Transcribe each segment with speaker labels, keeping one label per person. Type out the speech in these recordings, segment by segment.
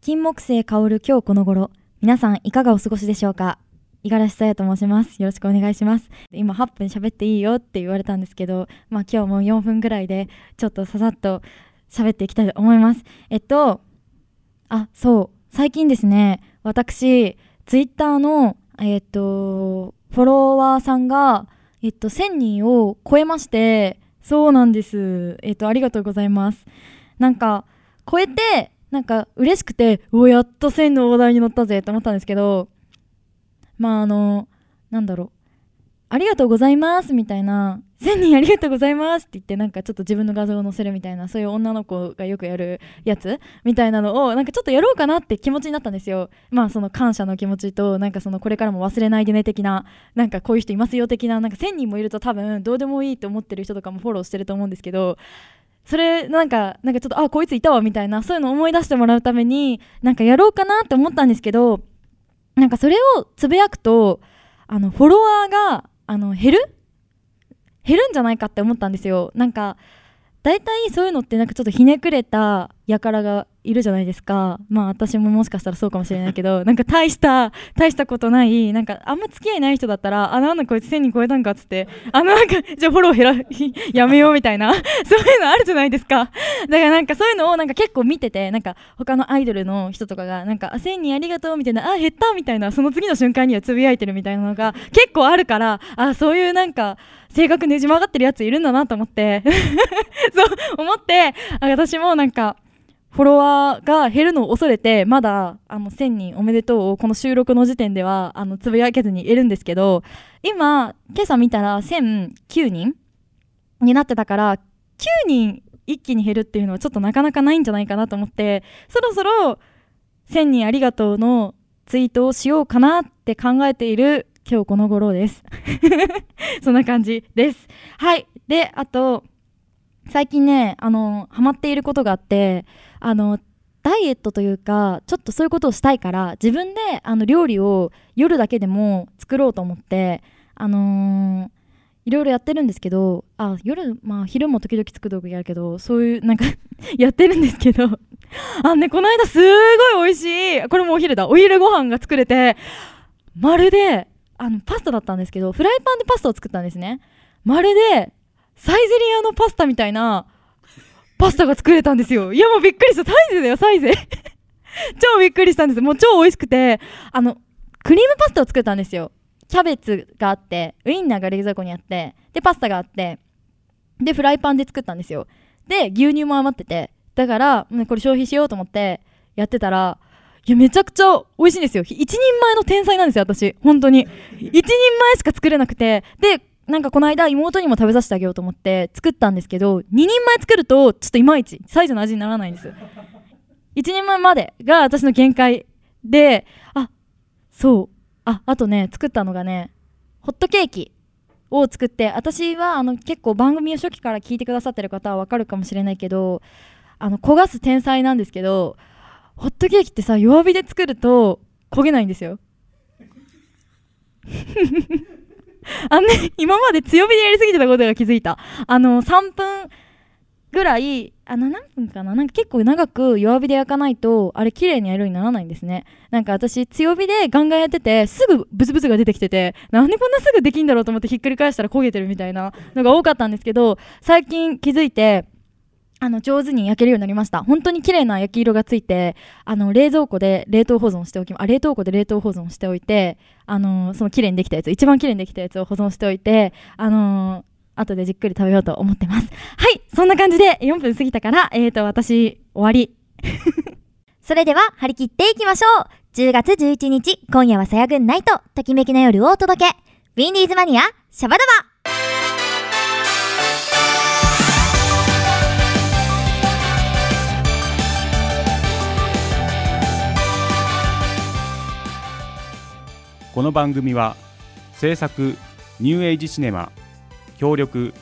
Speaker 1: 金木犀香る今日この頃皆さんいかがお過ごしでしょうか五十嵐さやと申しますよろしくお願いします今8分喋っていいよって言われたんですけどまあ今日も4分ぐらいでちょっとささっと喋っていきたいと思いますえっとあそう最近ですね私ツイッターのえっとフォロワーさんがえっと1000人を超えましてそうなんですえっとありがとうございますなんか超えてなんか嬉しくてうおやっと1000の大台に乗ったぜと思ったんですけどまああのなんだろうありがとうございますみたいな1000人ありがとうございますって言ってなんかちょっと自分の画像を載せるみたいなそういう女の子がよくやるやつみたいなのをなんかちょっとやろうかなって気持ちになったんですよまあその感謝の気持ちとなんかそのこれからも忘れないでね的ななんかこういう人いますよ的ななんか1000人もいると多分どうでもいいと思ってる人とかもフォローしてると思うんですけどそれなんかなんかちょっとあこいついたわみたいなそういうのを思い出してもらうためになんかやろうかなって思ったんですけどなんかそれをつぶやくとあのフォロワーがあの減る減るんじゃないかって思ったんですよなんか大体そういうのってなんかちょっとひねくれた輩がいるじゃないですかまあ私ももしかしたらそうかもしれないけどなんか大した大したことないなんかあんま付き合いない人だったらあなんだこいつ1000人超えたんかっつってあのなんかじゃあフォロー減ら やめようみたいなそういうのあるじゃないですかだからなんかそういうのをなんか結構見ててなんか他のアイドルの人とかがなんかあ1000人ありがとうみたいなあ減ったみたいなその次の瞬間にはつぶやいてるみたいなのが結構あるからあそういうなんか性格ねじ曲がってるやついるんだなと思ってそう思ってあ私もなんかフォロワーが減るのを恐れてまだあの1000人おめでとうをこの収録の時点ではあのつぶやけずにいるんですけど今今朝見たら1009人になってたから9人一気に減るっていうのはちょっとなかなかないんじゃないかなと思ってそろそろ1000人ありがとうのツイートをしようかなって考えている今日この頃です そんな感じですはいであと最近ねあのハマっていることがあってあのダイエットというかちょっとそういうことをしたいから自分であの料理を夜だけでも作ろうと思ってあのーいろいろやってるんですけどあ夜まあ昼も時々作る道具やるけどそういうなんか やってるんですけどあねこの間すごい美味しいこれもお昼だお昼ご飯が作れてまるであのパスタだったんですけどフライパンでパスタを作ったんですねまるでサイゼリアのパスタみたいなパスタが作れたんですよいやもうびっくりしたサイゼだよサイゼ 超びっくりしたんですもう超美味しくてあのクリームパスタを作ったんですよキャベツがあってウインナーが冷蔵庫にあってでパスタがあってでフライパンで作ったんですよで牛乳も余っててだからうんこれ消費しようと思ってやってたらいやめちゃくちゃ美味しいんですよひ一人前の天才なんですよ私本当に一人前しか作れなくてでなんかこの間妹にも食べさせてあげようと思って作ったんですけど2人前作るとちょっといまいちサイズの味にならないんです1人前までが私の限界であそうああとね作ったのがねホットケーキを作って私はあの結構番組を初期から聞いてくださってる方はわかるかもしれないけどあの焦がす天才なんですけどホットケーキってさ弱火で作ると焦げないんですよあのね 今まで強火でやりすぎてたことが気づいたあの3分ぐらいあな何分かななんか結構長く弱火で焼かないとあれ綺麗にやるようにならないんですねなんか私強火でガンガンやっててすぐブツブツが出てきててなんでこんなすぐできんだろうと思ってひっくり返したら焦げてるみたいなのが多かったんですけど最近気づいてあの上手に焼けるようになりました本当に綺麗な焼き色がついてあの冷蔵庫で冷凍保存しておきあ冷凍庫で冷凍保存しておいてあのその綺麗にできたやつ一番綺麗にできたやつを保存しておいてあの後でじっくり食べようと思ってますはいそんな感じで4分過ぎたからえーと私終わり
Speaker 2: それでは張り切っていきましょう !10 月11日、今夜はさやぐんナイト、ときめきな夜をお届けウィンディーズマニア、シャバダバ
Speaker 3: この番組は制作ニューエイジシネマ協力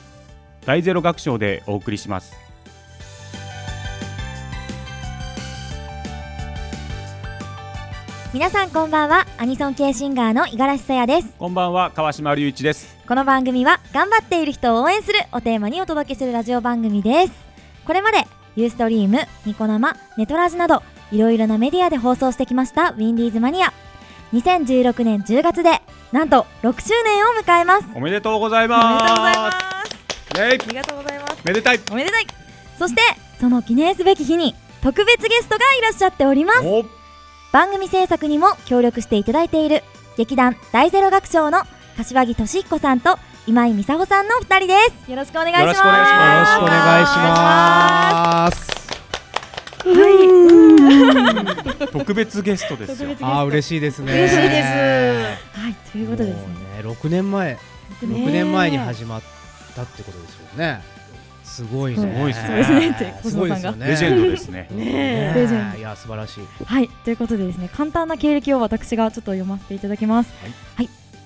Speaker 3: 大ゼロ学賞でお送りします
Speaker 2: 皆さんこんばんは、アニソン系シンガーの五十嵐さやです。
Speaker 3: こんばんは川島隆一です
Speaker 2: この番組は、頑張っている人を応援するをテーマにお届けするラジオ番組です。これまで、ユーストリーム、ニコ生、ネトラジなど、いろいろなメディアで放送してきましたウィンディーズマニア。2016年10月で、なんと6周年を迎えます。
Speaker 3: おめでとうござい
Speaker 1: おめでとうござい
Speaker 3: ま
Speaker 1: ます
Speaker 3: すイエイ
Speaker 1: ありがとうございます
Speaker 3: めでたい
Speaker 2: おめでたいそして、その記念すべき日に、特別ゲストがいらっしゃっております。
Speaker 3: お
Speaker 2: 番組制作にも協力していただいている、劇団大ゼロ学長の柏木俊彦さんと今井美佐穂さんの2人です。よろしくお願いします。
Speaker 3: よろしくお願いしま
Speaker 4: よろしくお願いします。
Speaker 3: 特別ゲストですよ
Speaker 4: ああ嬉しいですね。
Speaker 5: 嬉しいです
Speaker 2: はい、ということです
Speaker 4: も
Speaker 2: ね。
Speaker 4: うね。六年前、
Speaker 5: 六
Speaker 4: 六
Speaker 5: 年
Speaker 4: 年前に始まったってことですよね。すごいね。
Speaker 1: す
Speaker 3: ごいですね
Speaker 1: そうですねって小
Speaker 4: すごい
Speaker 1: 島
Speaker 4: で
Speaker 1: さん
Speaker 4: す
Speaker 1: が
Speaker 4: よね
Speaker 3: レジェンドですね
Speaker 5: ね
Speaker 1: レジェンド
Speaker 4: いや素晴らしい。
Speaker 1: はい、ということでですね、簡単な経歴を私がちょっと読ませていただきます。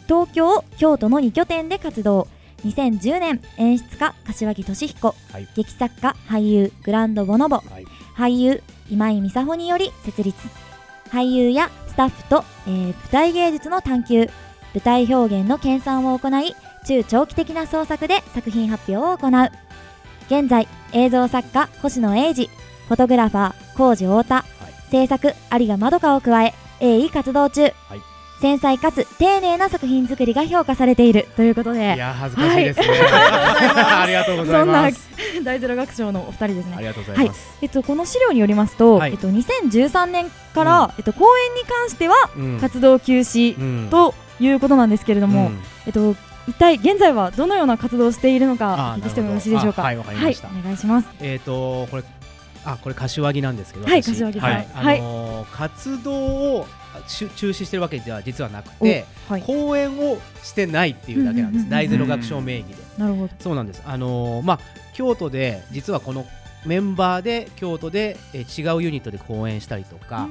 Speaker 2: 東京、京都の2拠点で活動。2010年演出家柏木俊彦、
Speaker 4: はい
Speaker 2: 劇作家俳優グランドボノボ、
Speaker 4: はい
Speaker 2: 俳優今井美佐穂により設立俳優やスタッフと、えー舞台芸術の探求舞台表現の研鑽を行い中長期的な創作で作品発表を行う現在映像作家星野英二フォトグラファー浩二太田、制作有賀まどかを加え鋭意活動中、
Speaker 4: い
Speaker 2: 繊細かつ丁寧な作品作りが評価されているということ
Speaker 4: い
Speaker 2: で
Speaker 4: や恥ずかしいです ね。ありがとうございます。
Speaker 1: 大ゼロ学長のお二人です
Speaker 4: あ
Speaker 1: ね。
Speaker 4: りがとうございます。
Speaker 1: えっとこの資料によりますと、
Speaker 4: はい
Speaker 1: えっと2013年から、
Speaker 4: う
Speaker 1: えっと公演に関しては
Speaker 4: うん
Speaker 1: 活動休止
Speaker 4: うん
Speaker 1: ということなんですけれども、
Speaker 4: うん
Speaker 1: えっと一体現在はどのような活動をしているのか
Speaker 4: あ
Speaker 1: お聞
Speaker 4: ー
Speaker 1: きしてもよろしいでしょうか。
Speaker 4: なるほどあはいわかりました
Speaker 1: はいお願いします。
Speaker 4: えっとこれあこれ柏木なんですけど。
Speaker 1: はい、
Speaker 4: 私
Speaker 1: 柏木さん。
Speaker 3: は
Speaker 1: はい
Speaker 3: い、
Speaker 4: あのー活動をあしゅ中止してるわけでは実はなくて、
Speaker 1: おはい
Speaker 4: 講演をしてないっていうだけな
Speaker 1: うんうん
Speaker 4: んで
Speaker 1: うんうん
Speaker 4: す、大ゼロ学賞名義で。
Speaker 1: なるほど。
Speaker 4: そうなんです、あのーまあ、京都で実はこのメンバーで京都で、えー違うユニットで講演したりとか、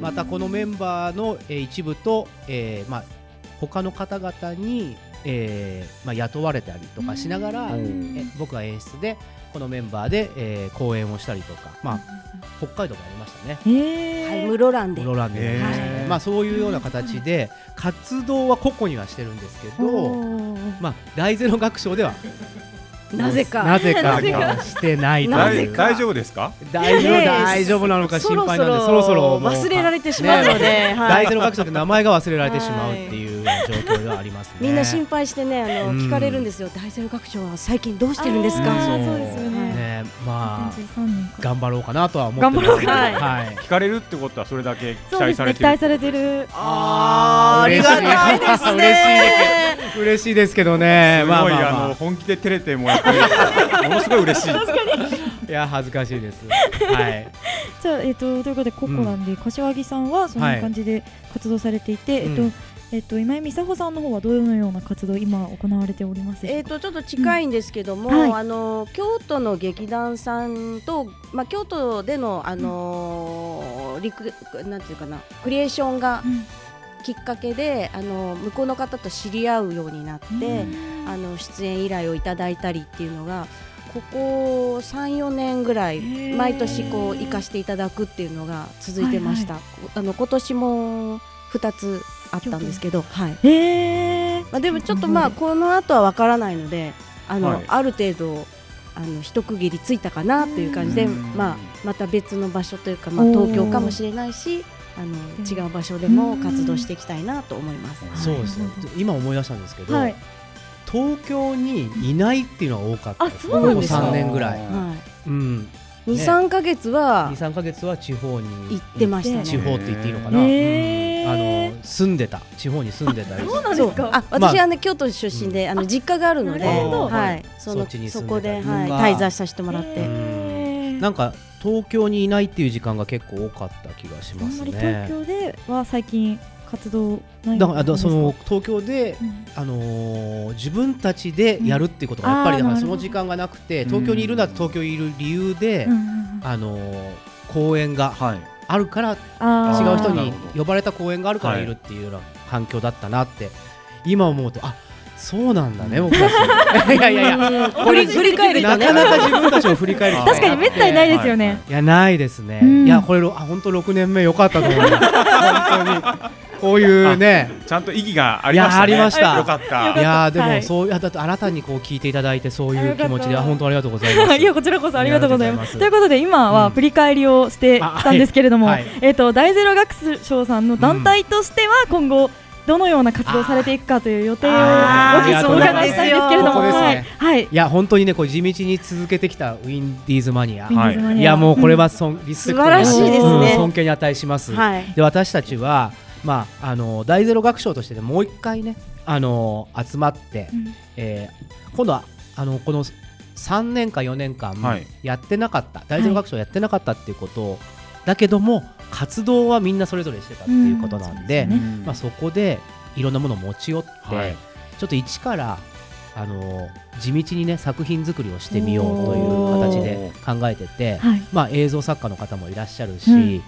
Speaker 4: またこのメンバーの、えー一部と、えーまあ、他の方々に、えーまあ、雇われたりとかしながら、
Speaker 3: おー
Speaker 4: え僕は演出でこのメンバーで、えー講演をしたりとか、まあ、北海道でありましたね。
Speaker 1: え
Speaker 5: はい、
Speaker 1: えー。
Speaker 5: 室蘭で。
Speaker 4: ロランでやりましたね
Speaker 3: へー
Speaker 4: まあそういうような形で活動は個々にはしてるんですけど、
Speaker 1: おー
Speaker 4: まあ大ゼロ学賞では
Speaker 5: なぜか。
Speaker 4: なぜ か
Speaker 5: なぜか
Speaker 4: してないと
Speaker 5: な
Speaker 4: い
Speaker 5: ぜ
Speaker 4: う
Speaker 3: 大
Speaker 5: か
Speaker 3: 大丈夫ですか
Speaker 4: 大丈
Speaker 5: ね
Speaker 4: 夫
Speaker 5: え
Speaker 4: 大丈夫なのか心配なんでそろそろもう
Speaker 5: 忘れられてしまうので、
Speaker 4: ね
Speaker 5: は
Speaker 4: 大ゼ
Speaker 5: い。
Speaker 4: ロ学賞って名前が忘れられてしまうっていう状況ではありますね。
Speaker 5: みんな心配してね、あの
Speaker 4: うん
Speaker 5: 聞かれるんですよ。大ゼロ学長は最近どうしてるんです
Speaker 1: あ
Speaker 5: か。
Speaker 1: ーそうですよね
Speaker 4: ねまあ
Speaker 1: 2013年か。
Speaker 4: 頑張ろうかなとは思ってますけど。
Speaker 5: 頑張ろうか
Speaker 4: はい。
Speaker 3: 聞かれるってことはそれだけ期
Speaker 1: そうで
Speaker 3: 待
Speaker 1: す
Speaker 3: さ
Speaker 1: ね。
Speaker 3: れ
Speaker 1: 期
Speaker 3: てる
Speaker 1: 待されてる。
Speaker 5: あーあり
Speaker 4: 嬉し
Speaker 5: がたいですね。
Speaker 4: 嬉しい嬉しいですけどね。
Speaker 3: す
Speaker 4: まあ
Speaker 3: ごい
Speaker 4: まあ
Speaker 3: あ
Speaker 4: まあ
Speaker 3: の本気で照れてもらって るものすごい嬉しい
Speaker 4: いや恥ずかしいです。はい。
Speaker 1: じゃあ、えっと、ということで、ココなんで、柏木さんはそんな感じで活動されていて、えっと
Speaker 4: うん。
Speaker 1: えっと、今井美佐穂さんの方はどのような活動、今行われておりますでしょ
Speaker 5: え
Speaker 1: う
Speaker 5: ー、
Speaker 1: か。
Speaker 5: とちょっと近いんですけども、
Speaker 1: うんはい
Speaker 5: あの京都の劇団さんと、まあ、京都での、あのーリクなんていうかなクリエーションが
Speaker 1: うん
Speaker 5: きっかけで、あの向こうの方と知り合うようになって、あの出演依頼をいただいたりっていうのがここ34年ぐらい
Speaker 1: へー
Speaker 5: 毎年こう生かしていただくっていうのが続いてました、あの今年も2つあったんですけど、はい
Speaker 1: へえ。
Speaker 5: まあ、でもちょっとまあこの後はわからないのであの、
Speaker 3: はい
Speaker 5: ある程度あの一区切りついたかなという感じで、
Speaker 3: うん
Speaker 5: まあ、また別の場所というか、まあ、
Speaker 1: おー
Speaker 5: 東京かもしれないしあの違う場所でも活動していきたいなと思います。
Speaker 4: そうですね。今思い出したんですけど、
Speaker 1: はい。
Speaker 4: 東京にいないっていうのが多かったですね
Speaker 1: あそうなん
Speaker 4: こ
Speaker 1: で
Speaker 4: こ
Speaker 1: すか
Speaker 4: 3年ぐらい、
Speaker 5: は
Speaker 4: うん、
Speaker 5: い、23か月は
Speaker 4: 23か月は地方に
Speaker 5: 行ってましたね
Speaker 4: 地方って言っていいのかな、
Speaker 1: へー
Speaker 4: うんあの住んでた地方に住んでたり
Speaker 1: そうなんです
Speaker 5: そう
Speaker 1: か。
Speaker 5: あ私はね、京都出身で、あの実家があるので、
Speaker 1: なるほど
Speaker 5: はい、そ
Speaker 4: そ
Speaker 5: の
Speaker 4: っちに
Speaker 5: そ
Speaker 4: 住んでたり
Speaker 5: こで、は
Speaker 4: とか
Speaker 5: い、滞在させてもらって、
Speaker 1: へー
Speaker 4: なんか東京にいないっていう時間が結構多かった気がし
Speaker 1: あ
Speaker 4: ま
Speaker 1: ん
Speaker 4: す
Speaker 1: まり東
Speaker 4: ね
Speaker 1: 京では最近活動ないんですか。
Speaker 4: だからあとその東京で
Speaker 1: うん
Speaker 4: あのー自分たちでやるっていうことがやっぱり
Speaker 1: うん
Speaker 4: だか
Speaker 1: あーな
Speaker 4: ら
Speaker 1: る
Speaker 4: そ
Speaker 1: ほ
Speaker 4: の
Speaker 1: ど
Speaker 4: 時間がなくて東京にいるなら東京にいる理由で、
Speaker 1: うんうんうん
Speaker 4: あのー公演が
Speaker 3: はい
Speaker 4: あるから
Speaker 1: あ
Speaker 4: 違
Speaker 1: ー
Speaker 4: う人
Speaker 3: なる
Speaker 4: に
Speaker 3: ほど
Speaker 4: 呼ばれた公演があるからいるっていうような環境だったなって今思うとあそうなんだね僕た ちいやいやいや
Speaker 5: 振り振り返ると
Speaker 4: な
Speaker 5: ね
Speaker 4: かなか自分たちを振り返る機会
Speaker 1: 確かにめったにないですよね。
Speaker 4: いやないですね、
Speaker 1: うん
Speaker 4: いやこれろあ本当6年目良かったと思います本当にこういうね
Speaker 3: ちゃんと意義がありましたね
Speaker 4: いやありました
Speaker 3: よかっ
Speaker 1: よ
Speaker 3: た
Speaker 1: か
Speaker 4: い
Speaker 1: っ
Speaker 4: やーで
Speaker 1: は
Speaker 4: も
Speaker 1: い
Speaker 4: そういう、あだってあなたにこう聞いていただいてそうい
Speaker 1: あ
Speaker 4: う
Speaker 1: よか
Speaker 4: 気
Speaker 1: った
Speaker 4: 持ちであ本当ありがとうございま す。
Speaker 1: いやこちらこそありがとうございます。
Speaker 4: あ
Speaker 1: とい
Speaker 4: り
Speaker 1: うことで今
Speaker 4: う
Speaker 1: は
Speaker 4: ん
Speaker 1: 振り返りをしてきたんですけれども、
Speaker 4: あはい
Speaker 1: えっ、と大ゼロ学賞さんの団体としては今後どのような活動をされていくかという予定をお
Speaker 4: あ
Speaker 5: ー
Speaker 1: 聞きお伺いしたいんですけれども、
Speaker 4: ありがとう
Speaker 1: は
Speaker 4: ござい
Speaker 1: い
Speaker 4: ます
Speaker 1: はい。
Speaker 4: いや本当にねこう地道に続けてきたウィンディーズマニア。
Speaker 3: ィはい
Speaker 4: いやもうこれ
Speaker 1: は
Speaker 4: は尊リスペクト
Speaker 5: 素晴ら
Speaker 1: しいですね
Speaker 4: うん尊敬に値します。
Speaker 5: はい。
Speaker 4: で私たちはまああの大ゼロ学賞としてねもう一回ねあの集まって、
Speaker 1: うん
Speaker 4: えー今度はあのこの3年か4年間
Speaker 3: はい
Speaker 4: やってなかった、大ゼロ学賞やってなかったっていうことを、だけども活動はみんなそれぞれしてたっていうことなんで、
Speaker 1: うんそうです
Speaker 3: ね
Speaker 4: まあ、そこでいろんなものを持ち寄って、
Speaker 3: はい
Speaker 4: ちょっと一からあの地道にね作品作りをしてみようという形で考えてて。
Speaker 1: はい。
Speaker 4: まあ、映像作家の方もいらっしゃる
Speaker 1: う
Speaker 4: し、
Speaker 1: ん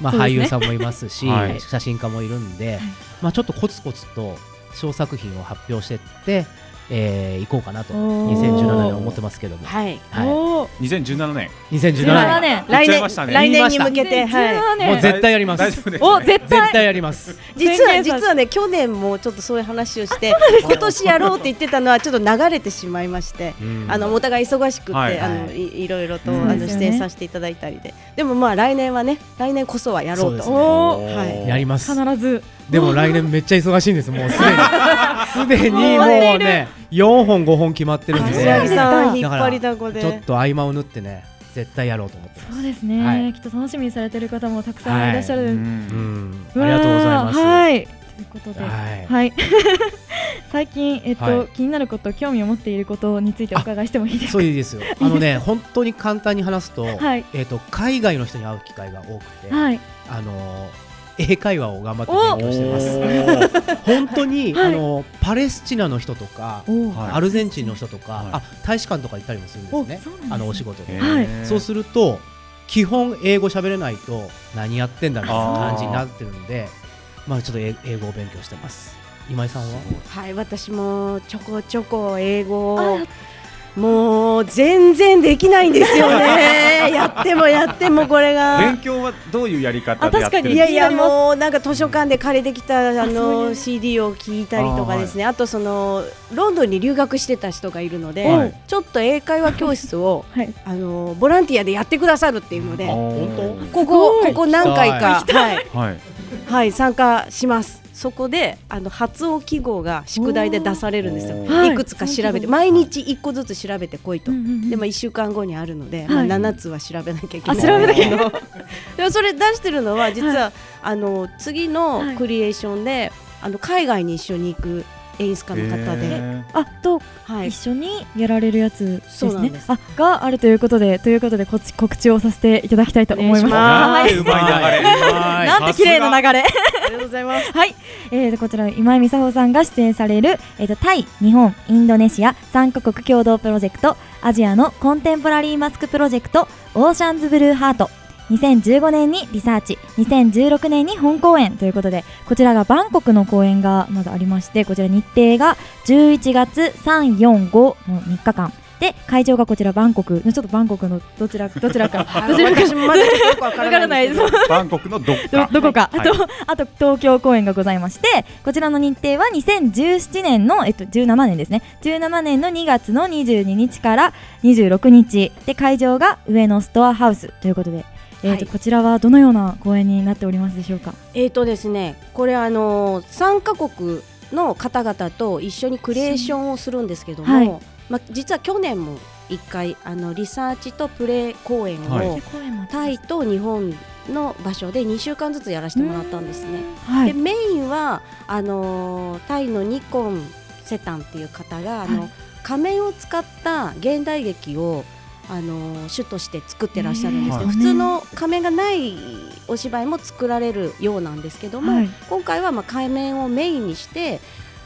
Speaker 4: まあ、
Speaker 1: そうで
Speaker 4: 俳
Speaker 1: すね
Speaker 4: 優さんもいますし、
Speaker 3: はい
Speaker 4: 写真家もいるんで、まあ、ちょっとコツコツと小作品を発表してって、えー、いこうかなと
Speaker 1: おー
Speaker 4: 2017年思ってますけども、
Speaker 5: はい。
Speaker 4: は
Speaker 1: おー
Speaker 3: 2017年
Speaker 4: い、2017
Speaker 1: 17年
Speaker 4: 年
Speaker 3: 言っ
Speaker 5: 来
Speaker 3: ちゃい
Speaker 5: 年
Speaker 3: ましたね
Speaker 5: 来年に向けて、はい。
Speaker 1: 2017年
Speaker 4: もう絶対やります
Speaker 3: 大丈夫ですね
Speaker 1: お絶対
Speaker 4: 絶対やります
Speaker 5: 実は
Speaker 1: 宣言さ
Speaker 5: 実はね去年もちょっとそういう話をして、今年やろうって言ってたのはちょっと流れてしまいまして。あのお互い忙しくって、
Speaker 3: はい
Speaker 5: あのいいろいろと、
Speaker 1: うん
Speaker 5: あ
Speaker 1: そう
Speaker 5: の
Speaker 1: ですよ
Speaker 5: 出
Speaker 1: ね
Speaker 5: 演させていただいたりで、でもまあ来年はね来年こそはやろうと
Speaker 4: そう
Speaker 1: おー
Speaker 5: はい
Speaker 4: やります
Speaker 1: 必ず
Speaker 4: でも来年めっちゃ忙しいんですもうす でにすでにもう
Speaker 1: 終わっている
Speaker 4: ね4本5本決まってるんで
Speaker 5: 藤
Speaker 1: そう
Speaker 5: 波
Speaker 1: です
Speaker 5: さ
Speaker 1: か
Speaker 5: ん引っ張りだこで
Speaker 4: ちょっと合間を縫ってね絶対やろうと思ってます
Speaker 1: そうですね、
Speaker 4: はい
Speaker 1: きっと楽しみにされてる方もたくさんいらっしゃる、
Speaker 3: う
Speaker 4: うんんあ
Speaker 1: わー
Speaker 4: りがとうございます
Speaker 1: はいということで、はい。
Speaker 4: はい
Speaker 1: 最近えっと、
Speaker 4: はい
Speaker 1: 気になること興味を持っていることについてお伺いしてもいいです
Speaker 4: そう
Speaker 1: か。
Speaker 4: いうですよ。あのね、本当に簡単に話すと、
Speaker 1: はい
Speaker 4: えっ、と海外の人に会う機会が多くて、
Speaker 1: はい。
Speaker 4: あのー英会話を頑張って勉強してます。
Speaker 3: お
Speaker 4: 本当に、
Speaker 1: はい
Speaker 4: あのーパレスチナの人とか、
Speaker 1: お
Speaker 3: はい
Speaker 4: アルゼンチンの人とか、
Speaker 3: はい
Speaker 4: あ大使館とか行ったりもするんで
Speaker 1: お。
Speaker 4: すね
Speaker 1: そうなんですね
Speaker 4: あのお仕事で。
Speaker 1: はい
Speaker 3: ー
Speaker 4: そうすると基本英語喋れないと何やってんだみたいな
Speaker 3: あー
Speaker 4: 感じになってるんで、まあちょっと英英語を勉強してます。今井さんは
Speaker 5: はい私もちょこちょこ英語
Speaker 1: あ
Speaker 5: をもう全然できないんですよねやってもやってもこれが
Speaker 3: 勉強はどういうやり方でやってるん
Speaker 1: 強
Speaker 5: い
Speaker 3: で
Speaker 5: や
Speaker 3: す
Speaker 5: いやもうなんか図書館で借りてきたあ
Speaker 1: そういう
Speaker 5: の CD を聞いたりとかですねあとそのロンドンに留学してた人がいるので、
Speaker 3: はい
Speaker 5: ちょっと英会話教室を
Speaker 1: はい。
Speaker 5: あのボランティアでやってくださるっていうので
Speaker 3: か
Speaker 5: こ
Speaker 3: 本
Speaker 5: こ
Speaker 1: すごい
Speaker 5: ここ何回かはい、
Speaker 3: 当はい
Speaker 5: はい、参加しますそこであの発音記号が宿題で出されるんです
Speaker 3: お
Speaker 5: よ、
Speaker 1: ー
Speaker 5: い、くつか調べて
Speaker 1: は
Speaker 5: 毎日1個ずつ調べてこいと、
Speaker 1: うんうんうん
Speaker 5: でも1週間後にあるので、
Speaker 1: はい
Speaker 5: まあ、7つは調べなきゃいけな
Speaker 1: あ
Speaker 5: い
Speaker 1: 調べなきゃいけない。
Speaker 5: でもそれ出してるのは実は、あの次
Speaker 1: はい
Speaker 5: のクリエーションで、あの海外に一緒に行く演出家の方で、
Speaker 3: へ
Speaker 1: あと、
Speaker 5: はい
Speaker 1: 一、緒にやられるやつです
Speaker 5: そうなん
Speaker 1: ね
Speaker 5: で。す
Speaker 1: あがあるということでということでこっち告知をさせていただきたいと思います。
Speaker 5: お願い
Speaker 3: なん
Speaker 5: します
Speaker 3: てうまい流れ
Speaker 4: はい
Speaker 1: なんて綺麗な流れ。
Speaker 5: ありがとうございます。
Speaker 1: はい、えー、とこちら今井美沙穂さんが出演される、えー、とタイ、日本、インドネシア3カ国共同プロジェクトアジアのコンテンポラリーマスクプロジェクトオーシャンズブルーハート2015年にリサーチ2016年に本公演ということでこちらがバンコクの公演がまだありましてこちら日程が11月345の3日間で会場がこちらバンコクちょっとバンコクのどちらどちら か
Speaker 5: はい
Speaker 1: どちらか
Speaker 5: 私もまだちょっとよくわ
Speaker 1: わ
Speaker 5: か
Speaker 1: からら
Speaker 5: な
Speaker 1: ないい
Speaker 5: で
Speaker 1: ですす
Speaker 5: けど。
Speaker 3: バンコクのどっ
Speaker 1: ど
Speaker 3: か
Speaker 1: どこか、
Speaker 3: はい
Speaker 1: あとあと東京公演がございましてこちらの日程は2017年の、えっと、17年ですね17年の2月の22日から26日で会場が上野ストアハウスということで、えっと
Speaker 5: はい
Speaker 1: こちらはどのような公演になっておりますでしょうか
Speaker 5: えーとですね、これあの三カ国の方々と一緒にクリエーションをするんですけども、
Speaker 1: はい
Speaker 5: まあ実は去年も一回あのリサーチとプレイ公演を、
Speaker 3: はい
Speaker 5: タイと日本の場所で2週間ずつやらせてもらったんですね。
Speaker 1: は
Speaker 5: で
Speaker 1: い
Speaker 5: メインはあのータイのニコン・セタンっていう方があの、
Speaker 1: はい
Speaker 5: 仮面を使った現代劇をあのー主として作ってらっしゃるんですけど、
Speaker 1: はい
Speaker 5: 普通の仮面がないお芝居も作られるようなんですけども、
Speaker 1: はい
Speaker 5: 今回はまあ仮面をメインにして、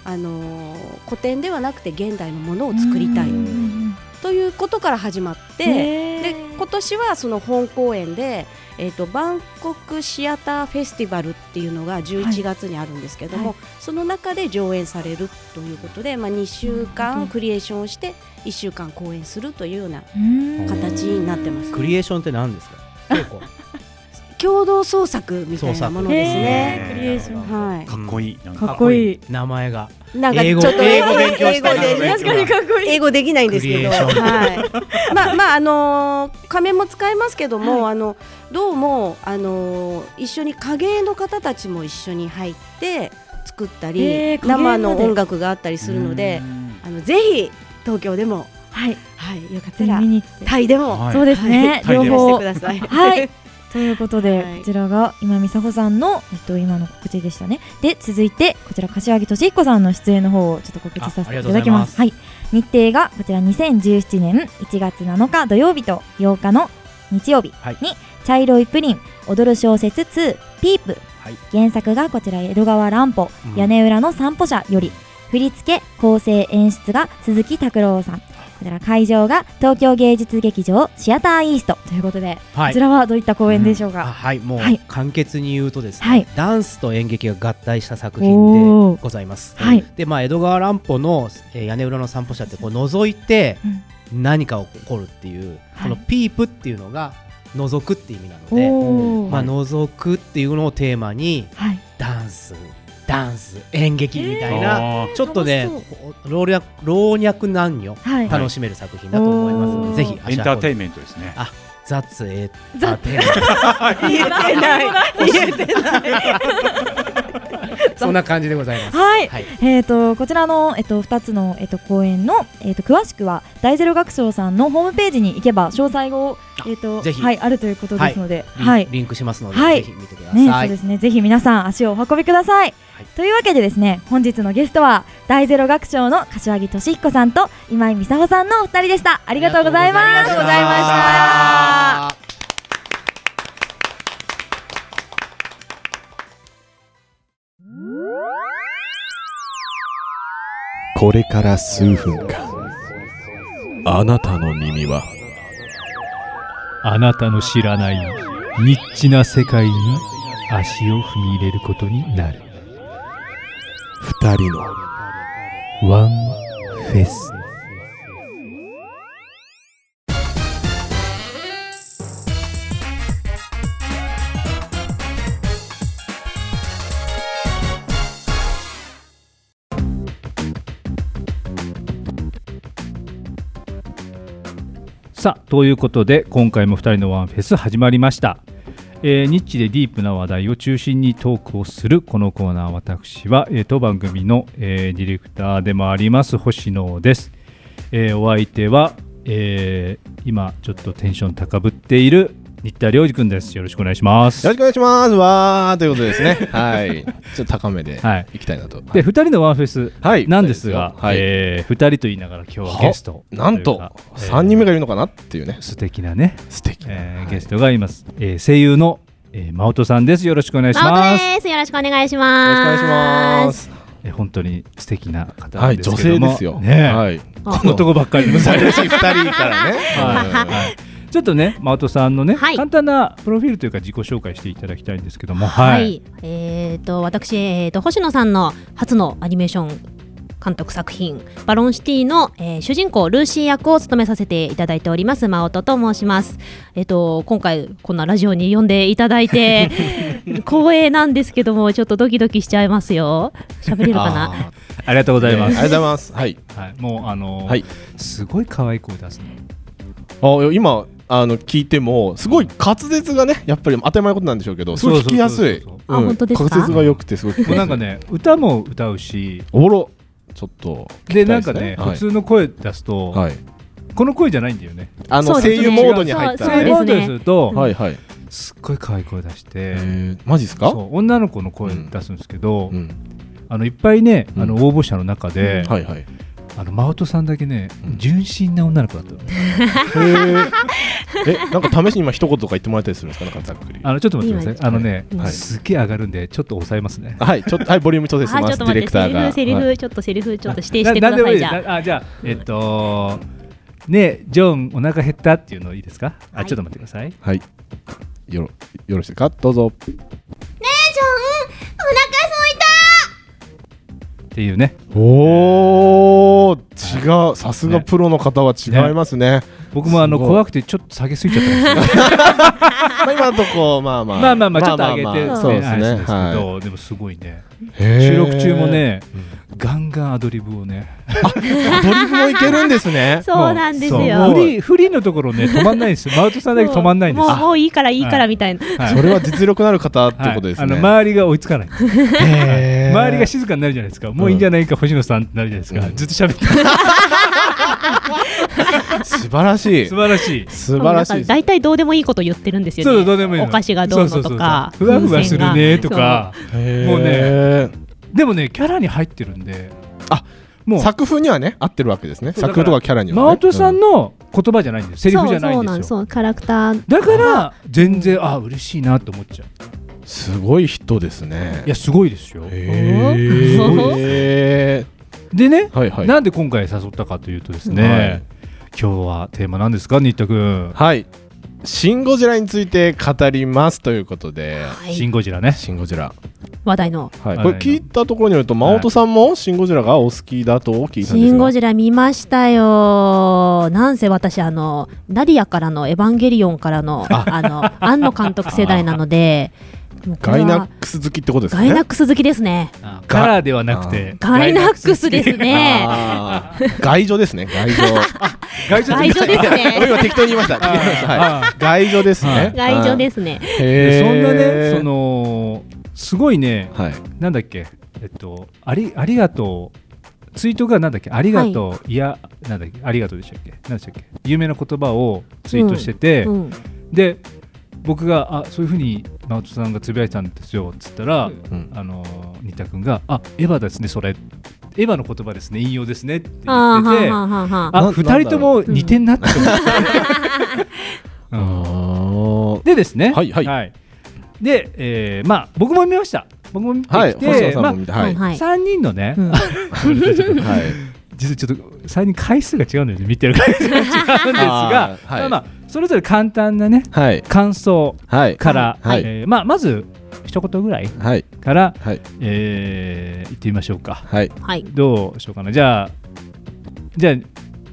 Speaker 5: あのー古典ではなくて現代のものを作りたい
Speaker 1: うんうんうん
Speaker 5: ということから始まって。
Speaker 1: へー
Speaker 5: で今年はその本公演で、えー、とバンコクシアターフェスティバルっていうのが11月にあるんですけども、
Speaker 1: はい
Speaker 5: その中で上演されるということで、まあ、2週間クリエーションをして1週間公演するというような
Speaker 1: うん
Speaker 5: 形になってま す
Speaker 4: クリエーションって何ですか。京子
Speaker 5: 共同創作みたいなものですね。
Speaker 1: えークリエーション
Speaker 5: はい。
Speaker 3: かっこいいなんか
Speaker 1: かっこいい
Speaker 4: 名前が
Speaker 5: なんかち
Speaker 4: 英
Speaker 5: ょっ
Speaker 4: 語
Speaker 5: と
Speaker 4: 英語勉強 したい
Speaker 5: 英語で
Speaker 1: 確かにかっこいい
Speaker 5: 英語できないんですけど、
Speaker 4: クリエーション
Speaker 5: はい、まあまああのー仮面も使えますけども、あのどうもあのー一緒に影絵の方たちも一緒に入って作ったり、
Speaker 1: えー影絵ま
Speaker 5: 生
Speaker 1: で
Speaker 5: の音楽があったりするので、あのぜひ東京でも
Speaker 1: はい
Speaker 5: はいよかった
Speaker 1: ぜひ
Speaker 5: ら
Speaker 1: 見に行って
Speaker 5: タイでも、
Speaker 3: はい
Speaker 1: そうですね
Speaker 3: はい
Speaker 1: 両
Speaker 5: して
Speaker 1: 方
Speaker 5: ください。
Speaker 1: はい。ということで、
Speaker 5: はい
Speaker 1: こちらが今美佐穂さんの、えっと、今の告知でしたねで続いてこちら柏木俊彦さんの出演の方をちょっと告知させていただきます
Speaker 4: ああ
Speaker 1: はい、日程がこちら2017年1月7日土曜日と8日の日曜日に、
Speaker 4: はい
Speaker 1: 茶色いプリン踊る小説2ピープ、
Speaker 4: はい
Speaker 1: 原作がこちら江戸川乱歩、
Speaker 4: うん
Speaker 1: 屋根裏の散歩者より振り付け構成演出が鈴木拓郎さんこちら会場が東京芸術劇場シアターイーストということで
Speaker 4: は
Speaker 1: こちらはどういった公演でしょう
Speaker 4: あ
Speaker 1: か、
Speaker 4: はいもう
Speaker 1: はい
Speaker 4: 簡潔に言うとですね、
Speaker 1: はい
Speaker 4: ダンスと演劇が合体した作品でございます。
Speaker 1: はい
Speaker 4: でまあ江戸川乱歩の、えー屋根裏の散歩者ってこう覗いて
Speaker 1: うん
Speaker 4: 何か起こるっていう、
Speaker 1: はい
Speaker 4: このピープっていうのが覗くっていう意味なので、
Speaker 1: おお、
Speaker 4: まあ覗くっていうのをテーマに
Speaker 1: はい、
Speaker 4: ダンスダンス演劇みたいな、
Speaker 3: あ
Speaker 4: ちょっとね老若老若男女
Speaker 1: はい、
Speaker 4: 楽しめる作品だと思いますの
Speaker 1: おー
Speaker 4: で、ぜひ
Speaker 3: ーエンターテイ
Speaker 4: イ
Speaker 3: ンメントですね
Speaker 4: あザッツエンタ
Speaker 1: ザ
Speaker 4: ーテインメント
Speaker 5: 言えてない。言えてない。
Speaker 4: そんな感じでございます。
Speaker 1: はい、
Speaker 4: はい
Speaker 1: えー、とこちらの、えっと2つの、えっと公演の、えっと詳しくは大ゼロ学長さんのホームページに行けば詳細を、えっと
Speaker 4: ぜひ
Speaker 1: はい、あるということですので、
Speaker 4: リン
Speaker 1: はい
Speaker 4: リンクしますので、
Speaker 1: はい
Speaker 4: ぜひ見てくだ
Speaker 1: ね、
Speaker 4: さ
Speaker 1: そう
Speaker 4: い。
Speaker 1: ですねぜひ皆さん足をお運びください、
Speaker 4: はい
Speaker 1: というわけでですね本日のゲストは大ゼロ学長の柏木俊彦さんと今井美佐穂さんのお二人でしたありがとうございます
Speaker 4: ありがとうございました。
Speaker 6: これから数分間あなたの耳は
Speaker 7: あなたの知らないニッチな世界に足を踏み入れることになる。
Speaker 6: 二人の
Speaker 7: ワンフェス。さあということで今回も2人のワンフェス始まりました、えーニッチでディープな話題を中心にトークをするこのコーナー私は、えー当番組の、えーディレクターでもあります星野です、えーお相手は、えー今ちょっとテンション高ぶっている新田良二君ですよろしくお願いします
Speaker 8: よろしくお願いします。わーということ ですね。はい。ちょっと高めで
Speaker 7: はい
Speaker 8: いきたいなと。
Speaker 7: で2人のワンフェス
Speaker 8: はい
Speaker 7: なんですが、
Speaker 8: はい
Speaker 7: え2人と言いながら今日はゲスト
Speaker 8: なんと
Speaker 7: 3
Speaker 8: 3人目がいるのかなっていうね。
Speaker 7: 素敵なね
Speaker 8: 素敵な。
Speaker 7: えー
Speaker 8: はい
Speaker 7: ゲストがいます、えー声優の、えー、真音さんですよろしくお願いし
Speaker 9: マオ
Speaker 7: ま
Speaker 9: ト
Speaker 7: す、
Speaker 9: です。よろしくお願いし
Speaker 8: よろしくお願
Speaker 9: ま
Speaker 8: い
Speaker 9: す。
Speaker 8: します。
Speaker 7: えー本当に素敵な方な
Speaker 8: は
Speaker 7: ん
Speaker 8: い、
Speaker 7: です
Speaker 8: 女
Speaker 7: けど
Speaker 8: 性
Speaker 7: も
Speaker 8: ですよ。
Speaker 7: ねえ
Speaker 8: はい。
Speaker 7: このとこばっかりで
Speaker 8: 寂しい2人からね。はい
Speaker 7: はいちょっとね真音さんのね、
Speaker 9: はい
Speaker 7: 簡単なプロフィールというか自己紹介していただきたいんですけども
Speaker 9: は
Speaker 7: はい
Speaker 9: い、えっ、と私えっ、と星野さんの初のアニメーション監督作品バロンシティの、えー主人公ルーシー役を務めさせていただいておりますマオトと申します。えっ、と今回こんなラジオに呼んでいただいて光栄なんですけどもちょっとドキドキしちゃいますよ。喋れるかな。
Speaker 8: あ
Speaker 7: ありがとうござい
Speaker 8: ーあ
Speaker 7: ま
Speaker 8: り
Speaker 7: す、
Speaker 8: がとうございます。はい。
Speaker 7: はい、もうあのー
Speaker 8: はい
Speaker 7: すごい可愛い子を出すの
Speaker 8: あ今あの聞いてもすごい滑舌がねやっぱり当たり前のことなんでしょうけどすごい聞きやすい
Speaker 7: そうそうそう
Speaker 9: そうあ
Speaker 8: うん
Speaker 9: 本当ですか
Speaker 8: 滑舌が良くてすごく聞き
Speaker 7: もうな
Speaker 8: や
Speaker 7: ん
Speaker 8: す
Speaker 7: か
Speaker 8: い
Speaker 7: ね歌も歌うし
Speaker 8: おもろちょっと聞きた
Speaker 7: で
Speaker 8: い
Speaker 7: なん
Speaker 8: す
Speaker 7: かね、
Speaker 8: はい
Speaker 7: 普通の声出すと、
Speaker 8: はい
Speaker 7: この声じゃないんだよね
Speaker 8: あの
Speaker 9: そうで
Speaker 8: 声
Speaker 9: す
Speaker 8: 優
Speaker 9: ね
Speaker 8: モードに入った
Speaker 9: そう
Speaker 8: ら
Speaker 9: で
Speaker 8: ね
Speaker 9: す
Speaker 7: モードにすると、
Speaker 8: はいはい
Speaker 7: すっごい可愛い声出して、
Speaker 8: えーマジですか
Speaker 7: そう女の子の声出すんですけど、
Speaker 8: うん
Speaker 7: あのいっぱいね、
Speaker 8: うん
Speaker 7: あの応募者の中で、
Speaker 8: はいはい
Speaker 7: あの真音さんだけね、
Speaker 8: うん
Speaker 7: 純真な女の子だったのね、
Speaker 8: え、なんか試しに今一言とか言ってもらえたりするんですか、なんかざっくり。
Speaker 7: あのちょっと待ってくださいあのね、
Speaker 8: はい
Speaker 7: すっげえ上がるんでちょっと抑えますね
Speaker 8: はい、ちょっと、はい、ボリューム調整し
Speaker 9: あ
Speaker 8: ま
Speaker 9: ちょっ
Speaker 8: す。
Speaker 9: と
Speaker 8: デ
Speaker 9: 待っ
Speaker 8: ィレ
Speaker 9: て
Speaker 8: ク
Speaker 9: セ
Speaker 8: タ
Speaker 9: リ
Speaker 8: ーが。
Speaker 9: フセリフ、
Speaker 8: はい
Speaker 9: ちょっとセリフちょっと指定してくださいじゃあ。
Speaker 7: ああじゃあえっとねえジョンお腹減ったっていうのいいですか、
Speaker 9: は
Speaker 7: あ
Speaker 9: い
Speaker 7: ちょっと待ってください
Speaker 8: はい。よろ、よろしいですか、どうぞ。
Speaker 9: ジョンお腹空いた。
Speaker 7: っていうね
Speaker 8: おお、違う、さすがプロの方は違いますね。
Speaker 7: 僕もあの
Speaker 8: すごい
Speaker 7: 怖くてちょっと下げすぎちゃったんですけど
Speaker 8: まあ今のとこまあまあ
Speaker 7: まあまあまあちょっと上げて
Speaker 8: まあまあ
Speaker 7: ね
Speaker 8: そうです
Speaker 7: あれ
Speaker 8: ね
Speaker 7: なんですけ
Speaker 8: は
Speaker 7: どでもすごいね
Speaker 8: いへー
Speaker 7: 収録中もねガンガンアドリブをね
Speaker 8: アドリブもいけるんですね
Speaker 9: そうなんです
Speaker 7: そう
Speaker 9: よ
Speaker 7: フリーフリーのところね止まんないん ですよマウトさんだけ止まんないんです
Speaker 9: もうもう
Speaker 7: よ
Speaker 9: もういいからいいからみたいな、
Speaker 7: はい
Speaker 8: それは実力のある方ってことですね
Speaker 7: はいあの周りが追いつかない
Speaker 8: へー
Speaker 7: 周りが静かになるじゃないですかもういいんじゃないか星野さんってなるじゃないですか
Speaker 8: うん
Speaker 7: ずっと喋って
Speaker 8: 素晴らしい
Speaker 7: 素晴らしい
Speaker 8: 素晴らしいです
Speaker 9: 大体どうでもいいこと言ってるんですよね。
Speaker 7: そうどうでもいいの
Speaker 9: お菓子がどうのとか。
Speaker 7: そうそうそうそうふわふわするねとか
Speaker 8: へー
Speaker 7: もうねでもねキャラに入ってるんで
Speaker 8: あ
Speaker 7: もう
Speaker 8: 作風にはね合ってるわけですね
Speaker 7: そうだ
Speaker 8: 作
Speaker 7: か
Speaker 8: 風
Speaker 7: ら
Speaker 8: とかキャラにはね
Speaker 7: マウトさんの言葉じゃないんですセ
Speaker 9: 風
Speaker 7: リ
Speaker 9: そう
Speaker 7: フじ
Speaker 9: そう
Speaker 7: ゃない
Speaker 9: んな
Speaker 7: で
Speaker 9: ん
Speaker 7: すよ
Speaker 9: そうキャラクター
Speaker 7: だから全然あ嬉しいなと思っちゃう
Speaker 8: うんすごい人ですね
Speaker 7: いやすごいですよ
Speaker 8: へ
Speaker 9: お
Speaker 8: ーへ
Speaker 7: でね
Speaker 8: ーはいはい
Speaker 7: なんで今回誘ったかというとですね今日はテーマなんですか新田君
Speaker 8: はいシン・ゴジラについて語りますということで
Speaker 9: はい
Speaker 7: シン・ゴジラね
Speaker 8: シン・ゴジラ
Speaker 9: 話題の
Speaker 8: はい
Speaker 7: はい
Speaker 8: これ聞いたところによると真音さんもシン・ゴジラがお好きだと聞いたんで
Speaker 9: シ
Speaker 8: す
Speaker 9: ン・
Speaker 8: が
Speaker 9: ゴジラ見ましたよ。なんせ私、あの、ナディアからの、エヴァンゲリオンからの、あの、庵野監督世代なので、もうこ
Speaker 8: ガ
Speaker 9: れ
Speaker 8: イ
Speaker 9: は
Speaker 8: ナックス好きってことです
Speaker 9: ガ
Speaker 8: ね
Speaker 9: イナックス好きですね。
Speaker 7: カラーではなくて
Speaker 9: ガイナックスですね。
Speaker 8: あー 外女ですね外 女
Speaker 7: 外
Speaker 9: 外女です
Speaker 8: 俺
Speaker 9: ね。
Speaker 8: 今適当に言いましたはい外女です
Speaker 7: は
Speaker 8: ね
Speaker 7: い
Speaker 9: 外女ですね。
Speaker 8: す
Speaker 7: でそんなねそのすごいね
Speaker 8: はい
Speaker 7: なんだっけえっとありありがとうツイートがなんだっけありがとう、い、やなんだっけありがとうでしたっけなんでしたっけ有名な言葉をツイートしてて、
Speaker 9: うん。
Speaker 7: で僕があそういうふうに直人さんがつぶやいたんですよっつったら、
Speaker 8: うん
Speaker 7: あのー新田君が「あエヴァですねそれ」「エヴァの言葉ですね引用ですね」って言ってて
Speaker 9: ああ、はあ、はあ、はあ。
Speaker 7: あ
Speaker 8: な
Speaker 7: 二人とも似てんなって思って、
Speaker 8: あ
Speaker 7: うん
Speaker 8: ー
Speaker 7: でですね
Speaker 8: はいはい
Speaker 7: で、えーまあ僕も見ました僕も見てきて、
Speaker 8: はい星野さん
Speaker 7: まあ
Speaker 8: も見た
Speaker 9: は、
Speaker 8: はいい
Speaker 9: はい。
Speaker 7: 3人のね、
Speaker 9: うん
Speaker 8: はい
Speaker 7: 実はちょっと最近回数が違うんだよね見てる回数が違うんですが
Speaker 8: あーはい
Speaker 7: まあまあそれぞれ簡単なね
Speaker 8: はい
Speaker 7: 感想
Speaker 8: はい
Speaker 7: から、
Speaker 8: はい
Speaker 7: えーまあ、まず一言ぐらい
Speaker 8: はい
Speaker 7: から、
Speaker 8: はい
Speaker 7: えー言ってみましょうか
Speaker 8: はい
Speaker 9: はい。
Speaker 7: どうしようかなじゃあじゃあ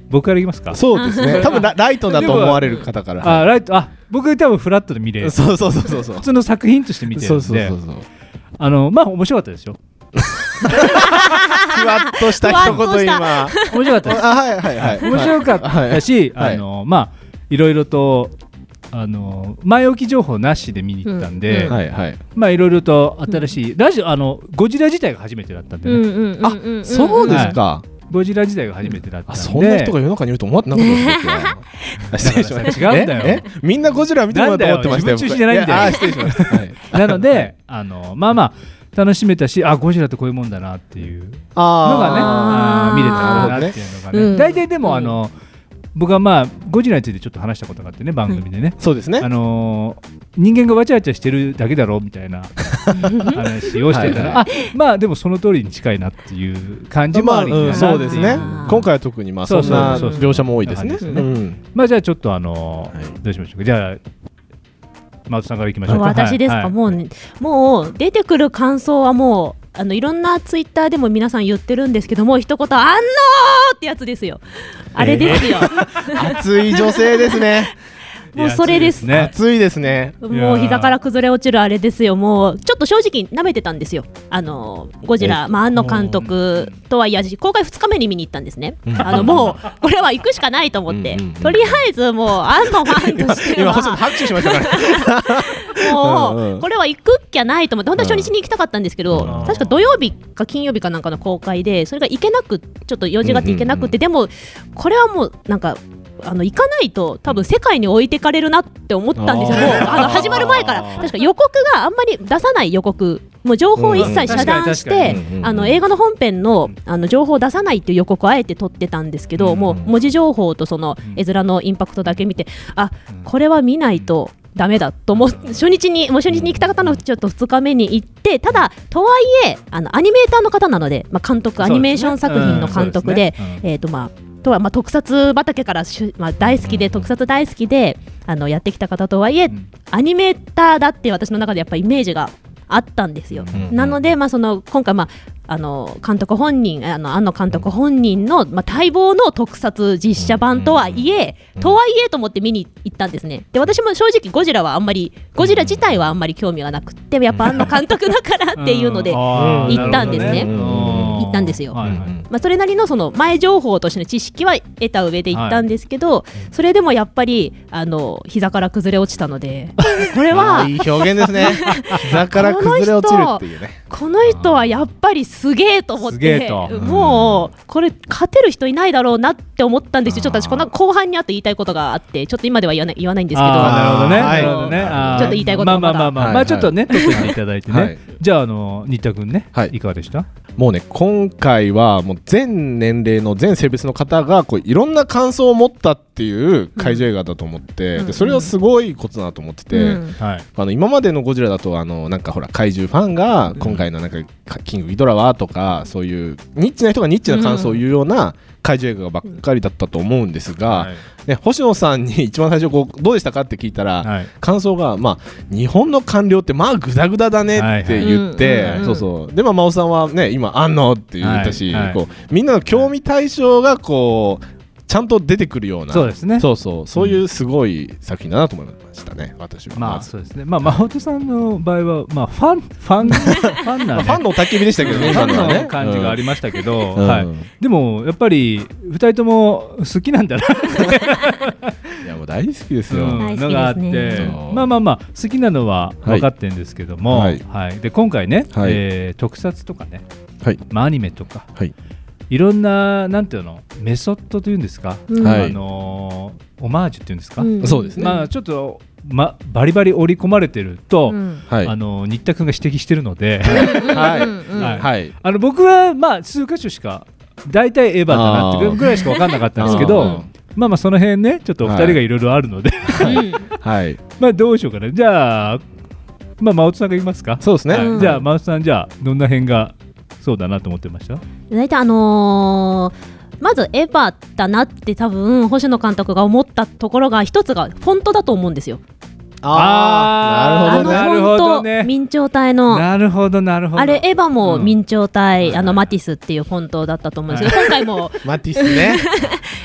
Speaker 7: 僕からいきますか
Speaker 8: そうです ね多分ラライトだと思われる方から
Speaker 7: あライトあ僕多分フラットで見れる
Speaker 8: そうそうそうそうそう
Speaker 7: 普通の作品として見てるんで
Speaker 8: そうそうそうそう
Speaker 7: あのまあ面白かったですよ
Speaker 8: ふわっとした一言今あ
Speaker 7: 面白かったです
Speaker 8: はいはいはい
Speaker 7: 面白かったし、
Speaker 8: はい
Speaker 7: あのまあいろいろとあの前置き情報なしで見に行ったんで、
Speaker 9: うん
Speaker 8: はいはい
Speaker 7: まあいろいろと新しい、ラジオあのゴジラ自体が初めてだったんで、
Speaker 9: うん、
Speaker 7: ね
Speaker 9: うん、うん。んん
Speaker 8: あそうですか
Speaker 7: ゴジラ自体が初めてだったん
Speaker 8: あ
Speaker 7: で
Speaker 8: そんな人が世の中にいると思ってなかったですよあ 失礼しました
Speaker 7: 違うんだよ
Speaker 8: ええみんなゴジラ見てもらうと思ってましたよ
Speaker 7: なんだよ自分中心じゃないんだよ
Speaker 8: やあ失礼しました はい
Speaker 7: なのであのまあまあ楽しめたしあゴジラってこういうもんだなっていうのがね
Speaker 9: あー
Speaker 7: あー見れたらなっていうの
Speaker 9: な
Speaker 7: が
Speaker 9: るほど
Speaker 7: ね
Speaker 9: ね
Speaker 7: 大体で
Speaker 9: う
Speaker 7: も
Speaker 9: ん
Speaker 7: あの僕はまあゴジラについてちょっと話したことがあってね番組でね、
Speaker 8: そうですね
Speaker 7: あのー人間がわちゃわちゃしてるだけだろみたいな話をしてたら、
Speaker 8: は
Speaker 7: あまあでもその通りに近いなっていう感じもあり、
Speaker 8: うんそうですね
Speaker 9: あー
Speaker 8: 今回は特にまあ
Speaker 7: そ
Speaker 8: そ
Speaker 7: うん
Speaker 8: な
Speaker 7: そう
Speaker 9: そう
Speaker 8: 描写も多いですね
Speaker 7: そううですね
Speaker 8: ん
Speaker 7: まあじゃあちょっとあのー
Speaker 8: はい
Speaker 7: どうしましょうかじゃあ松さんからいきましょうか
Speaker 9: 私ですか、
Speaker 7: はいはい
Speaker 9: もうね、もう出てくる感想はもうあのいろんなツイッターでも皆さん言ってるんですけどもう一言「あんのー!」ってやつですよあれですよ、
Speaker 8: 熱い女性ですね
Speaker 9: もうそれです
Speaker 7: いや熱
Speaker 8: 熱
Speaker 7: い
Speaker 8: いですね
Speaker 7: いや
Speaker 9: もう膝から崩れ落ちるあれですよもうちょっと正直舐めてたんですよあのゴジラ、まあ、庵野監督とはいえ私公開2日目に見に行ったんですね、あのもうこれは行くしかないと思って、
Speaker 8: うんうんうん
Speaker 9: とりあえずもう庵野ファンとして
Speaker 8: 今
Speaker 9: は
Speaker 8: 星野拍手しましたから ね
Speaker 9: もう、
Speaker 8: うんうん
Speaker 9: これは行くっきゃないと思って本当は初日に行きたかったんですけど、
Speaker 8: うん
Speaker 9: 確か土曜日か金曜日かなんかの公開でそれが行けなくちょっと用事があって行けなくて、でもこれはもうなんかあの行かないと多分世界に置いてかれるなって思ったんですよ、
Speaker 8: あ
Speaker 9: もう
Speaker 8: ー
Speaker 9: あの始まる前から
Speaker 8: あー
Speaker 9: 確か予告があんまり出さない予告もう情報を一切遮断し
Speaker 7: うんうん
Speaker 9: て、
Speaker 8: 確かに確かに
Speaker 9: あの映画の本編のあの情報を出さないっていう予告をあえて撮ってたんですけど、
Speaker 7: うん
Speaker 9: もう文字情報とその
Speaker 7: うん
Speaker 9: 絵面のインパクトだけ見てあこれは見ないとダメだと思って初日にもう初日に行きた方のちょっと2日目に行ってただとはいえあのアニメーターの方なので、まあ、監督アニメーション作品の監督で
Speaker 7: そうですね
Speaker 9: えーとまあとはまあ特撮畑からしゅ、まあ、大好きで、特撮大好きであのやってきた方とはいえ、
Speaker 7: ん
Speaker 9: アニメーターだって私の中でやっぱイメージがあったんですよ。
Speaker 7: うん
Speaker 9: なので、まあ、その今回、まああの監督本人あの庵野監督本人の、まあ、待望の特撮実写版とはいえ、とはいえと思って見に行ったんですねで私も正直ゴジラはあんまりゴジラ自体はあんまり興味がなくってやっぱ庵野監督だからっていうので、
Speaker 7: あー
Speaker 9: 行ったんですね
Speaker 7: なるほど
Speaker 9: 行ったんですよ
Speaker 7: はいはい
Speaker 9: まあ、それなりのその前情報としての知識は得た上で行ったんですけど、それでもやっぱりあの膝から崩れ落ちたので これ
Speaker 8: あ
Speaker 9: は
Speaker 8: ーいい表 現ですね膝から崩れ落ちるっていうね
Speaker 9: この人はやっぱりすげえと思っ
Speaker 7: すげえ
Speaker 9: て
Speaker 7: とうん
Speaker 9: もうこれ勝てる人いないだろうなって思ったんですよちょっと私
Speaker 7: あー
Speaker 9: この後半にあと言いたいことがあってちょっと今では言わない言わないんですけど
Speaker 7: あーな
Speaker 8: はい
Speaker 7: るほどね、なるほどね。あー
Speaker 9: ちょっと言いたいこと
Speaker 7: まあ
Speaker 9: がまだ
Speaker 7: まあまあまあ、
Speaker 8: はいは
Speaker 7: まあ
Speaker 8: い
Speaker 7: ちょっとね、取ってきていただいて
Speaker 8: はい
Speaker 7: ね。じゃあ、あの、新田君ね、
Speaker 8: はい
Speaker 7: いかがでした
Speaker 8: もうね今回はもう全年齢の全性別の方がこういろんな感想を持ったっていう怪獣映画だと思って、
Speaker 9: うん
Speaker 8: でそれはすごいことだなと思ってて、
Speaker 9: うん
Speaker 7: はい。
Speaker 8: あの今までのゴジラだとあのなんかほら怪獣ファンが今回のなんかかキングギドラはとかそういうニッチな人がニッチな感想を言うような怪獣映画ばっかりだったと思うんですが、
Speaker 7: はい
Speaker 8: ね、星野さんに一番最初こうどうでしたかって聞いたら、
Speaker 7: はい。
Speaker 8: 感想が、まあ、日本の官僚ってまあグダグダだねって言っ
Speaker 9: はいはい
Speaker 8: て
Speaker 9: うんうんうん
Speaker 8: そうそうでまあ真央さんはね今あんのって言ったし、
Speaker 7: はいはい
Speaker 8: こうみんなの興味対象がこうちゃんと出てくるような
Speaker 7: そうですね。
Speaker 8: そうそうそういうすごい作品だなと思いましたね私は
Speaker 7: ま
Speaker 8: ま
Speaker 7: あ、
Speaker 8: ず
Speaker 7: そうですね。まあ、真帆さんの場合は、まあ、ファン、ファ ン、ファン
Speaker 8: ま
Speaker 7: な
Speaker 8: あ
Speaker 7: ん
Speaker 8: ファンのお焚き火でしたけどね
Speaker 7: ファ
Speaker 8: 今のは
Speaker 7: ン
Speaker 8: ね
Speaker 7: の感じがありましたけど、
Speaker 8: うん
Speaker 7: はい。でも、やっぱり、二人とも好きなんだな
Speaker 8: うんいやもう大好きですよ、
Speaker 7: うん
Speaker 9: 大好きですね
Speaker 7: のがあって
Speaker 8: そう
Speaker 7: まあまあまあ好きなのは分かってるんですけども、は
Speaker 8: はいい
Speaker 7: で今回ね、
Speaker 8: はい
Speaker 7: えー特撮とかね、
Speaker 8: はい
Speaker 7: まあ、アニメとか、
Speaker 8: はい、
Speaker 7: ろんななんていうのメソッドというんですか、
Speaker 9: うん
Speaker 8: はい
Speaker 7: あのーオマージュっていうんですか、
Speaker 9: うん
Speaker 8: そうですね
Speaker 7: まあ、ちょっと、ま、バリバリ織り込まれてると、
Speaker 9: うん
Speaker 8: はい
Speaker 7: あのー新田君が指摘してるので、
Speaker 8: はい
Speaker 9: うんうん
Speaker 7: はい
Speaker 8: はい
Speaker 7: あの僕はまあ数箇所しか大体エヴァだなって
Speaker 8: あー
Speaker 7: ぐらいしか分かんなかったんですけ
Speaker 8: う
Speaker 7: ど
Speaker 8: ん
Speaker 7: まあまあその辺ねちょっとお二人がいろいろあるので、
Speaker 9: うん
Speaker 8: はい
Speaker 7: まあどうしようかね。じゃあ、まあ、真央さんが言いますか。
Speaker 8: そうですね、
Speaker 7: はい
Speaker 9: うん
Speaker 7: じゃあ、真央さん、じゃあ、どんな辺がそうだなと思ってました
Speaker 9: 大体あのーまずエヴァだなって多分星野監督が思ったところが一つがフォントだと思うんですよ。
Speaker 8: あーな
Speaker 9: あ
Speaker 8: るほ
Speaker 9: の
Speaker 8: ど
Speaker 9: フォ
Speaker 8: ね
Speaker 7: なるほど
Speaker 9: ン
Speaker 7: ね
Speaker 9: ト、明朝体の
Speaker 7: なるほど、なるほ
Speaker 9: あれ、エヴァも
Speaker 7: うん
Speaker 9: 明朝体、
Speaker 7: はい
Speaker 9: あのマティスっていうフォントだったと思うんですけど、今回も
Speaker 8: マティスね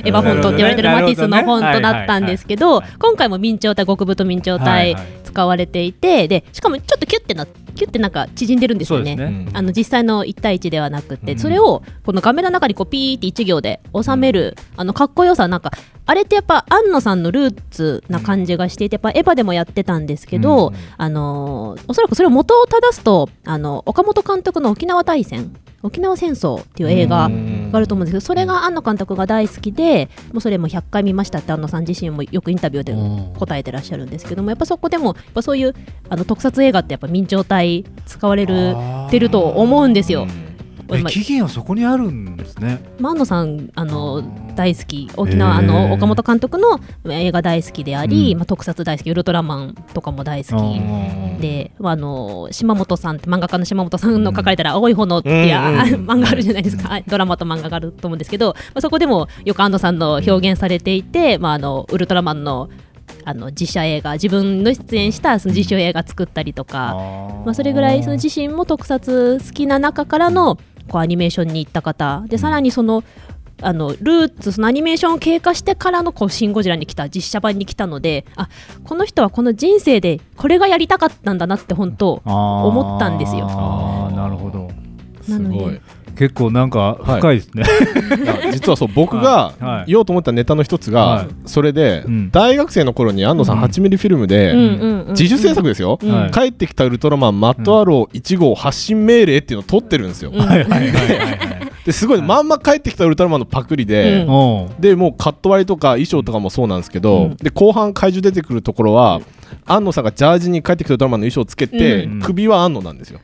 Speaker 9: エヴァフォントって言われてる
Speaker 7: な
Speaker 9: マ
Speaker 7: る
Speaker 9: テ
Speaker 7: ほ
Speaker 9: ィス
Speaker 7: ど
Speaker 9: の
Speaker 7: ね
Speaker 9: フォントだったんですけ
Speaker 7: はい
Speaker 9: ど
Speaker 7: はいはい、
Speaker 9: 今回も明朝体、極太明朝体
Speaker 7: はいはい
Speaker 9: 使われていて、でしかもちょっとキュッてな、キュッてなんか縮んでるんです
Speaker 7: そう
Speaker 9: よ
Speaker 7: です
Speaker 9: ね。
Speaker 7: ね。
Speaker 9: あの実際の1対1ではなくて、
Speaker 7: うん
Speaker 9: それをこの画面の中にこうピーって1行で収める、あのかっこよさなんかあれってやっぱ庵野さんのルーツな感じがしていて、やっぱエヴァでもやってたんですけど、
Speaker 7: うん
Speaker 9: あのーおそらくそれを元を正すとあの岡本監督の沖縄大戦沖縄戦争っていう映画があると思うんですけどそれが庵野監督が大好きでもうそれも100回見ましたって庵野さん自身もよくインタビューで答えてらっしゃるんですけどもやっぱそこでもやっぱそういうあの特撮映画ってやっぱ明朝体使われるってると思うんですよ。
Speaker 7: え
Speaker 9: まあ
Speaker 7: 期限はそこにあるんですね。
Speaker 9: まあ庵野さんあの
Speaker 7: ー
Speaker 9: 大好き沖縄、
Speaker 7: へー
Speaker 9: あの岡本監督の映画大好きであり、
Speaker 7: うん
Speaker 9: まあ、特撮大好きウルトラマンとかも大好き
Speaker 7: うん
Speaker 9: で、まあ、あの島本さんって漫画家の島本さんの書かれたら「青い炎」っていう、あ 漫画あるじゃないですか、あドラマと漫画があると思うんですけど、まあ、そこでもよく安藤さんの表現されていて、まあ、あのウルトラマンのあの実写映画自分の出演したその実写映画作ったりとか、まあ、それぐらいその自身も特撮好きな中からのこうアニメーションに行った方でさらにそのあのルーツそのアニメーションを経過してからのこう「シン・ゴジラ」に来た実写版に来たのであこの人はこの人生でこれがやりたかったんだなって本当思ったんですよ
Speaker 7: あーなるほど。
Speaker 9: な
Speaker 8: す
Speaker 9: ので
Speaker 8: ごい
Speaker 7: 結構なんか深いですね。
Speaker 8: いや実はそう僕が
Speaker 7: はいはい
Speaker 8: 言おうと思ったネタの一つ
Speaker 7: は
Speaker 8: が
Speaker 7: い
Speaker 8: それで
Speaker 7: うん
Speaker 8: 大学生の頃に安藤さん
Speaker 7: うん
Speaker 8: 8ミリフィルム
Speaker 9: うん
Speaker 8: で
Speaker 9: うんうん
Speaker 8: 自主制作ですよ
Speaker 9: うん
Speaker 7: はい
Speaker 8: 帰ってきたウルトラマンマットアロー1号発信命令っていうのを取ってるんですよ
Speaker 9: うん
Speaker 7: はいはいはいはいはい。
Speaker 8: ですごいまんま帰ってきたウルトラマンのパクリで
Speaker 9: うん
Speaker 7: おう
Speaker 8: でもうカット割りとか衣装とかもそうなんですけど、
Speaker 9: うん
Speaker 8: で後半怪獣出てくるところは安野さんがジャージに帰ってきたウルトラマンの衣装をつけて、
Speaker 7: うん
Speaker 8: 首は安野なんですよ。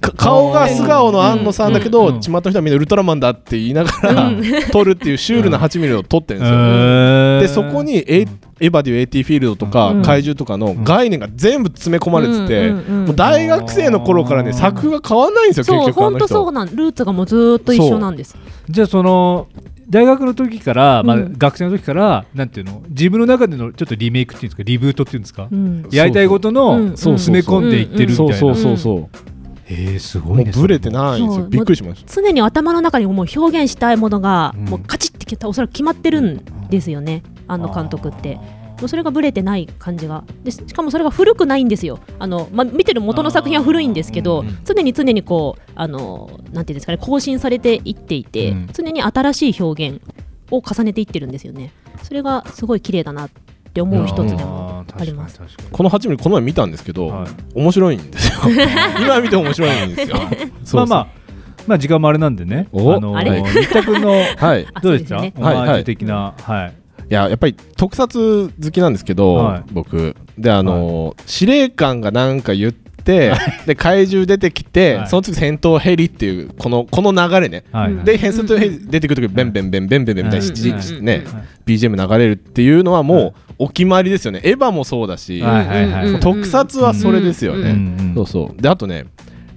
Speaker 8: か顔が素顔の安野さんだけど、
Speaker 7: うんうん
Speaker 8: 巷の人はみんなウルトラマンだって言いながら、撮るっていうシュールな8ミリを撮ってるんですよ。
Speaker 7: で
Speaker 8: でそこにエ,、エヴァでいう AT フィールドとか、
Speaker 9: うん
Speaker 8: 怪獣とかの概念が全部詰め込まれてて、
Speaker 9: うんうんうん
Speaker 8: もう大学生の頃からね作風が変わんないんですよ結
Speaker 9: そう
Speaker 8: 局あ
Speaker 9: 本
Speaker 8: の
Speaker 9: 当
Speaker 8: 人
Speaker 9: そうなんルーツがもうずーっと一緒なんです
Speaker 7: じゃあその大学の時から、まあ、
Speaker 9: うん
Speaker 7: 学生の時からなんていうの自分の中でのちょっとリメイクっていうんですかリブートっていうんですか、
Speaker 9: うん
Speaker 7: やりたいこと
Speaker 9: そうそう
Speaker 7: の
Speaker 9: そう
Speaker 7: 詰め込んでいってるみたいな、
Speaker 8: そうそうそうそう、
Speaker 7: へえー、すご
Speaker 8: も
Speaker 7: いうです
Speaker 8: ブレてないんです
Speaker 9: そう
Speaker 8: よびっくりしまし
Speaker 9: 常に頭の中にもう表現したいものが、
Speaker 7: うん
Speaker 9: もうカチッてきたおそらく決まってるんですよね、あの監督って。もうそれがブレてない感じがでししかもそれが古くないんですよあの、まあ、見てる元の作品は古いんですけど、
Speaker 8: あーうんうん
Speaker 9: 常に常にこうあのなんていうんですかね更新されていっていて、
Speaker 8: うん
Speaker 9: 常に新しい表現を重ねていってるんですよねそれがすごい綺麗だなって思う一つでもあります。
Speaker 7: す。確かに
Speaker 8: この8ミリこの前見たんですけど、
Speaker 7: はい
Speaker 8: 面白いんですよ 今見ても面白いんですよ
Speaker 7: まあまあ、まあ時間もあれなんでね、あ
Speaker 8: お
Speaker 7: の
Speaker 9: あれ
Speaker 7: 新田君
Speaker 8: あ
Speaker 7: の
Speaker 8: はいい
Speaker 9: あ
Speaker 7: ど
Speaker 9: そうう
Speaker 7: でし
Speaker 9: す
Speaker 7: た？
Speaker 9: よ
Speaker 7: オ
Speaker 9: ね
Speaker 7: マ
Speaker 8: はいは
Speaker 7: ージュ
Speaker 8: い
Speaker 7: 的な、はい。
Speaker 8: ややっぱり特撮好きなんですけど、
Speaker 7: はい
Speaker 8: 僕であの、司令官がなんか言ってで怪獣出てきて、
Speaker 7: はい
Speaker 8: その次戦闘ヘリっていうこのこの流れね
Speaker 7: はい
Speaker 9: うん
Speaker 8: で変戦闘ヘリ出てくるときベンベンベンベンベンベンみたいな、
Speaker 7: うん
Speaker 8: 七
Speaker 7: うん
Speaker 8: 時ね
Speaker 7: はい
Speaker 8: BGM 流れるっていうのはもうお決まりですよねエヴァもそうだし、
Speaker 7: はいはいはい
Speaker 9: うんうん
Speaker 8: 特撮はそれですよね、
Speaker 9: うんうん
Speaker 8: そうそうであとね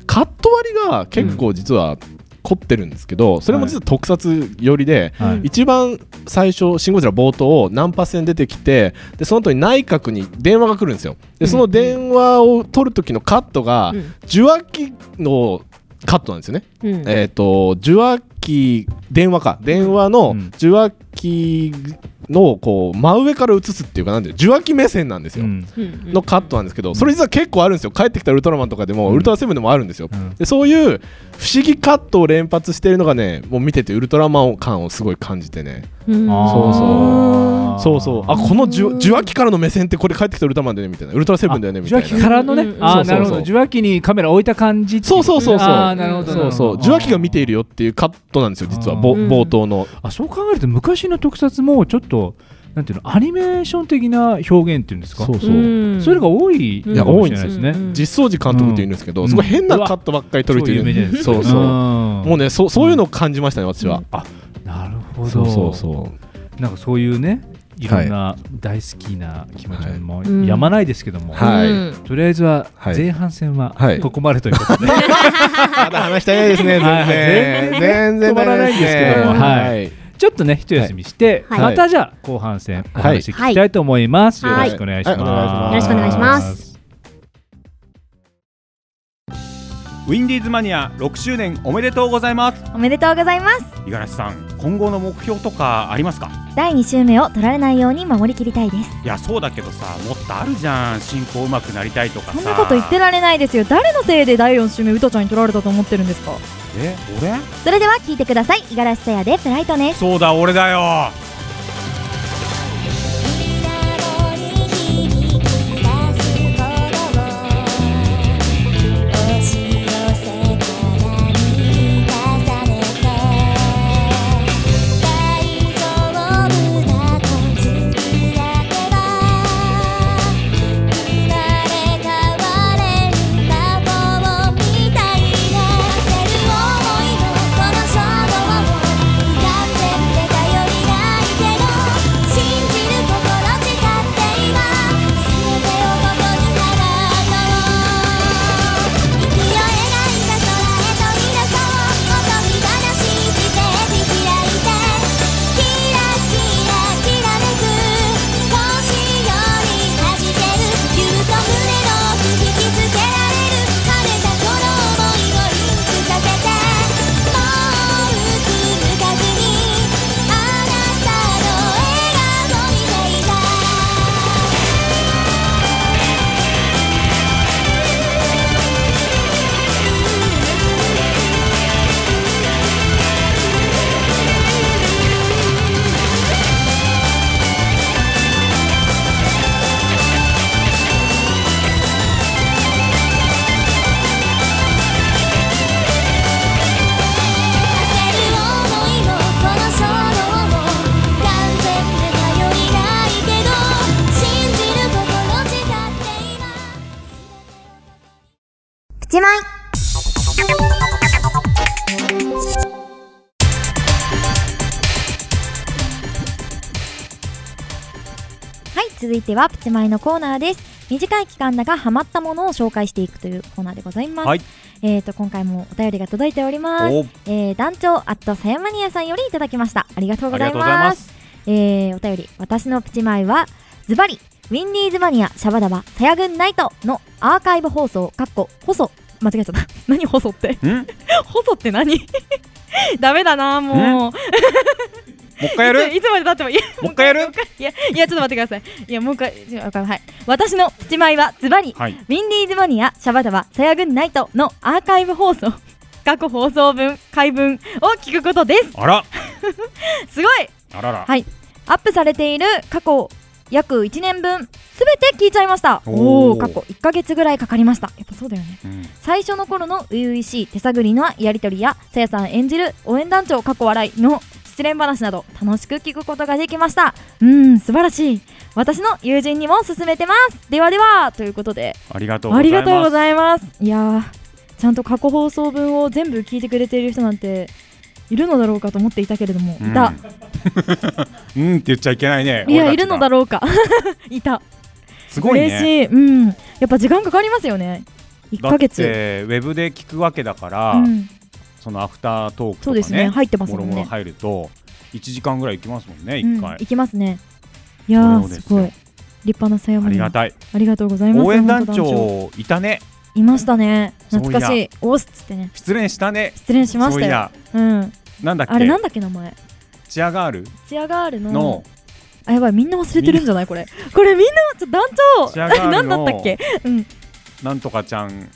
Speaker 8: カット割りが結構実は凝ってるんですけど、それも実は特撮寄りで、
Speaker 7: はい
Speaker 8: 一番最初「シン・ゴジラ」冒頭ナンパ戦出てきてでその後に内閣に電話が来るんですよでその電話を取る時のカットが、
Speaker 9: うん
Speaker 8: 受話器のカットなんですよね、
Speaker 9: うん
Speaker 8: えっ、と受話器電話か電話
Speaker 7: う
Speaker 8: の
Speaker 7: ん
Speaker 8: 受話器のこう真上から映すっていうかなんていうの受話器目線なんですよ、
Speaker 7: うん
Speaker 9: うんうん
Speaker 8: のカットなんですけどそれ実は結構あるんですよ帰ってきたウルトラマンとかでも、
Speaker 7: うん
Speaker 8: ウルトラセブンでもあるんですよ
Speaker 7: うん
Speaker 8: でそういう不思議カットを連発してるのがねもう見ててウルトラマン感をすごい感じてね
Speaker 9: うん
Speaker 8: そう
Speaker 7: あー
Speaker 8: そうそうあこの受受話器からの目線ってこれ帰ってきたウルトラマンだよねみたいなウルトラセブンだよねみたい
Speaker 7: 受話器
Speaker 8: な
Speaker 7: からのね、
Speaker 9: うんうんうん
Speaker 7: あ
Speaker 8: そ
Speaker 7: あ
Speaker 8: うそうそう
Speaker 7: なるほど受話器にカメラ置いた感じってい
Speaker 8: そうそうそうそう
Speaker 7: ああなるほどなる
Speaker 8: そ
Speaker 7: ほ
Speaker 8: うそう
Speaker 7: ど
Speaker 8: 受話器が見ているよっていうカットなんですよ実はぼ
Speaker 9: うん
Speaker 8: 冒頭の
Speaker 7: あそう考えると昔の特撮もちょっとなんていうのアニメーション的な表現っていうんですか
Speaker 8: そうそう、
Speaker 9: うん
Speaker 7: それが多い
Speaker 9: うん
Speaker 7: かもしれないですね、
Speaker 9: うんうん
Speaker 8: 実相寺監督っていうんですけど、
Speaker 7: うん
Speaker 8: すごい変なカットばっかり撮る
Speaker 7: 超
Speaker 8: 人い
Speaker 7: 有
Speaker 8: る
Speaker 7: 名じゃないですか
Speaker 8: そうそう、も
Speaker 7: も
Speaker 8: うねそうそういうのを感じましたね私は、
Speaker 7: なるほど
Speaker 8: そうそうそう
Speaker 7: なんかそういうねいろんな大好きな気持ち
Speaker 8: はい
Speaker 7: も
Speaker 9: うん
Speaker 7: やまないですけども、
Speaker 8: はい
Speaker 9: うん
Speaker 7: とりあえずは
Speaker 8: はい
Speaker 7: 前半戦は
Speaker 8: はい
Speaker 7: ここまでということで、
Speaker 8: まだ話したいですね
Speaker 7: はい
Speaker 8: 全然全然
Speaker 7: 止まらないんですけどもはい
Speaker 8: い
Speaker 7: ちょっとね一休みして、
Speaker 9: はい
Speaker 7: またじゃあ後半戦お話聞きたいと思います、
Speaker 9: はい
Speaker 7: よろしくお願いします、
Speaker 8: はい
Speaker 9: よろしくお願いします
Speaker 10: ウィンディーズマニア6周年おめでとうございます
Speaker 1: おめでとうございます
Speaker 10: 五十嵐さん今後の目標とかありますか
Speaker 1: 第2週目を取られないように守りきりたいです
Speaker 10: いやそうだけどさもっとあるじゃん進行うまくなりたいとかさ
Speaker 1: そんなこと言ってられないですよ誰のせいで第4週目うたちゃんに取られたと思ってるんですか
Speaker 10: え俺
Speaker 1: それでは聞いてください五十嵐さやでフライトね
Speaker 10: そうだ俺だよ
Speaker 1: プチマイはい続いてはプチマイのコーナーです短い期間だがハマったものを紹介していくというコーナーでございます、
Speaker 10: はい
Speaker 1: えーと今回もお便りが届いております、
Speaker 10: お
Speaker 1: えー、団長アットさやまにやさんよりいただきましたありがとうござい
Speaker 10: ありがとうござい
Speaker 1: ま
Speaker 10: ます
Speaker 1: えーお便り私のプチマイはズバリウィンディーズマニアシャバダバサヤグンナイトのアーカイブ放送かっこ細間違えちゃった 何細って
Speaker 10: んもう
Speaker 1: 細って何 ダメだなもう
Speaker 10: 一回やる
Speaker 1: いつい つまで経ってもいや
Speaker 10: もう一回やる
Speaker 1: いやいやちょっと待ってくださいいやもう一回ちょわかるはい私のプチマイはズバリ
Speaker 10: はい
Speaker 1: ウィンディーズマニアシャバダバサヤグンナイトのアーカイブ放送過去放送分回文を聞くことです
Speaker 10: あら
Speaker 1: すごい
Speaker 10: あらら
Speaker 1: はいアップされている過去約1年分すべて聞いちゃいましたおお
Speaker 10: おー
Speaker 1: ー過去1ヶ月ぐらいかかりましたやっぱそうだよね
Speaker 10: うん
Speaker 1: 最初の頃の初々しい手探りのやり取りやさやさん演じる応援団長過去笑いの失恋話など楽しく聞くことができましたうーん素晴らしい私の友人にも勧めてますではではということで
Speaker 10: ありがとうご
Speaker 1: あ
Speaker 10: ざい
Speaker 1: り
Speaker 10: ます
Speaker 1: がとうございますいやーちゃんと過去放送分を全部聞いてくれている人なんているのだろうかと思っていたけれども、いた
Speaker 10: うん、うんって言っちゃいけないね
Speaker 1: いやいるのだろうかいた
Speaker 10: すごいね
Speaker 1: 嬉しいうんやっぱ時間かかりますよね1
Speaker 10: だっ
Speaker 1: ヶ
Speaker 10: て
Speaker 1: 月
Speaker 10: ウェブで聞くわけだから、
Speaker 1: うん、
Speaker 10: そのアフタートークとかね
Speaker 1: そうですね入ってます
Speaker 10: も
Speaker 1: も
Speaker 10: ろ
Speaker 1: ん
Speaker 10: もろ
Speaker 1: ね
Speaker 10: 入ると1時間ぐらいいきますもんね
Speaker 1: うん
Speaker 10: 1回、
Speaker 1: 行きますねいやー
Speaker 10: それをですすよ
Speaker 1: ごい立派なさやも
Speaker 10: ありがたい
Speaker 1: ありがとうございます
Speaker 10: 応援団
Speaker 1: 本当
Speaker 10: 長いたね
Speaker 1: いましたね
Speaker 10: そういや
Speaker 1: 懐かしいおっすっつってね
Speaker 10: 失恋したね
Speaker 1: 失礼しまし
Speaker 10: そう
Speaker 1: た
Speaker 10: い
Speaker 1: よ
Speaker 10: や
Speaker 1: うん
Speaker 10: なんだっ
Speaker 1: あれ
Speaker 10: け
Speaker 1: なんだっけ名前
Speaker 10: チアガール
Speaker 1: チアガールの
Speaker 10: の、
Speaker 1: あやばいみんな忘れてるんじゃないこれこれみんなちょっと団
Speaker 10: チアガ
Speaker 1: 長
Speaker 10: ー
Speaker 1: な
Speaker 10: ル
Speaker 1: んだ
Speaker 10: の
Speaker 1: ったっけうん
Speaker 10: なんとかちゃん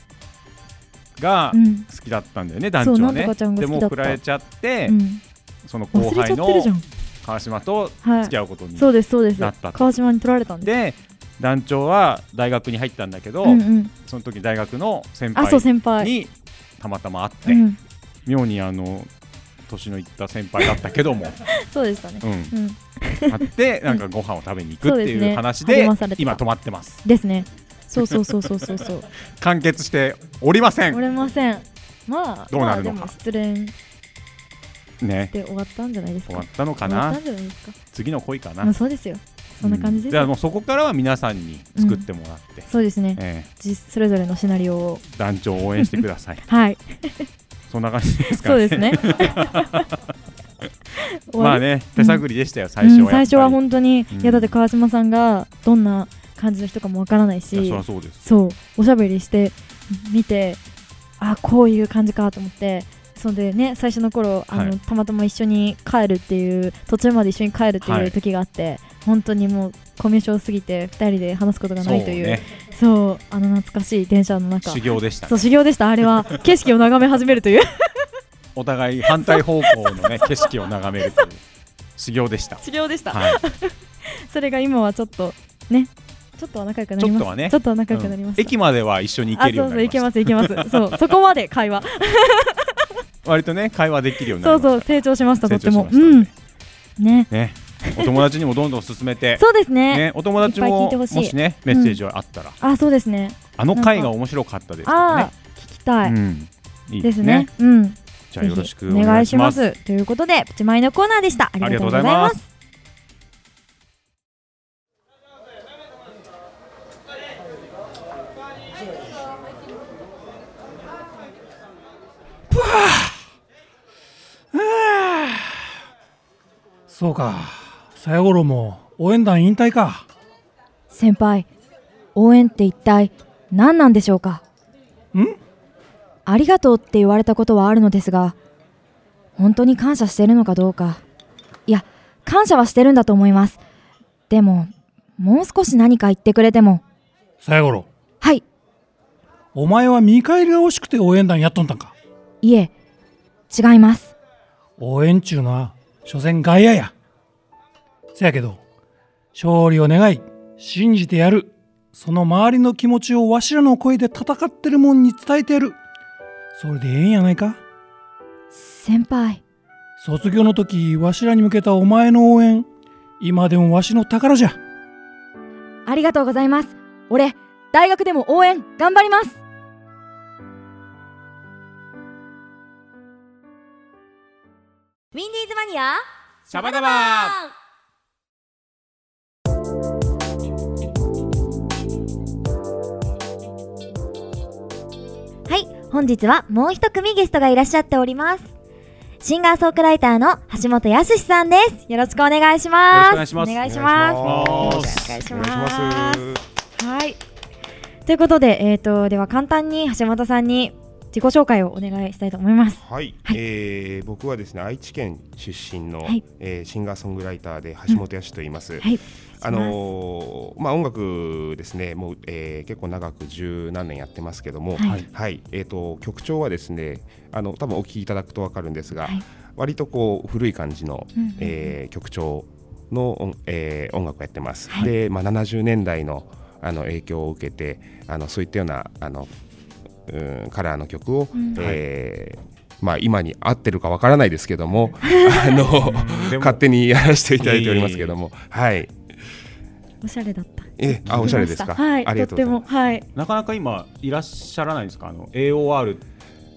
Speaker 10: が
Speaker 1: うん
Speaker 10: 好きだったんだよね、団長
Speaker 1: な
Speaker 10: は
Speaker 1: んと
Speaker 10: ね
Speaker 1: かちゃんが
Speaker 10: で
Speaker 1: 好き
Speaker 10: も
Speaker 1: だった
Speaker 10: 振られちゃって、
Speaker 1: うん
Speaker 10: その後
Speaker 1: 忘れ
Speaker 10: 輩
Speaker 1: ちゃってるじゃ
Speaker 10: の
Speaker 1: ん
Speaker 10: 川島と
Speaker 1: は
Speaker 10: 付き
Speaker 1: い
Speaker 10: 合うことに、
Speaker 1: そうですそうです
Speaker 10: なったと
Speaker 1: 川島に取られたんで
Speaker 10: で団長は大学に入ったんだけど、
Speaker 1: うんうん
Speaker 10: その時大学の先
Speaker 1: あそう
Speaker 10: 輩
Speaker 1: 先輩
Speaker 10: にたまたま会って、
Speaker 1: うん
Speaker 10: 妙にあの年のいった先輩だったけ ども、
Speaker 1: そうでしたね
Speaker 10: うん、
Speaker 1: うん
Speaker 10: 会ってなんかご飯を食べに行く
Speaker 1: そ
Speaker 10: っ
Speaker 1: う
Speaker 10: て
Speaker 1: ですね
Speaker 10: いう話で
Speaker 1: 励まされてた
Speaker 10: 今止まってます
Speaker 1: ですねそうそうそうそうそうそう
Speaker 10: 完結しておりません
Speaker 1: 折れません。まあ、
Speaker 10: どうなるのか
Speaker 1: まあでも失恋で
Speaker 10: ね
Speaker 1: 終わったんじゃないですか。
Speaker 10: 終わったのか
Speaker 1: 終わっ
Speaker 10: な
Speaker 1: たんじゃないですか。
Speaker 10: 次の恋かな、
Speaker 1: まあ、そうですよ。そんな感じで
Speaker 10: うん
Speaker 1: す
Speaker 10: じゃあもうそこからは皆さんに作ってもらって、
Speaker 1: そうですね。
Speaker 10: え
Speaker 1: じそれぞれのシナリオを。
Speaker 10: え団長を応援してください
Speaker 1: はい。
Speaker 10: そんな感じですか
Speaker 1: そう
Speaker 10: ね
Speaker 1: です ね。終わり
Speaker 10: まあね手探りでしたよ、最
Speaker 1: う
Speaker 10: 初
Speaker 1: ん
Speaker 10: はやっぱり
Speaker 1: 最初は本当に、
Speaker 10: うん
Speaker 1: いやだって川島さんがどんな感じの人かもわからない
Speaker 10: いや
Speaker 1: し
Speaker 10: そりゃそうです
Speaker 1: そうおしゃべりして見てあこういう感じかと思ってそんでね最初の頃あの、
Speaker 10: はい
Speaker 1: たまたま一緒に帰るっていう途中まで一緒に帰るって
Speaker 10: は
Speaker 1: いう
Speaker 10: い
Speaker 1: 時があって、本当にもうコミュ障すぎて2人で話すことがないというそう,、
Speaker 10: ね
Speaker 1: あの懐かしい電車の中
Speaker 10: 修行でした
Speaker 1: そう修行でしたあれ は景色を眺め始めるという
Speaker 10: お互い反対方 向のね景色を眺めるという修行でした
Speaker 1: 修行でした、
Speaker 10: はい
Speaker 1: それが今はちょっとねちょっとは仲良くなります
Speaker 10: ちょっとはね
Speaker 1: ちょっとは仲良くなり
Speaker 10: う
Speaker 1: ま
Speaker 10: ん
Speaker 1: した、
Speaker 10: 駅までは一緒に行けるよう
Speaker 1: あそ
Speaker 10: に
Speaker 1: うそ
Speaker 10: な
Speaker 1: う
Speaker 10: り
Speaker 1: いけ
Speaker 10: ま
Speaker 1: ま
Speaker 10: し
Speaker 1: すいけ ますそうそこまで会話
Speaker 10: た割とね会話できるようにな
Speaker 1: そ
Speaker 10: り
Speaker 1: う
Speaker 10: まし
Speaker 1: そう
Speaker 10: た
Speaker 1: 成長しましたと
Speaker 10: 成
Speaker 1: って
Speaker 10: 長しま
Speaker 1: も
Speaker 10: した
Speaker 1: う
Speaker 10: ね
Speaker 1: んね
Speaker 10: ね、お友達にもどんどん勧めて、
Speaker 1: そうですね
Speaker 10: ね、お友達
Speaker 1: いっぱい聞い
Speaker 10: も
Speaker 1: て
Speaker 10: も
Speaker 1: ほしい
Speaker 10: しね、メッセージがあったら、
Speaker 1: あそうですね
Speaker 10: あの回が面白かったですとか
Speaker 1: あ
Speaker 10: ね
Speaker 1: あ、聞きたい、
Speaker 10: うん、いいで
Speaker 1: ですす
Speaker 10: ね
Speaker 1: ね。うん
Speaker 10: じゃあよろしく
Speaker 1: ぜ
Speaker 10: お
Speaker 1: ひ
Speaker 10: 願いします。
Speaker 1: お願いしますということでプチマイのコーナーでしたあり
Speaker 10: あり
Speaker 1: が
Speaker 10: が
Speaker 1: と
Speaker 10: と
Speaker 1: う
Speaker 10: う
Speaker 1: ござ
Speaker 10: ござ
Speaker 1: い
Speaker 10: い
Speaker 1: ま
Speaker 10: ますす。
Speaker 11: そうかさやごろも応援団引退か
Speaker 1: 先輩応援って一体何なんでしょうか
Speaker 11: ん
Speaker 1: ありがとうって言われたことはあるのですが本当に感謝してるのかどうかいや感謝はしてるんだと思いますでももう少し何か言ってくれても
Speaker 11: さやごろ
Speaker 1: はい
Speaker 11: お前は見返りが欲しくて応援団やっとんたんか
Speaker 1: いえ違います
Speaker 11: 応援ちゅうのは所詮外野やせやけど勝利を願い信じてやるその周りの気持ちをわしらの声で戦ってるもんに伝えてやるそれでええんやないか
Speaker 1: 先輩
Speaker 11: 卒業の時わしらに向けたお前の応援今でもわしの宝じゃ
Speaker 1: ありがとうございます俺大学でも応援頑張ります
Speaker 12: ウィンディーズマニア
Speaker 10: シャバダバ
Speaker 12: はい本日はもう一組ゲストがいらっしゃっておりますシンガーソングライターの橋本康さんですよろしくお願いします
Speaker 10: よろしくお願いします
Speaker 12: お願いします
Speaker 10: お願い
Speaker 12: よろし
Speaker 10: します
Speaker 12: くお願いしますはい
Speaker 1: ということで、えー、とでは簡単に橋本さんに自己紹介をお願いしたいと思います。
Speaker 13: はい、えー僕はですね愛知県出身の、
Speaker 1: はい
Speaker 13: えーシンガーソングライターで橋本康と言います。
Speaker 1: はい
Speaker 13: あのーまあ音楽ですねもう、えー結構長く十何年やってますけども、
Speaker 10: は
Speaker 13: はいい、えっ、と曲調はですねあの多分お聞きいただくとわかるんですが、
Speaker 10: はい
Speaker 13: 割とこう古い感じの、
Speaker 10: うんうんうん
Speaker 13: えー曲調の音,、えー音楽をやってます。で、まあ70年代のあの影響を受けてあのそういったようなあのうんカラーの曲を、
Speaker 10: うん
Speaker 13: えーまあ、今に合ってるかわからないですけ どもあの勝手にやらせていただいておりますけども、はい、
Speaker 1: おしゃれだった。
Speaker 13: えあおしゃれですか、
Speaker 1: はい、
Speaker 13: ありが
Speaker 1: と
Speaker 13: と
Speaker 1: っ
Speaker 13: う
Speaker 1: て
Speaker 13: ござい
Speaker 1: も、はい。
Speaker 3: なかなか今いらっしゃらないですかあの AOR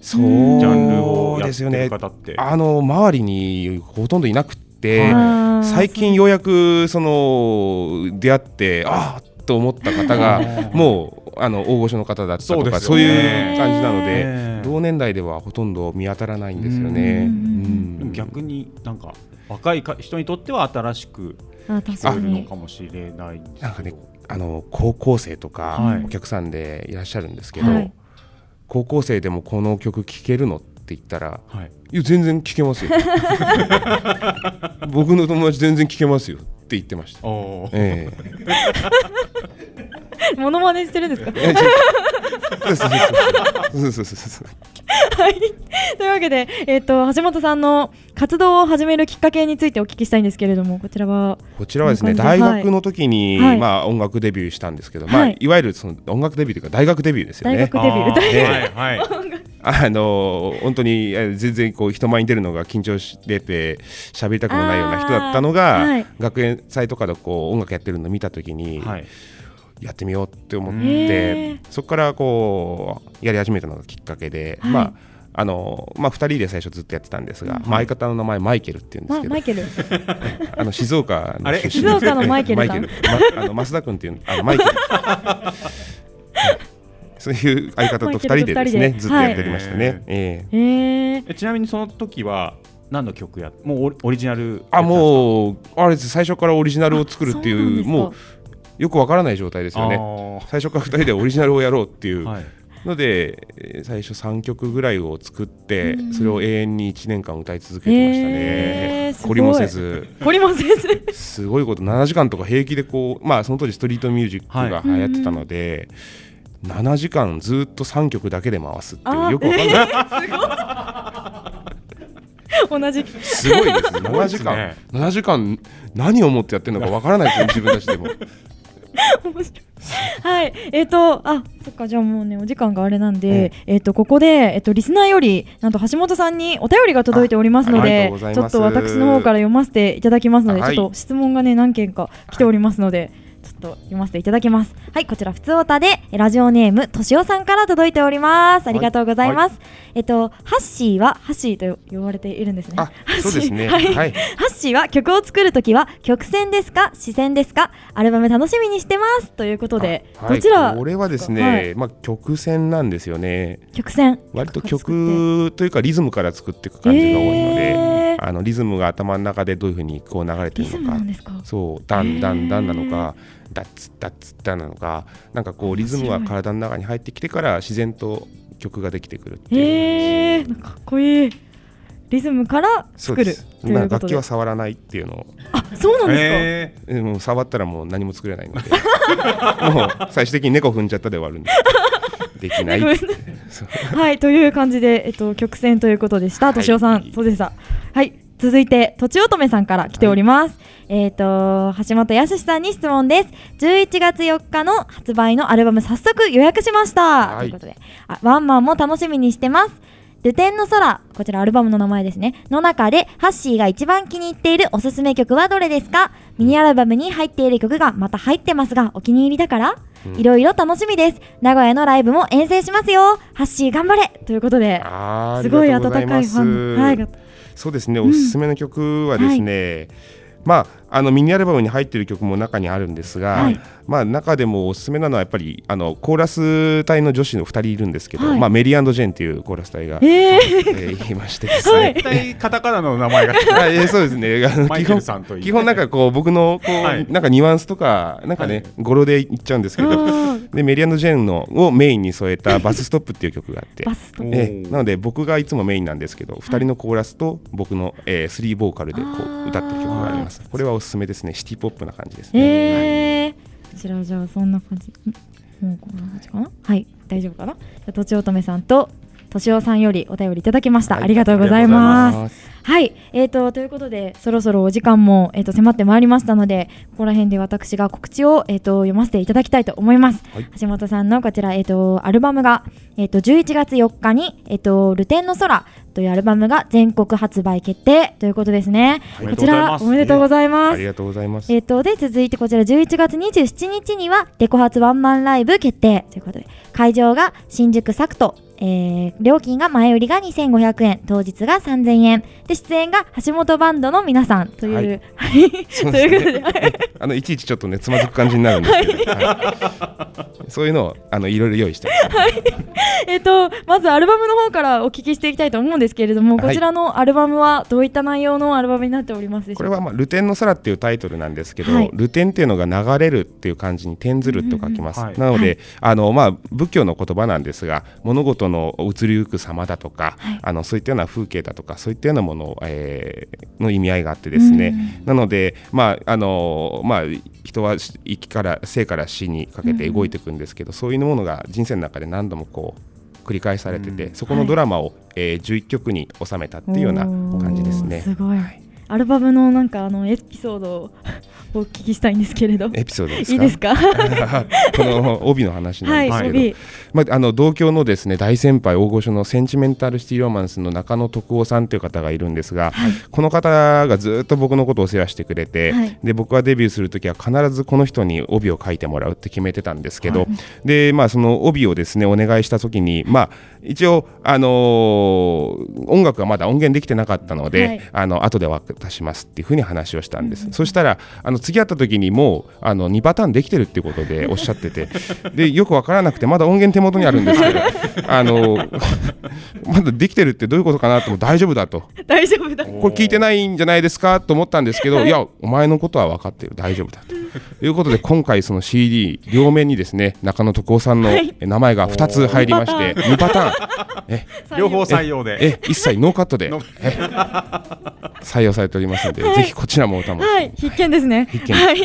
Speaker 13: そう
Speaker 3: ジャンルをや
Speaker 13: ますで
Speaker 3: っ
Speaker 13: す
Speaker 3: て
Speaker 13: よね
Speaker 3: る方って
Speaker 13: あの周りにほとんどいなくて
Speaker 3: あー
Speaker 13: 最近ようやくその出会ってああと思った方
Speaker 3: あ
Speaker 13: が
Speaker 3: ー
Speaker 13: もうあの大御所の方だったとか
Speaker 3: そ
Speaker 13: そうう,、
Speaker 3: ですよね
Speaker 13: いう感じなので、
Speaker 3: ね
Speaker 13: 同年代ではほとんど見当たらないんですよね。うん
Speaker 3: でも逆になんか若いか人にとっては新しく
Speaker 1: あ確
Speaker 3: 聞
Speaker 1: か
Speaker 3: こえ
Speaker 1: に
Speaker 3: るのかもしれないです
Speaker 13: なんかね、あの高校生と
Speaker 3: は
Speaker 13: か
Speaker 3: い
Speaker 13: お客さんでいらっしゃるんですけど、
Speaker 3: はい
Speaker 13: 高校生でもこの曲聴けるのって言ったら、
Speaker 3: はい
Speaker 13: いや全然聴 けますよ僕の友達全然聴けますよって言ってました。
Speaker 3: お
Speaker 13: え
Speaker 1: モノマネしてるんですか。
Speaker 13: ええそうそうそうそうそうそうそうそう
Speaker 1: はい、というわけで、えっと橋本さんの活動を始めるきっかけについてお聞きしたいんですけれどもこちらは
Speaker 13: こちらはですね
Speaker 1: どんな感
Speaker 13: 大
Speaker 1: じ
Speaker 13: 学の時に、
Speaker 1: はい
Speaker 13: まあ、音楽デビューしたんですけど、
Speaker 1: は
Speaker 13: まあ
Speaker 1: い、
Speaker 13: いわゆるその音楽デビューというか大学デビューですよね。
Speaker 1: 大学デビューあー大学
Speaker 13: ねあの本当にえ全然こう人前に出るのが緊張してて喋りたくもないような人だったのが、
Speaker 1: あーはい
Speaker 13: 学園祭とかでこう音楽やってるのを見た時に、やってみようって思っ
Speaker 1: へ
Speaker 13: てそこからこうやり始めたのがきっかけで、
Speaker 1: はい
Speaker 13: まああのまあ、2人で最初ずっとやってたんですが、まあ相方の名前マイケルっていうんです
Speaker 1: ま
Speaker 13: けど
Speaker 1: マイケル
Speaker 13: あの静岡
Speaker 1: あ
Speaker 13: の
Speaker 1: れ
Speaker 13: 出身
Speaker 1: 静岡のマイケルさん
Speaker 13: マイケルまあの 増田君っていうあのマイ ケル。そういう相方と二人でです
Speaker 1: マイケルと二
Speaker 13: ね
Speaker 1: 人で
Speaker 13: ずっとやっておりましたね。
Speaker 3: はい
Speaker 13: え
Speaker 1: えー、
Speaker 3: えちなみにその時は何の曲やもうオリオリジナル
Speaker 13: あもうあれです最初からオリジナルを作るって
Speaker 3: あそうなん
Speaker 13: い
Speaker 3: です
Speaker 13: う
Speaker 3: か
Speaker 13: もうよくわからない状態ですよ
Speaker 3: あ
Speaker 13: ね最初から2人でオリジナルをやろうっていう、
Speaker 3: はい
Speaker 13: のでえー最初3曲ぐらいを作って
Speaker 1: うん
Speaker 13: それを永遠に1年間歌い続けてましたね、
Speaker 1: へーすごい
Speaker 13: 懲りもせず
Speaker 1: 懲りもせず
Speaker 13: すごいこと7時間とか平気でこうまあその当時ストリートミュージックが流行ってたので、7時間ずっと3曲だけで回すってい
Speaker 1: あ
Speaker 13: うよくわかんない、
Speaker 1: 同じ
Speaker 13: すごいですね。7時間、7時間何を思ってやってるのかわからないですね、自分たち でも。
Speaker 1: はい、えっ、と、あ、そっか、じゃあもうね、お時間があれなんで、えっ、と、ここで、えっ、と、リスナーより、なんと橋本さんにお便りが届いておりますの
Speaker 13: あありがと
Speaker 1: で
Speaker 13: うござ、い
Speaker 1: ちょ
Speaker 13: ま
Speaker 1: っ
Speaker 13: す
Speaker 1: と私の方から読ませていただきますので、
Speaker 2: はい
Speaker 1: ちょっと質問がね、何件か来ておりますので、ちょっと読ませていただきます。はい、こちら、ふつおたで、ラジオネーム、としおさんから届いております。ありがとうございます。えっ、と、ハッシーは、ハッシーと呼ばれているんですね。
Speaker 13: そうですね。
Speaker 1: はい
Speaker 13: はい。
Speaker 1: ハッシーは曲を作るときは曲線ですか視線ですかアルバム楽しみにしてますということで、
Speaker 13: はい
Speaker 1: どちら
Speaker 13: これはですね、
Speaker 1: はい
Speaker 13: まあ曲線なんですよね。
Speaker 1: 曲線
Speaker 13: 割と曲というかリズムから作っていく感じが多いので、あのリズムが頭の中でどういうふうにこう流れてるのか、そうダンダンダンなのか、ダッツダッツダンなのか、なんかこうリズムが体の中に入ってきてから自然と曲ができてくる。
Speaker 1: えー、かっこいいリズムから
Speaker 13: そう
Speaker 1: 作
Speaker 13: で
Speaker 1: る
Speaker 13: す。
Speaker 1: というこ
Speaker 13: 楽
Speaker 1: と
Speaker 13: 器
Speaker 1: で
Speaker 13: は触らないっていうのを。
Speaker 1: あそうなんですか、
Speaker 13: すか。もう触ったらもう何も作れないので、もう最終的に猫踏んじゃったで終わるんで。でき ない。
Speaker 1: 猫踏
Speaker 13: そう
Speaker 1: はいという感じで、えっと、曲線ということでした
Speaker 13: い
Speaker 1: としおさん、そうでしたはい続いてとちおとめさんから来ております、えっ、と橋本康さんに質問です11月4日の発売のアルバム早速予約しまし
Speaker 2: は
Speaker 1: た、
Speaker 2: い
Speaker 1: ということであワンマンも楽しみにしてますルテンの空こちらアルバムの名前ですねの中でハッシーが一番気に入っているおすすめ曲はどれですかミニアルバムに入っている曲がまた入ってますがお気に入りだから
Speaker 13: うん
Speaker 1: いろいろ楽しみです名古屋のライブも遠征しますよハッシー頑張れということで
Speaker 13: あー
Speaker 1: すごい
Speaker 13: ありがとうござ
Speaker 1: 温かい
Speaker 13: ます
Speaker 1: ファンはいが
Speaker 13: そうですね、
Speaker 1: うん
Speaker 13: おすすめの曲はですね、まああのミニアルバムに入ってる曲も中にあるんですが、
Speaker 10: はい
Speaker 13: まあ、中でもおすすめなのはやっぱりあのコーラス隊の女子の2人いるんですけど、
Speaker 10: はい
Speaker 13: まあ、メリージェンというコーラス隊が、
Speaker 10: えー
Speaker 13: ーいましてですね、
Speaker 10: 絶対
Speaker 13: カタカナの名 前がえーそうですねあの
Speaker 10: マイ
Speaker 13: 基
Speaker 10: ケル
Speaker 13: 本
Speaker 10: さんといい
Speaker 13: 基本なんかこう僕のこう、なんかニュアンスとかなんかね、語呂で言っちゃうんですけれどでメリージェンのをメインに添えた「バスストップ」っていう曲があって
Speaker 10: バスストップ
Speaker 13: ええなので僕がいつもメインなんですけど、二2人のコーラスと僕の、えー、スリーボーカルでこう歌ってる曲がありますこれはおすすめですねシティポップな感じですね、
Speaker 1: えー、こちらじゃあそんな感じんもうこんな感じかなはい大丈夫かなじゃあとちおとめさんととしおさんよりお便りいただきました、ありがとうございます
Speaker 2: ありがとうございます
Speaker 1: はいえー、とということでそろそろお時間も、えー、と迫ってまいりましたのでここら辺で私が告知を、えー、と読ませていただきたいと思います、橋本さんのこちら、えー、とアルバムが、えー、と11月4日に「えー、とルテンの空」というアルバムが全国発売決定ということですね
Speaker 13: おめ
Speaker 1: こ
Speaker 13: で
Speaker 1: ち
Speaker 13: とうございま
Speaker 1: ら
Speaker 13: す
Speaker 1: おめでとうございます、
Speaker 13: ありがとうございます
Speaker 1: えっとで続いてこちら11月27日にはデコ発ワンマンライブ決定ということで会場が新宿サクト、えー料金が前売りが2500円当日が3000円で出演が橋本バンドの皆さんという、はいと
Speaker 13: そうです
Speaker 1: いう
Speaker 13: ね
Speaker 1: ことで
Speaker 13: あのいちいちちょっとねつまずく感じになるんですけど、 はいそういうのをあのいろいろ用意してます
Speaker 1: はい、 えっとまずアルバムの方からお聞きしていきたいと思うんですけれども、
Speaker 13: はい
Speaker 1: こちらのアルバムはどういった内容のアルバムになっておりますでし
Speaker 13: こ
Speaker 1: ょ
Speaker 13: れ
Speaker 1: う
Speaker 13: は、
Speaker 1: か
Speaker 13: まあ「ルテンの空」っていうタイトルなんですけど、
Speaker 1: はい
Speaker 13: ルテンっていうのが流れるっていう漢字に転ずると書きます、
Speaker 10: うんうんうんはい
Speaker 13: なので、
Speaker 10: はい
Speaker 13: あのまあ、仏教の言葉なんですが物事の移りゆく様だとか、あのそういったような風景だとかそういったようなもの、えーの意味合いがあってですね、なので、まああのまあ、人は生きから生から死にかけて動いていくんですけど、そういうものが人生の中で何度もこう繰り返されてて、そこのドラマを、えー11曲に収めたっていうような感じですね。
Speaker 1: すごい、アルバムのなんかあのエピソードをお聞きしたいんですけれど
Speaker 13: エピソードですか
Speaker 1: いいですか
Speaker 13: この帯の話なんですけど、
Speaker 1: はい帯
Speaker 13: まあ、あの同郷のですね大先輩大御所のセンチメンタルシティロマンスの中野徳夫さんという方がいるんですが、この方がずっと僕のことをお世話してくれて、
Speaker 10: はい
Speaker 13: で僕がデビューする時は必ずこの人に帯を書いてもらうって決めてたんですけど、でまあその帯をですねお願いした時にまあ一応あのー音楽がまだ音源できてなかったので、
Speaker 10: はい
Speaker 13: あの後で渡しますっていうふうに話をしたんです、そしたらあの次会った時にもうあの2パターンできてるっていうこと でおっしゃっててでよくわからなくてまだ音源手元にあるんです けどあのまだできてるってどういうことかなと思って大丈夫だと
Speaker 1: 大丈夫だ
Speaker 13: これ聞いてないんじゃないですかと思ったんですけど、
Speaker 1: はい
Speaker 13: い、やお前のことは分かってる大丈夫だということで今回その CD 両面にですね中野徳夫さんの
Speaker 10: はい
Speaker 13: 名前が2つ入りまして
Speaker 10: おー
Speaker 13: 2パターンえ
Speaker 10: 両方採用で
Speaker 13: ええ一切ノーカットでえ採用されておりますので、
Speaker 1: はい
Speaker 13: ぜひこちらもお楽しみに
Speaker 1: はい、必見ですね。
Speaker 13: 必見
Speaker 1: はい。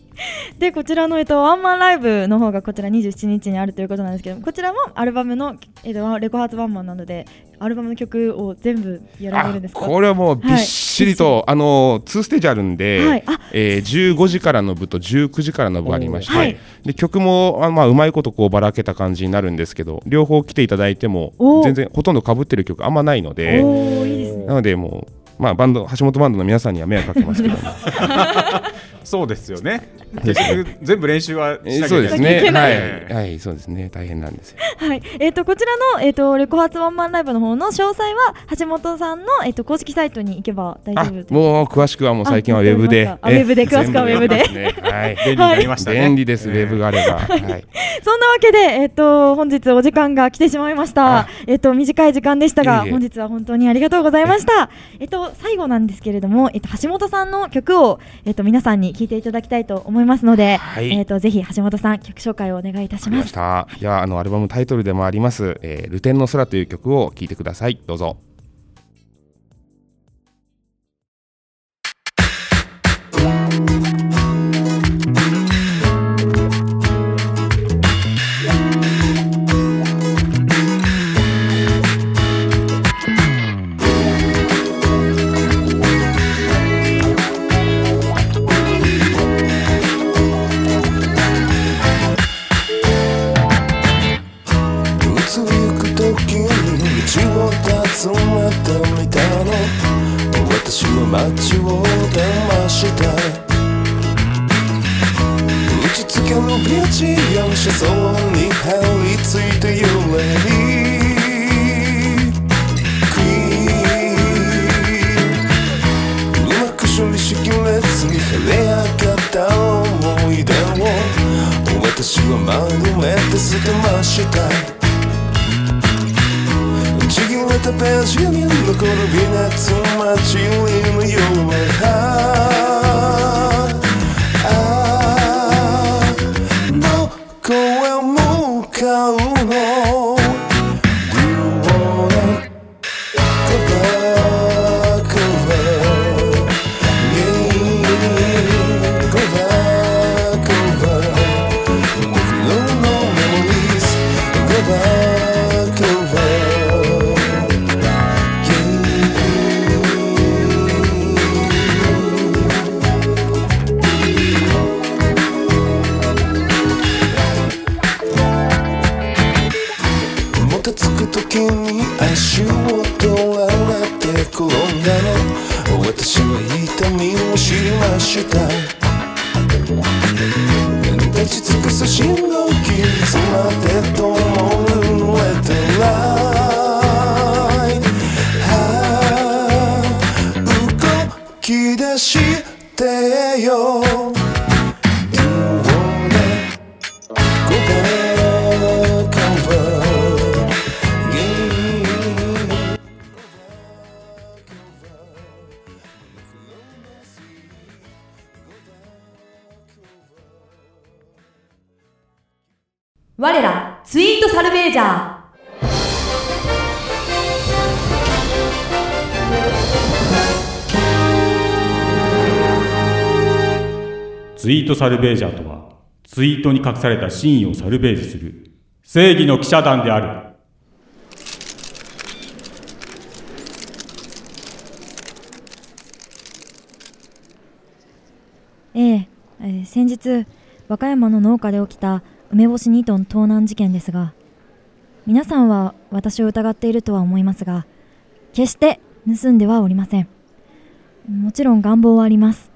Speaker 1: で、こちらの、えっと、ワンマンライブの方がこちら27日にあるということなんですけどもこちらもアルバムの、えっと、レコ発ワンマンなのでアルバムの曲を全部やられるんですか
Speaker 13: これはもうびっしりと、あの2ステージあるんで、
Speaker 1: はいあ
Speaker 13: えー15時からの部と19時からの部ありまして、
Speaker 1: おーはい
Speaker 13: で曲もあ、まあ、うまいことこうばらけた感じになるんですけど両方来ていただいても
Speaker 1: おー
Speaker 13: 全然ほとんど被ってる曲あんまないのでなのでもう、まあ、バンド橋本バンドの皆さんには迷惑かけます けど
Speaker 10: そうですよね
Speaker 13: で
Speaker 10: 結
Speaker 13: すね
Speaker 10: 局 全部練習は
Speaker 13: え
Speaker 10: し
Speaker 13: ー
Speaker 10: なき
Speaker 13: そ
Speaker 10: ゃ
Speaker 13: う
Speaker 10: い
Speaker 13: で
Speaker 10: け
Speaker 13: す
Speaker 10: ない
Speaker 13: ねはい、はい、そうですね大変なんですよ
Speaker 1: はい、えっ、とこちらのえっ、とレコ発ワンマンライブの方の詳細は橋本さんのえっ、と公式サイトに行けば大丈夫です。
Speaker 13: もう詳しくはもう最近は
Speaker 1: あ
Speaker 13: ウェブで
Speaker 1: わかりましたあウェブで詳しくはウェブで
Speaker 13: 全部すねはい、
Speaker 1: 便利になりま
Speaker 10: したね
Speaker 13: 便利です、ウェブがあれば、 はい
Speaker 1: そんなわけで、えっ、と本日お時間が来てしまいました。えっ、と短い時間でしたが、
Speaker 13: いえいえ
Speaker 1: 本日は本当にありがとうございました。えっ、と最後なんですけれども、えっ、と橋本さんの曲をえっ、と皆さんに聞いていただきたいと思いますので、
Speaker 13: はい
Speaker 1: えっ、とぜひ橋本さん曲紹介をお願いいた
Speaker 13: わ
Speaker 1: し
Speaker 13: かり
Speaker 1: ま
Speaker 13: ますし。た。ではあのアルバムタイトルでもあります、えー、ルテンの空という曲を聴いてください。どうぞ。
Speaker 12: うつむく時に道を尋ねてみたの私は街を出ました打ちつけるビーチや車窓に張り付いて揺れるクイーンうまく処理しきれずに晴れたページに残る微熱街にのようなああどこへ向かうの Do you wanna go back over? Yeah, go back over. With no, no memories. Go back over. Yeah. もたつく時に足を取られて転んだの私は痛みを知りました立ち尽くす心臓切り詰まって灯るのへてライ動き出してよ Do you wanna go back over again?
Speaker 14: 我らツイートサルベージャー
Speaker 10: ツイートサルベージャーとはツイートに隠された真意をサルベージする正義の記者団である
Speaker 1: えええー先日和歌山の農家で起きた梅干し2トン盗難事件ですが皆さんは私を疑っているとは思いますが決して盗んではおりませんもちろん願望はあります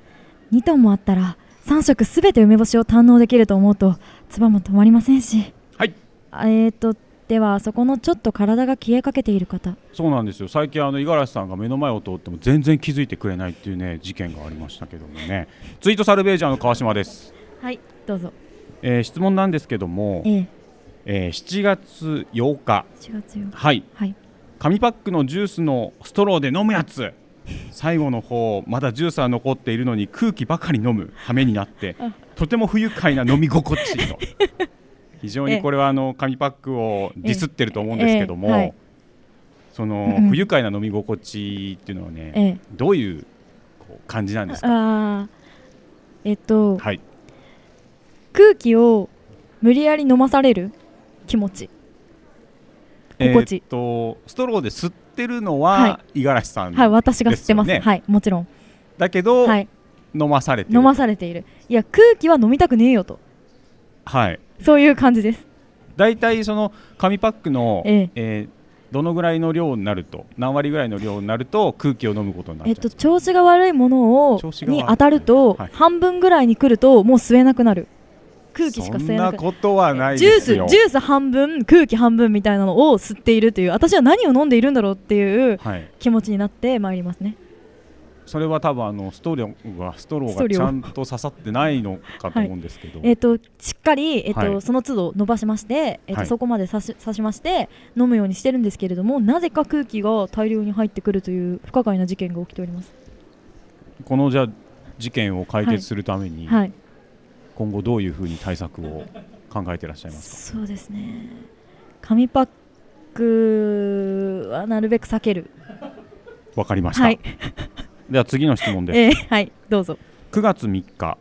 Speaker 1: 2トンもあったら3食すべて梅干しを堪能できると思うと唾も止まりませんし
Speaker 10: はい
Speaker 1: えーとではそこのちょっと体が消えかけている方
Speaker 10: そうなんですよ最近あの五十嵐さんが目の前を通っても全然気づいてくれないっていうね事件がありましたけどもねツイートサルベージャーの川島です、
Speaker 1: はいどうぞ
Speaker 10: えー質問なんですけども、
Speaker 1: ええ
Speaker 10: えー7月8日
Speaker 1: 4月8日
Speaker 10: はい、
Speaker 1: はい
Speaker 10: 紙パックのジュースのストローで飲むやつ最後の方まだジュースは残っているのに空気ばかり飲む羽目にな って
Speaker 1: あ
Speaker 10: とても不愉快な飲み心地 の非常
Speaker 1: え
Speaker 10: に
Speaker 1: え
Speaker 10: これはあの紙パックをディスってると思うんですけども、
Speaker 1: ええはい
Speaker 10: そ
Speaker 1: うんう
Speaker 10: の
Speaker 1: ん
Speaker 10: 不愉快な飲み心地っていうのはね、
Speaker 1: ええ
Speaker 10: どういうこう感じなんですか
Speaker 1: ああえっと、
Speaker 10: はい
Speaker 1: 空気を無理やり飲まされる気持ち心地
Speaker 10: えーっとストローで吸ってるのは
Speaker 1: は
Speaker 10: 五十嵐さん、
Speaker 1: はい私が吸ってます
Speaker 10: ですよね
Speaker 1: はいもちろん
Speaker 10: だけど、
Speaker 1: はい
Speaker 10: 飲まされてる
Speaker 1: 飲まされているいや空気は飲みたくねえよと
Speaker 10: はい
Speaker 1: そういう感じです
Speaker 10: 大体その紙パックの、
Speaker 1: え
Speaker 10: え
Speaker 1: え
Speaker 10: ーどのぐらいの量になると何割ぐらいの量になると空気を飲むことにな
Speaker 1: え
Speaker 10: る
Speaker 1: っと調子が悪いものを
Speaker 10: が悪い
Speaker 1: に当たると、半分ぐらいに来るともう吸えなくなる空気しか
Speaker 10: そ
Speaker 1: 吸
Speaker 10: ん
Speaker 1: えな
Speaker 10: な
Speaker 1: くなる
Speaker 10: ことはない
Speaker 1: ジュー
Speaker 10: で
Speaker 1: ス
Speaker 10: す
Speaker 1: ジュ
Speaker 10: よ
Speaker 1: ース半分空気半分みたいなのを吸っているという私は何を飲んでいるんだろうっていう
Speaker 10: はい
Speaker 1: 気持ちになってまいりますね
Speaker 10: それは多分あのストローがストロー
Speaker 1: ストロ
Speaker 10: が
Speaker 1: ー
Speaker 10: ちゃんと刺さってないのかと思うんですけど、
Speaker 1: えっ、としっかりえっ、と、
Speaker 10: はい
Speaker 1: その都度伸ばしまして、えっ、と
Speaker 10: はい
Speaker 1: そこまで刺し刺しまして飲むようにしてるんですけれども、なぜか空気が大量に入ってくるという不可解な事件が起きております。
Speaker 10: このじゃあ事件を解決するために、
Speaker 1: はい、
Speaker 10: 今後どういうふうに対策を考えてらっしゃいますか
Speaker 1: そうですね。紙パックはなるべく避ける。
Speaker 10: わかりました、
Speaker 1: はい
Speaker 10: では次の質問で す、
Speaker 1: えーはい、どうぞ。
Speaker 10: 9月3日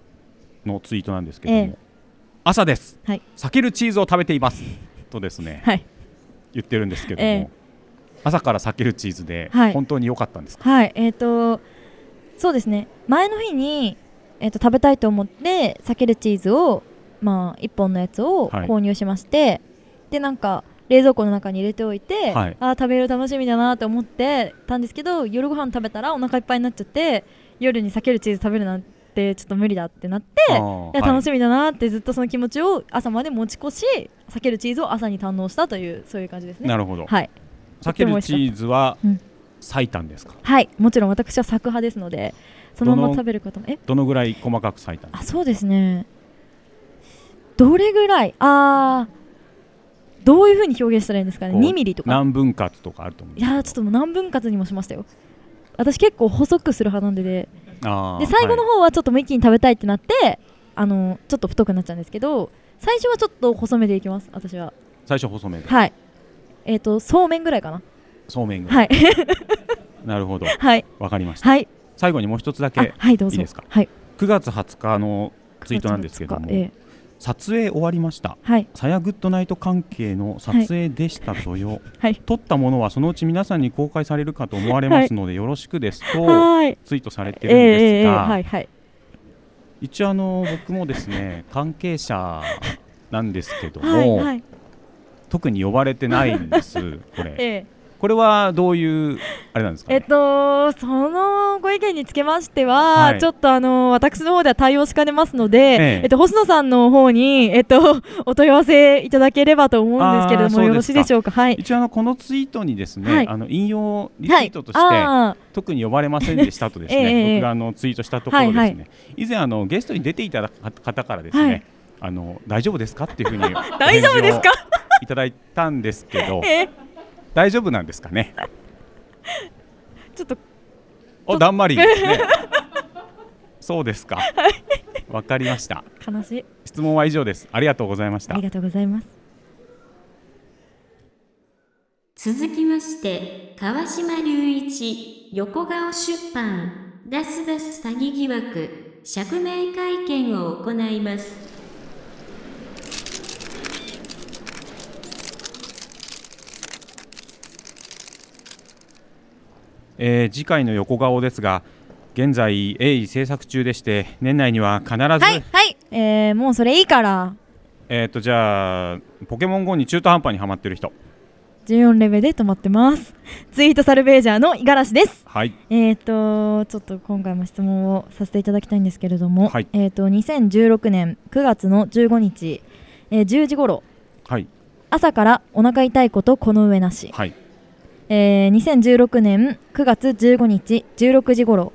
Speaker 10: のツイートなんですけども、
Speaker 1: ええ
Speaker 10: 朝です、
Speaker 1: はい
Speaker 10: 避けるチーズを食べてい ますとですね、
Speaker 1: はい
Speaker 10: 言ってるんですけども、
Speaker 1: ええ
Speaker 10: 朝から避けるチーズで
Speaker 1: はい
Speaker 10: 本当に良かったんですか、
Speaker 1: はい、えっ、と、そうですね、前の日に、えー、と食べたいと思って、避けるチーズを、まあ、1本のやつを
Speaker 9: はい
Speaker 1: 購入しまして、で、なんか、冷蔵庫の中に入れておいて、
Speaker 9: はい
Speaker 1: あー食べる楽しみだなと思ってたんですけど、夜ご飯食べたらお腹いっぱいになっちゃって、夜に避けるチーズ食べるなんて、ちょっと無理だってなって、
Speaker 9: あ
Speaker 1: いや
Speaker 9: ーはい
Speaker 1: 楽しみだなって、ずっとその気持ちを朝まで持ち越し、避けるチーズを朝に堪能したという、そういう感じですね。
Speaker 10: なるほど、
Speaker 1: はい、
Speaker 10: 避けるチーズは
Speaker 1: うん
Speaker 10: 最短ですか、
Speaker 1: はい、もちろん私は作派ですので、そのまま
Speaker 10: どの
Speaker 1: 食べることも。え、
Speaker 10: どのぐらい細かく最短
Speaker 1: あ、そうですね。どれぐらい、ああ、どういうふうに表現したらいいんですかね
Speaker 10: こう
Speaker 1: 2ミリとか
Speaker 10: 何分割とかあると思う
Speaker 1: いやーちょっともう何分割にもしましたよ私結構細くする派なんでで
Speaker 10: あー
Speaker 1: で最後の方はちょっともう一気に食べたいってなって、あのちょっと太くなっちゃうんですけど最初はちょっと細めでいきます私は
Speaker 10: 最初細めで、
Speaker 1: はいえっ、とそうめんぐらいかな
Speaker 10: そうめんが、
Speaker 1: はい
Speaker 10: なるほど
Speaker 1: はい
Speaker 10: わかりました、
Speaker 1: はい
Speaker 10: 最後にもう一つだけ
Speaker 1: はいどうぞ
Speaker 10: いですか、
Speaker 1: はい、
Speaker 10: 9月20日のツイートなんですけども、
Speaker 1: 9月20日え
Speaker 10: 撮影終わりました
Speaker 1: はい
Speaker 10: さやグッドナイト関係の撮影でしたとよ、
Speaker 1: はい
Speaker 10: 撮ったものはそのうち皆さんに公開されるかと思われますので、よろしくですと
Speaker 1: はい
Speaker 10: ツイートされて
Speaker 1: え
Speaker 10: るんです
Speaker 1: え
Speaker 10: が、
Speaker 1: はいはい
Speaker 10: 一応あの僕もですね関係者なんですけども、
Speaker 1: はいはい
Speaker 10: 特に呼ばれてないんですこ れ、
Speaker 1: ええ
Speaker 10: これはどういうあれなんですか
Speaker 1: えっと、そのご意見につけましては、
Speaker 10: はい
Speaker 1: ちょっとあの私の方では対応しかねますので、え
Speaker 10: え
Speaker 1: っと、星野さんの方に、えっと、 お問い合わせいただければと思うんですけれど
Speaker 10: あ
Speaker 1: も、
Speaker 10: ー
Speaker 1: よろしいでしょうか。はい、
Speaker 10: 一応あのこのツイートにですね、
Speaker 1: はい
Speaker 10: あの引用リツイートとして、
Speaker 1: はいあー
Speaker 10: 特に呼ばれませんでしたとで す
Speaker 1: ええ
Speaker 10: ね、僕があのツイートしたところですね、
Speaker 1: はいはい
Speaker 10: 以前あのゲストに出ていただく方からですね、
Speaker 1: はい
Speaker 10: あの大丈夫ですかっていうふうに
Speaker 1: 大丈夫ですか、
Speaker 10: お返事をいただいたんですけど
Speaker 1: え
Speaker 10: 大丈夫なんですかね。
Speaker 1: ちょっと
Speaker 10: おだ んまりですね。そうですか。わかりました。
Speaker 1: ー悲しい。
Speaker 10: 質問は以上です。ありがとうございまし
Speaker 1: あ
Speaker 10: た
Speaker 1: り。がとうございます。
Speaker 15: 続きまして、川島隆一、横顔出版、ダスダス詐欺疑惑、釈明会見を行います。
Speaker 10: えー次回の横顔ですが、現在鋭意制作中でして、年内には必ず、
Speaker 1: はい、えー、もうそれいいから、
Speaker 10: えっ、とじゃあポケモン GO に中途半端にハマってる人。
Speaker 1: 14レベルで止まってます。ツイートサルベージャーの五十嵐です。
Speaker 10: はい。
Speaker 1: えー、とちょっと今回も質問をさせていただきたいんですけれども、
Speaker 10: はい
Speaker 1: えー、と2016年9月の15日、えー10時頃
Speaker 10: はい。
Speaker 1: 朝からお腹痛いことこの上なし、
Speaker 10: はい。
Speaker 1: えー2016年9月15日16時頃、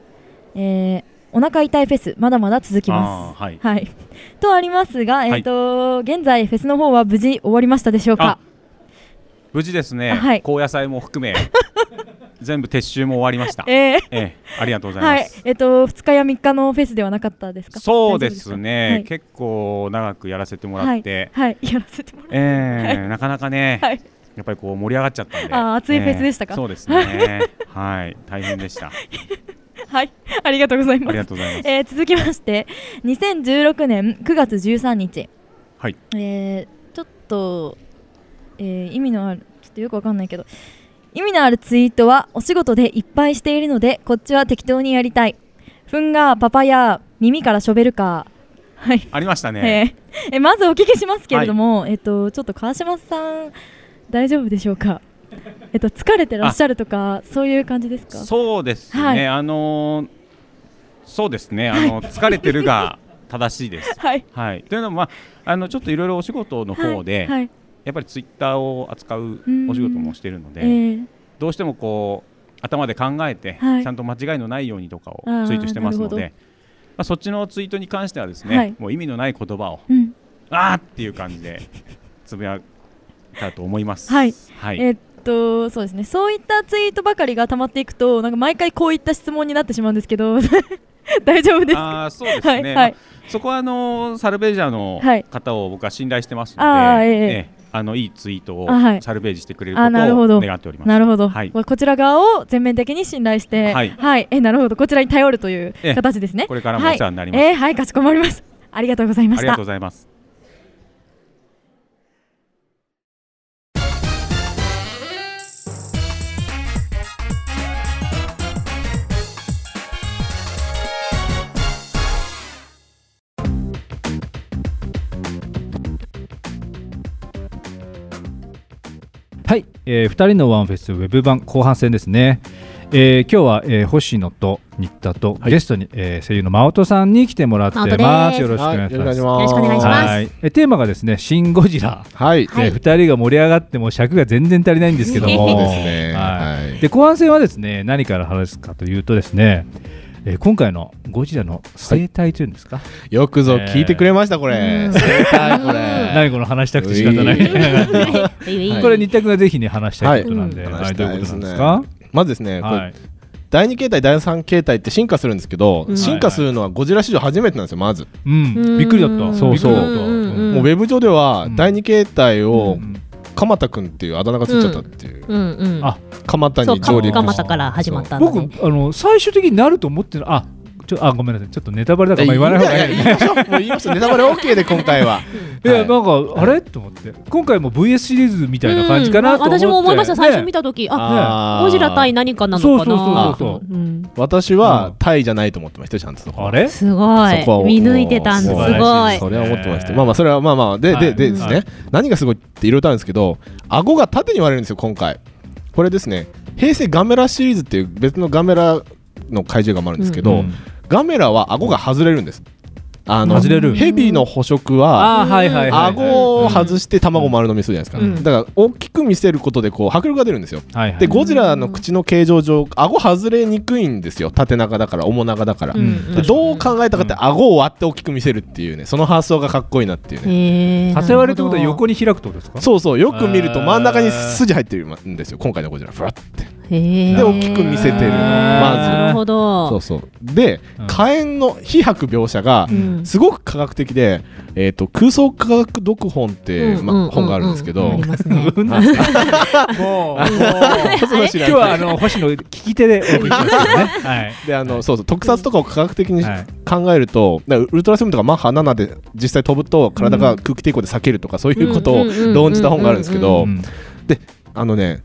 Speaker 1: えーお腹痛いフェスまだまだ続きます。
Speaker 10: あーはい
Speaker 1: とありますが、
Speaker 10: い
Speaker 1: えーと現在フェスの方は無事終わりましたでしょうか
Speaker 10: 無事ですね。
Speaker 1: はい
Speaker 10: 高野菜も含 め全部撤収も終わりました。
Speaker 1: えー
Speaker 10: えありがとうございます
Speaker 1: は。い、えー、と2日や3日のフェスではなかったですか
Speaker 10: そうですね
Speaker 1: はい
Speaker 10: 結構長くやらせてもらって、
Speaker 1: はい、はい、やらせてもらって、
Speaker 10: えー
Speaker 1: はい
Speaker 10: なかなかね、
Speaker 1: はい
Speaker 10: やっぱりこう盛り上がっちゃったんで
Speaker 1: あー熱いフェスでしたか
Speaker 10: そうですねはい大変でした
Speaker 1: はい、ありがとうございます。
Speaker 10: ありがとうございます
Speaker 1: えー続きまして、2016年9月13日、
Speaker 10: はい
Speaker 1: えーちょっと、えー意味のある、ちょっとよくわかんないけど、意味のあるツイートはお仕事でいっぱいしているので、こっちは適当にやりたい。ふんがパパや耳からショベルカー。
Speaker 10: ありました
Speaker 1: え
Speaker 10: ね、
Speaker 1: ーえまずお聞きしますけれども、えっとちょっと川島さん大丈夫でしょうか。えっと疲れてらっしゃるとかそういう感じですか。
Speaker 10: そうですね、
Speaker 1: はい
Speaker 10: あのーそうですねあの、疲れて るが正しいです
Speaker 1: はい、
Speaker 10: というのも、まあ、あのちょっといろいろお仕事の方で、
Speaker 1: はいはい
Speaker 10: やっぱりツイッターを扱う
Speaker 1: うん
Speaker 10: お仕事もしてるので、
Speaker 1: えー
Speaker 10: どうしてもこう頭で考えて、
Speaker 1: はい
Speaker 10: ちゃんと間違いのないようにとかを
Speaker 1: あー
Speaker 10: ツイートしてますの
Speaker 1: なる
Speaker 10: で、まあ、そっちのツイートに関してはですね、
Speaker 1: はい
Speaker 10: もう意味のない言葉を、
Speaker 1: うん
Speaker 10: あーっていう感じでつぶやいたと思います。
Speaker 1: はい、
Speaker 10: はい
Speaker 1: えっとそうですねそういったツイートばかりが溜まっていくとなんか毎回こういった質問になってしまうんですけど 大丈夫ですか
Speaker 10: あーそうですね、
Speaker 1: はいはい
Speaker 10: まあそこはあのーサルベージャーの
Speaker 1: はい
Speaker 10: 方を僕は信頼してますので、
Speaker 1: あーええ
Speaker 10: えあのいいツイートを
Speaker 1: あはい
Speaker 10: サルベージしてくれるこ
Speaker 1: あなるほ
Speaker 10: と
Speaker 1: ど
Speaker 10: を願っております。
Speaker 1: なるほど、
Speaker 10: はい、
Speaker 1: こちら側を全面的に信頼して
Speaker 10: はい
Speaker 1: えなるほどこちらに頼るという
Speaker 10: ええ
Speaker 1: 形ですね
Speaker 10: これからもお世話になります
Speaker 1: はいえーはいかしこまりましたありがとうございま
Speaker 10: あ
Speaker 1: し
Speaker 10: りが
Speaker 1: た
Speaker 10: とうございます。
Speaker 7: はい、え2人のワンフェスウェブ版後半戦ですね、えー今日は、えー星野と新田と、ゲストに、えー声優の真音さんに来てもらって
Speaker 8: 真音
Speaker 7: ま
Speaker 8: ですす
Speaker 7: よろしくお願いします、
Speaker 8: はいよろしくお願いします
Speaker 7: はいえーテーマがですね「シン・ゴジラ」
Speaker 16: はい
Speaker 8: はい
Speaker 7: 2人が盛り上がっても尺が全然足りない んですけども
Speaker 8: そうですね
Speaker 7: はいで後半戦はですね何から話すかというとですねえー今回のゴジラの生態というんですか、
Speaker 8: よくぞ聞いてくれましたこれ生態これ
Speaker 7: 何この話したくて仕方ないみたいな感じの
Speaker 8: うい
Speaker 7: これ二択がぜひね話したいことなんで、
Speaker 8: うん
Speaker 7: はいどういうことなんです
Speaker 8: 話し
Speaker 7: か
Speaker 8: たいですねまずですね、これ
Speaker 7: はい
Speaker 8: 第2形態第3形態って進化するんですけど、
Speaker 7: うん
Speaker 8: 進化するのはゴジラ史上初めてなんですよまず、
Speaker 7: うんびっくりだった
Speaker 8: そうそう
Speaker 7: びっくりだったうん
Speaker 8: もうウェブ上では第2形態を鎌田君っていうあだ名がついちゃったっていう、
Speaker 9: うんうん
Speaker 7: あ
Speaker 8: 鎌田に上陸した
Speaker 9: 鎌田から始まったんだね
Speaker 7: 僕あの最終的になると思ってるあちょあごめんなさいちょっとネタバレだからあんま言わない方がいい
Speaker 8: やいや言いましょうもう言いましょうネタバレ OK で今回は
Speaker 7: いやなんかあれと思って今回も VS シリーズみたいな感じかなと思って
Speaker 9: 私も思いました最初見
Speaker 7: た
Speaker 9: た時あ
Speaker 8: あー
Speaker 9: ゴジラ対何かなのかな
Speaker 8: そうそうそうそう私はタイじゃないと思ってましたちゃんとそこ
Speaker 7: あれ
Speaker 9: すごい
Speaker 8: そこは
Speaker 9: 見抜いてたんです
Speaker 8: もう
Speaker 9: すごい
Speaker 8: それは思ってましたまあまあそれはまあまあで
Speaker 9: はい
Speaker 8: ででです
Speaker 9: は
Speaker 8: ね何がすごいっていろいろとあるんですけど顎が縦に割れるんですよ今回これですね平成ガメラシリーズっていう別のガメラの怪獣があるんですけ
Speaker 7: うんう
Speaker 8: ど
Speaker 7: ん
Speaker 8: ガメラは顎が外れるんですあの
Speaker 7: 外れる
Speaker 8: ヘビの捕食は
Speaker 7: あーはいはいはい
Speaker 8: 顎を外して卵丸飲みするじゃないですかだから大きく見せることでこう迫力が出るんですよ
Speaker 7: はいはい
Speaker 8: でゴジラの口の形状上顎外れにくいんですよ縦長だから面長だから、
Speaker 7: ん
Speaker 8: でどう考えたかって顎を割って大きく見せるっていうねその発想がかっこいいなっていうね
Speaker 7: 縦割れってことは横に開くってことですか
Speaker 8: そうそうよく見ると真ん中に筋入
Speaker 7: 入
Speaker 8: ってるんですよ今回のゴジラふわって
Speaker 9: へー
Speaker 8: で大きく見せてるまず
Speaker 9: なるほど
Speaker 8: そうそうで火炎の被白描写が
Speaker 9: うん
Speaker 8: すごく科学的で、えー、と空想科学読本って、
Speaker 9: うん
Speaker 8: ま
Speaker 9: うんうん
Speaker 8: 本があるんですけど、
Speaker 9: うんあり ますね
Speaker 8: もう 今
Speaker 7: 今日はあの星野聞き手でお送りしましたねはい
Speaker 8: であの、そうそう特撮とかを科学的に考えると、だからウルトラセブンとかマッハ7で実際飛ぶと体が空気抵抗で裂けるとか、そういうこと
Speaker 7: う
Speaker 8: を
Speaker 7: んうんうんうん
Speaker 8: 論じた本があるんですけど、
Speaker 7: うんうん
Speaker 8: であのね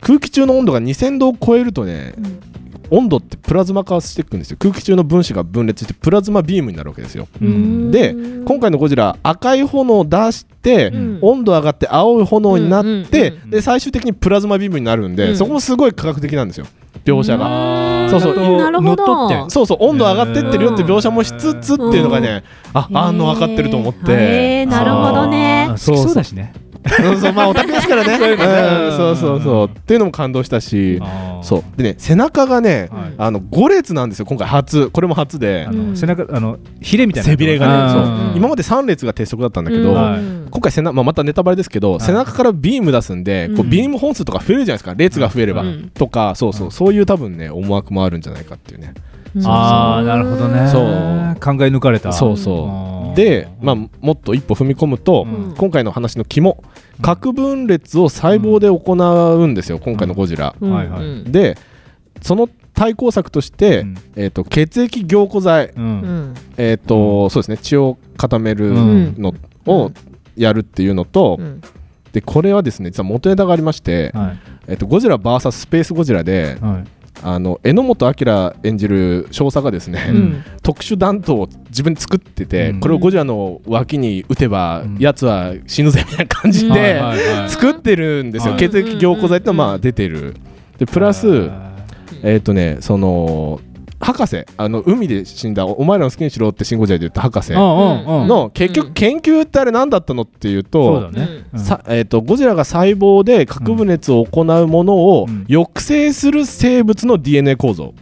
Speaker 8: 空気中の温度が2000度を超えるとね、温度ってプラズマ化していくんですよ空気中の分子が分裂してプラズマビームになるわけですよ、
Speaker 7: うん
Speaker 8: で今回のゴジラ赤い炎を出して、温度上がって青い炎になって、で最終的にプラズマビームになるんで、
Speaker 7: うん
Speaker 8: そこもすごい科学的なんですよ描写が、
Speaker 7: ん
Speaker 8: そうそう
Speaker 7: ちゃんとなるほど乗っ取って
Speaker 8: そうそう温度上がってってるよって描写もしつつっていうのがね、ああんの分かってると思って、
Speaker 9: へーなるほどね
Speaker 8: あー
Speaker 9: 好きそうだし
Speaker 7: ね
Speaker 8: そうそうまあオタクですからね
Speaker 7: そういうのね
Speaker 8: うんそうそうそうっていうのも感動したしそうでね背中がね、あの5列なんですよ今回初これも初で
Speaker 7: 背中あのヒレみたいな
Speaker 8: 背びれがねそう
Speaker 7: うん
Speaker 8: 今まで3列が鉄則だったんだけど、
Speaker 7: うんはい
Speaker 8: 今回背中、まあ、またネタバレですけど、背中からビーム出すんで、こう
Speaker 7: うん
Speaker 8: ビーム本数とか増えるじゃないですか列が増えれば、
Speaker 7: うん
Speaker 8: とかそうそうそういう多分ね思惑もあるんじゃないかっていうね
Speaker 7: ああなるほどね
Speaker 8: そう
Speaker 7: 考え抜かれた
Speaker 8: そうそうで、まあ、もっと一歩踏み込むと、今回の話の肝核分裂を細胞で行うんですよ、今回のゴジラ、
Speaker 7: うんはいはい
Speaker 8: でその対抗策として、えー、と血液凝固剤、
Speaker 7: ん
Speaker 8: えーとそうですね、血を固めるのをやるっていうのと、でこれはですね実は元ネタがありまして、えー、とゴジラ VS スペースゴジラで、あの榎本明演じる少佐がですね、
Speaker 7: うん
Speaker 8: 特殊弾頭を自分で作ってて、これをゴジラの脇に撃てば、やつは死ぬぜみたいな感じ
Speaker 7: はい
Speaker 8: で
Speaker 7: はいはい
Speaker 8: 作ってるんですよ、
Speaker 7: はい
Speaker 8: 血液凝固剤ってのはまあ出てる。でプラスえっ、とねその博士あの海で死んだおお前らの好きにしろってシン・ゴジラで言った博士
Speaker 7: うんうんうん
Speaker 8: の結局研究ってあれ何だったのっていうと
Speaker 7: そうだね
Speaker 8: さえー、とゴジラが細胞で核分裂を行うものを抑制する生物の DNA 構造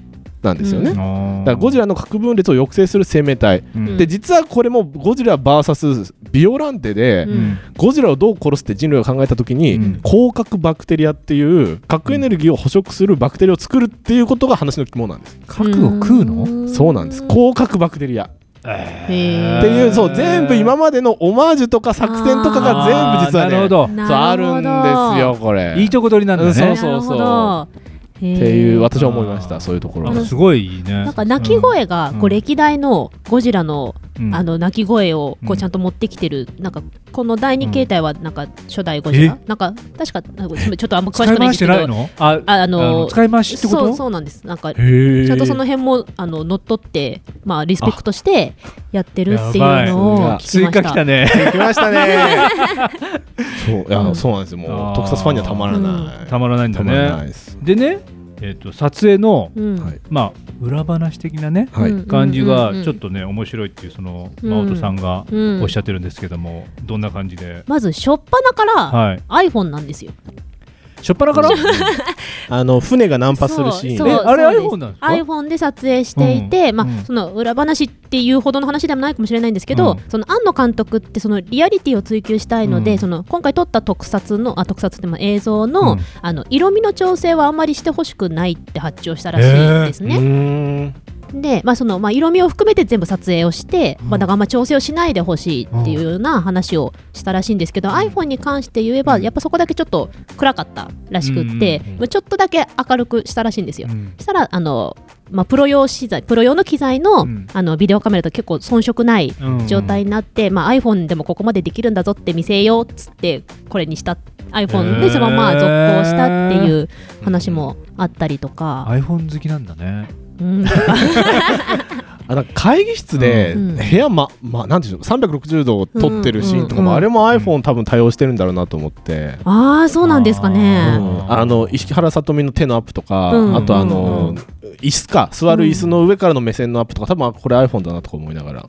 Speaker 8: なんですよね、
Speaker 7: うん
Speaker 8: だからゴジラの核分裂を抑制する生命体、
Speaker 7: うん
Speaker 8: で実はこれもゴジラ VS ビオランテで、
Speaker 7: うん
Speaker 8: ゴジラをどう殺すって人類が考えた時に、光核バクテリアっていう核エネルギーを捕食するバクテリアを作るっていうことが話の肝なんです
Speaker 7: 核を食うの
Speaker 8: そうなんです光核バクテリア
Speaker 7: って
Speaker 8: っていうそう全部今までのオマージュとか作戦とかが全部実はね
Speaker 7: なるほど
Speaker 8: そうあるんですよこれ
Speaker 7: いいとこ取りなんだね
Speaker 8: そうそうそう
Speaker 9: って
Speaker 8: っていう私は思いましたそういうところ
Speaker 9: あ
Speaker 8: が
Speaker 9: す
Speaker 7: ごいね
Speaker 9: なんか鳴き声がこう歴代のゴジラの
Speaker 7: うん
Speaker 9: あの鳴き声をこうちゃんと持ってきてるなんかこの第二形態はなんか初代ゴジラ
Speaker 7: え
Speaker 9: なんか確かなんかちょっとあんま詳し
Speaker 7: 使い
Speaker 9: くないん
Speaker 7: 回
Speaker 9: で
Speaker 7: し
Speaker 9: すけ
Speaker 7: て
Speaker 9: ど
Speaker 7: ないのあ
Speaker 9: ああ
Speaker 7: あ
Speaker 9: の
Speaker 7: 使い回しってこと
Speaker 9: そうそうなんですなんかち
Speaker 7: ー
Speaker 9: ゃんとその辺もあの乗っ取ってまあリスペクトしてやってるっていうのを聞きました
Speaker 7: 追加きたね
Speaker 8: きましたね そういや、そうなんですよもう特撮ファンにはたまらない、
Speaker 7: たまらないんだ
Speaker 8: たまらない
Speaker 7: ね
Speaker 8: で
Speaker 7: でねえっと撮影の
Speaker 9: うん
Speaker 8: はい
Speaker 7: まあ裏話的なね
Speaker 8: はい
Speaker 7: 感じ
Speaker 9: うんうんうんう
Speaker 7: が
Speaker 9: ん
Speaker 7: ちょっとね面白いっていうその
Speaker 9: うん
Speaker 7: 真音さんが
Speaker 9: うん
Speaker 7: おっしゃってるんですけどもどんな感じで
Speaker 9: まず初っ端か
Speaker 7: は
Speaker 9: ら
Speaker 7: い
Speaker 9: iPhone なんですよ
Speaker 7: 初っ端から
Speaker 8: あの船がナンパするシーン
Speaker 9: そう
Speaker 8: ね
Speaker 9: そうです iPhone で撮影していて、まあ、その裏話っていうほどの話でもないかもしれないんですけど、その庵野監督ってそのリアリティを追求したいので、
Speaker 17: うん
Speaker 9: その今回撮った特撮のあ特撮でも映像
Speaker 17: う
Speaker 9: の,、
Speaker 17: ん
Speaker 9: あの色味の調整はあんまりしてほしくないって発注したらしいですね。
Speaker 8: ね。
Speaker 9: で、まあそのまあ、色味を含めて全部撮影をして、まあ、だからあんま調整をしないでほしいっていうような話をしたらしいんですけど、iPhone に関して言えばやっぱそこだけちょっと暗かったらしくっ
Speaker 17: う
Speaker 9: て、
Speaker 17: んうんうん
Speaker 9: まあちょっとだけ明るくしたらしいんですよ。したらあのまあ、プロ用資材プロ用の機材の,、あのビデオカメラと結構遜色ない状態になって、まあ、iPhone でもここまでできるんだぞって見せようっつってこれにした iPhone でそのまま続行したっていう話もあったりとか。
Speaker 7: iPhone 好きなんだね
Speaker 9: うん
Speaker 8: あなんか会議室で
Speaker 9: うん
Speaker 8: 部屋、ままなんていうの360度を撮ってるシーンとか
Speaker 9: うんうんう
Speaker 8: も
Speaker 9: ん
Speaker 8: あれも iPhone 多分対応してるんだろうなと思って。
Speaker 9: ああそうなんですかね。
Speaker 8: うんあの石原さとみの手のアップとか、
Speaker 9: うん
Speaker 8: あとあの、椅子か座る椅子の上からの目線のアップとか、多分あこれ iPhone だなとか思いながら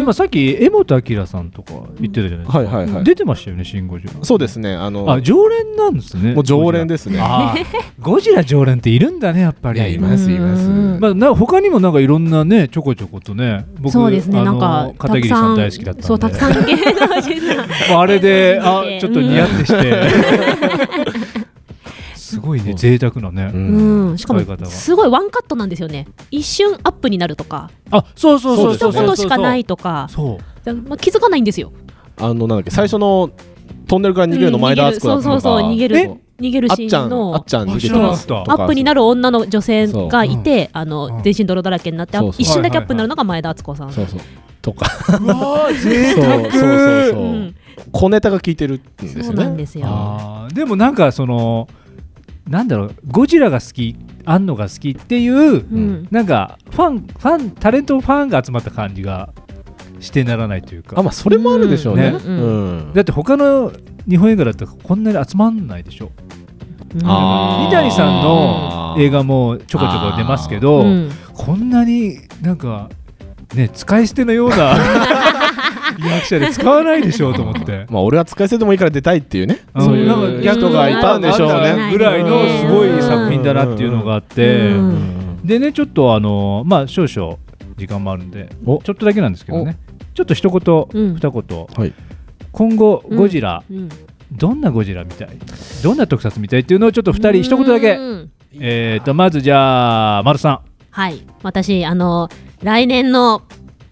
Speaker 7: 今さっき江本明さんとか言ってたじゃないですか、
Speaker 8: はいはいはい
Speaker 7: 出てましたよね「シン・ゴジラ」
Speaker 8: そうですねあの
Speaker 7: あ常連なんですね
Speaker 8: もう常連ですね
Speaker 7: あーゴジラ常連っているんだねやっぱり
Speaker 8: いやいますいます
Speaker 7: まあ、な他にもなんかいろんなねちょこちょことね僕
Speaker 9: そうですね
Speaker 7: あの
Speaker 9: なんか
Speaker 7: 片桐さん大好きだったんで
Speaker 9: そうたくさん芸能 人が
Speaker 7: もうあれで
Speaker 9: 出て
Speaker 7: あ
Speaker 9: きて
Speaker 7: ちょっとニヤってして、 すごいね贅沢なね、
Speaker 9: うんうんしかも
Speaker 7: 使い方が
Speaker 9: すごいワンカットなんですよね一瞬アップになるとか
Speaker 7: あそうそうそうそう
Speaker 9: 一言しかないとか
Speaker 7: そう
Speaker 9: だからまあ気づかないんですよ
Speaker 8: あのなんだっけ最初のトンネルから逃げるの前田敦子だったのが、
Speaker 9: うん逃げるそうそうそう逃げる逃げるシーン
Speaker 8: あっちゃん
Speaker 9: の
Speaker 8: あっちゃん逃げて
Speaker 9: ア
Speaker 8: ますとか
Speaker 9: ップになる女の女性がいてあ
Speaker 8: う
Speaker 9: の
Speaker 8: ん
Speaker 9: 全身泥だらけになってあ
Speaker 8: そうそう
Speaker 9: 一瞬だけアップになるのが前田敦子さん
Speaker 8: そうそうとか
Speaker 7: 贅
Speaker 8: そう
Speaker 7: 沢
Speaker 8: そうそうそう、
Speaker 7: うん
Speaker 8: 小ネタが効いてるんですよね
Speaker 9: そうなんですよ
Speaker 7: あーでもなんかそのなんだろうゴジラが好きアンノが好きっていう、
Speaker 9: ん
Speaker 7: なんかファンファンタレントファンが集まった感じがしてならないというか
Speaker 8: あまあそれもあるでしょうねうんう
Speaker 7: だって他の日本映画だったらこんなに集まんないでしょ
Speaker 8: あー
Speaker 7: 三谷さんの映画もちょこちょこ出ますけど、
Speaker 8: あーうん
Speaker 7: こんなになんかね使い捨てのような役者で使わないでしょうと思って
Speaker 8: まあ俺は使い捨てでもいいから出たいっていうね、
Speaker 7: うん
Speaker 8: そうい
Speaker 7: なんか
Speaker 8: う人がいたんでしょう
Speaker 7: あ
Speaker 8: ね
Speaker 7: ったぐらいのすごい作品だなっていうのがあって、でねちょっとあのまあ少々時間もあるんでちょっとだけなんですけどねちょっと一言、二言、今後ゴジラ、
Speaker 9: うん
Speaker 7: どんなゴジラみたいどんな特撮みたいっていうのをちょっと二人一言だけ
Speaker 9: うん
Speaker 7: えーとまずじゃあ丸さ
Speaker 9: はい私あの来年の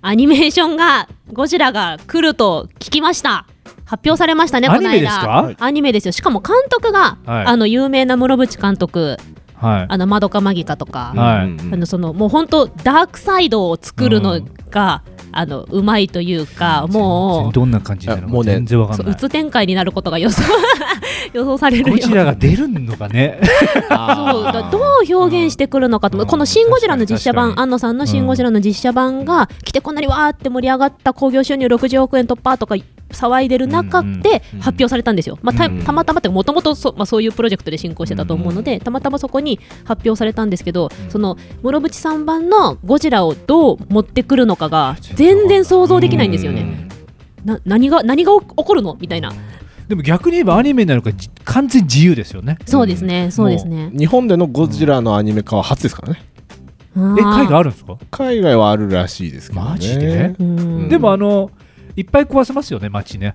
Speaker 9: アニメーションがゴジラが来ると聞きました発表されましたねこの間
Speaker 7: アニメですか
Speaker 9: アニメですよしかも監督が、
Speaker 7: はい
Speaker 9: あの有名な室伏監督
Speaker 7: んはい
Speaker 9: あのマドカマギカとか、
Speaker 7: はい
Speaker 9: あのそのもう本当ダークサイドを作るのが、あのうまいというかもう
Speaker 7: どんな感じなのか全然わかんない
Speaker 9: 鬱展開になることが予想 予想されるよ
Speaker 7: ゴジラが出るのかね
Speaker 9: そうだどう表現してくるのかと思うこの「シン・ゴジラ」の実写版安野さんの「シン・ゴジラ」の実写版が来てこんなにわーって盛り上がった興行収入60億円突破とか騒いでる中で発表されたんですよ、まあ、た
Speaker 17: うん
Speaker 9: たまたまってもともとそ,、まあ、そういうプロジェクトで進行してたと思うので、たまたまそこに発表されたんですけど、その室伏さん版のゴジラをどう持ってくるのかが全然想像できないんですよね。な何が何が起こるのみたいな
Speaker 7: でも逆に言えばアニメになるからじ完全に自由ですよね
Speaker 9: そうですねそうですね。
Speaker 8: 日本でのゴジラのアニメ化は初ですからね、
Speaker 9: え
Speaker 7: 海外あるんですか
Speaker 8: 海外はあるらしいですけどねマ
Speaker 7: ジででもあのいっぱい壊せますよね街ね。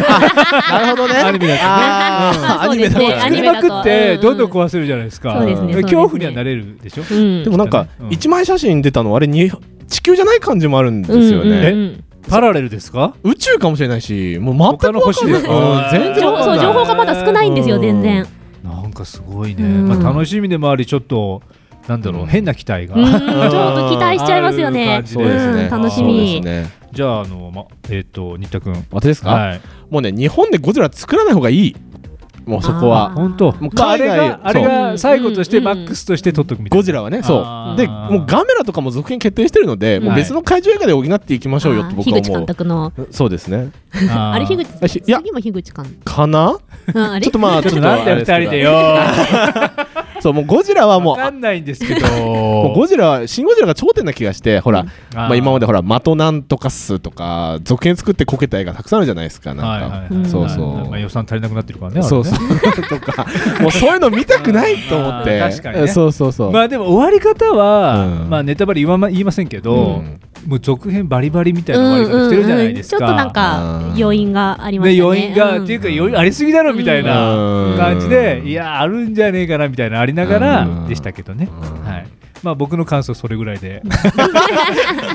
Speaker 7: な
Speaker 8: るほどね。
Speaker 7: アニメだとね
Speaker 8: あー
Speaker 7: うん
Speaker 8: アニメだとね
Speaker 7: もう作りまくってどんどん壊せるじゃないですか。
Speaker 8: そうですねそうですね
Speaker 7: 恐怖にはなれるでしょ。
Speaker 8: でもなんか一枚写真出たのあれに地球じゃない感じもあるんですよね、
Speaker 7: うんうんうんパラレルですか
Speaker 8: 宇宙かもしれないしもう全く
Speaker 7: 他の星ですか
Speaker 8: わかんないうん全然わかんない
Speaker 9: 情報がまだ少ないんですよ全然。
Speaker 7: なんかすごいね。
Speaker 9: うん
Speaker 7: まあ楽しみでもありちょっとなんだろう変な期待が。
Speaker 9: うんちょっと期待しちゃいますよね
Speaker 7: ある感じで
Speaker 9: うん楽しみそうです
Speaker 7: じゃああのまえっと新田君。
Speaker 8: 私ですか、
Speaker 7: はい
Speaker 8: もうね日本でゴジラ作らない方がいいもうそこは
Speaker 7: 本当。
Speaker 8: もう
Speaker 7: まああ
Speaker 8: 海
Speaker 7: れ
Speaker 8: 外、
Speaker 7: があれ
Speaker 8: そう
Speaker 7: が最後としてマックスとして取っとくみたいな。
Speaker 8: ゴジラはねそうでもうガメラとかも続編決定してるので、もう
Speaker 7: はい
Speaker 8: 別の怪獣映画で補っていきましょうよって僕は
Speaker 9: 樋口
Speaker 8: 思
Speaker 9: 監
Speaker 8: う
Speaker 9: 督の
Speaker 8: そうですね
Speaker 9: あれ樋口
Speaker 8: いや
Speaker 9: 次も樋口監督
Speaker 8: かな
Speaker 9: うんあれ
Speaker 8: ちょっとまあ
Speaker 7: ちょっとなんで
Speaker 8: あれすけど
Speaker 7: 二人でよ
Speaker 8: そうもうゴジラはもう
Speaker 7: わかんないんですけど
Speaker 8: も うゴジラはシン・ゴジラが頂点な気がしてほら、まあ、今までほら「的なんとかっす」とか続編作ってこけた映画たくさんあるじゃないですかなんか、
Speaker 7: はいはいはい
Speaker 8: そうそう、
Speaker 7: まあ、予算足りなくなってるからね
Speaker 8: そうそうとかもうそういうの見たくないと思って
Speaker 7: 確かにね
Speaker 8: そうそうそう、
Speaker 7: まあでも終わり方は、まあネタバレ言わま言いませんけど、もう続編バリバリみたいな終わり方してるじゃないですか、
Speaker 9: うんうんうんちょっとなんか余韻がありま
Speaker 7: ね
Speaker 9: したね
Speaker 7: 余韻が、
Speaker 9: うん
Speaker 7: っていうか余韻ありすぎだろみたいな
Speaker 9: うん
Speaker 7: 感じで、いやあるんじゃねえかなみたいなありながらでしたけどね、はいまあ僕の感想それぐら いで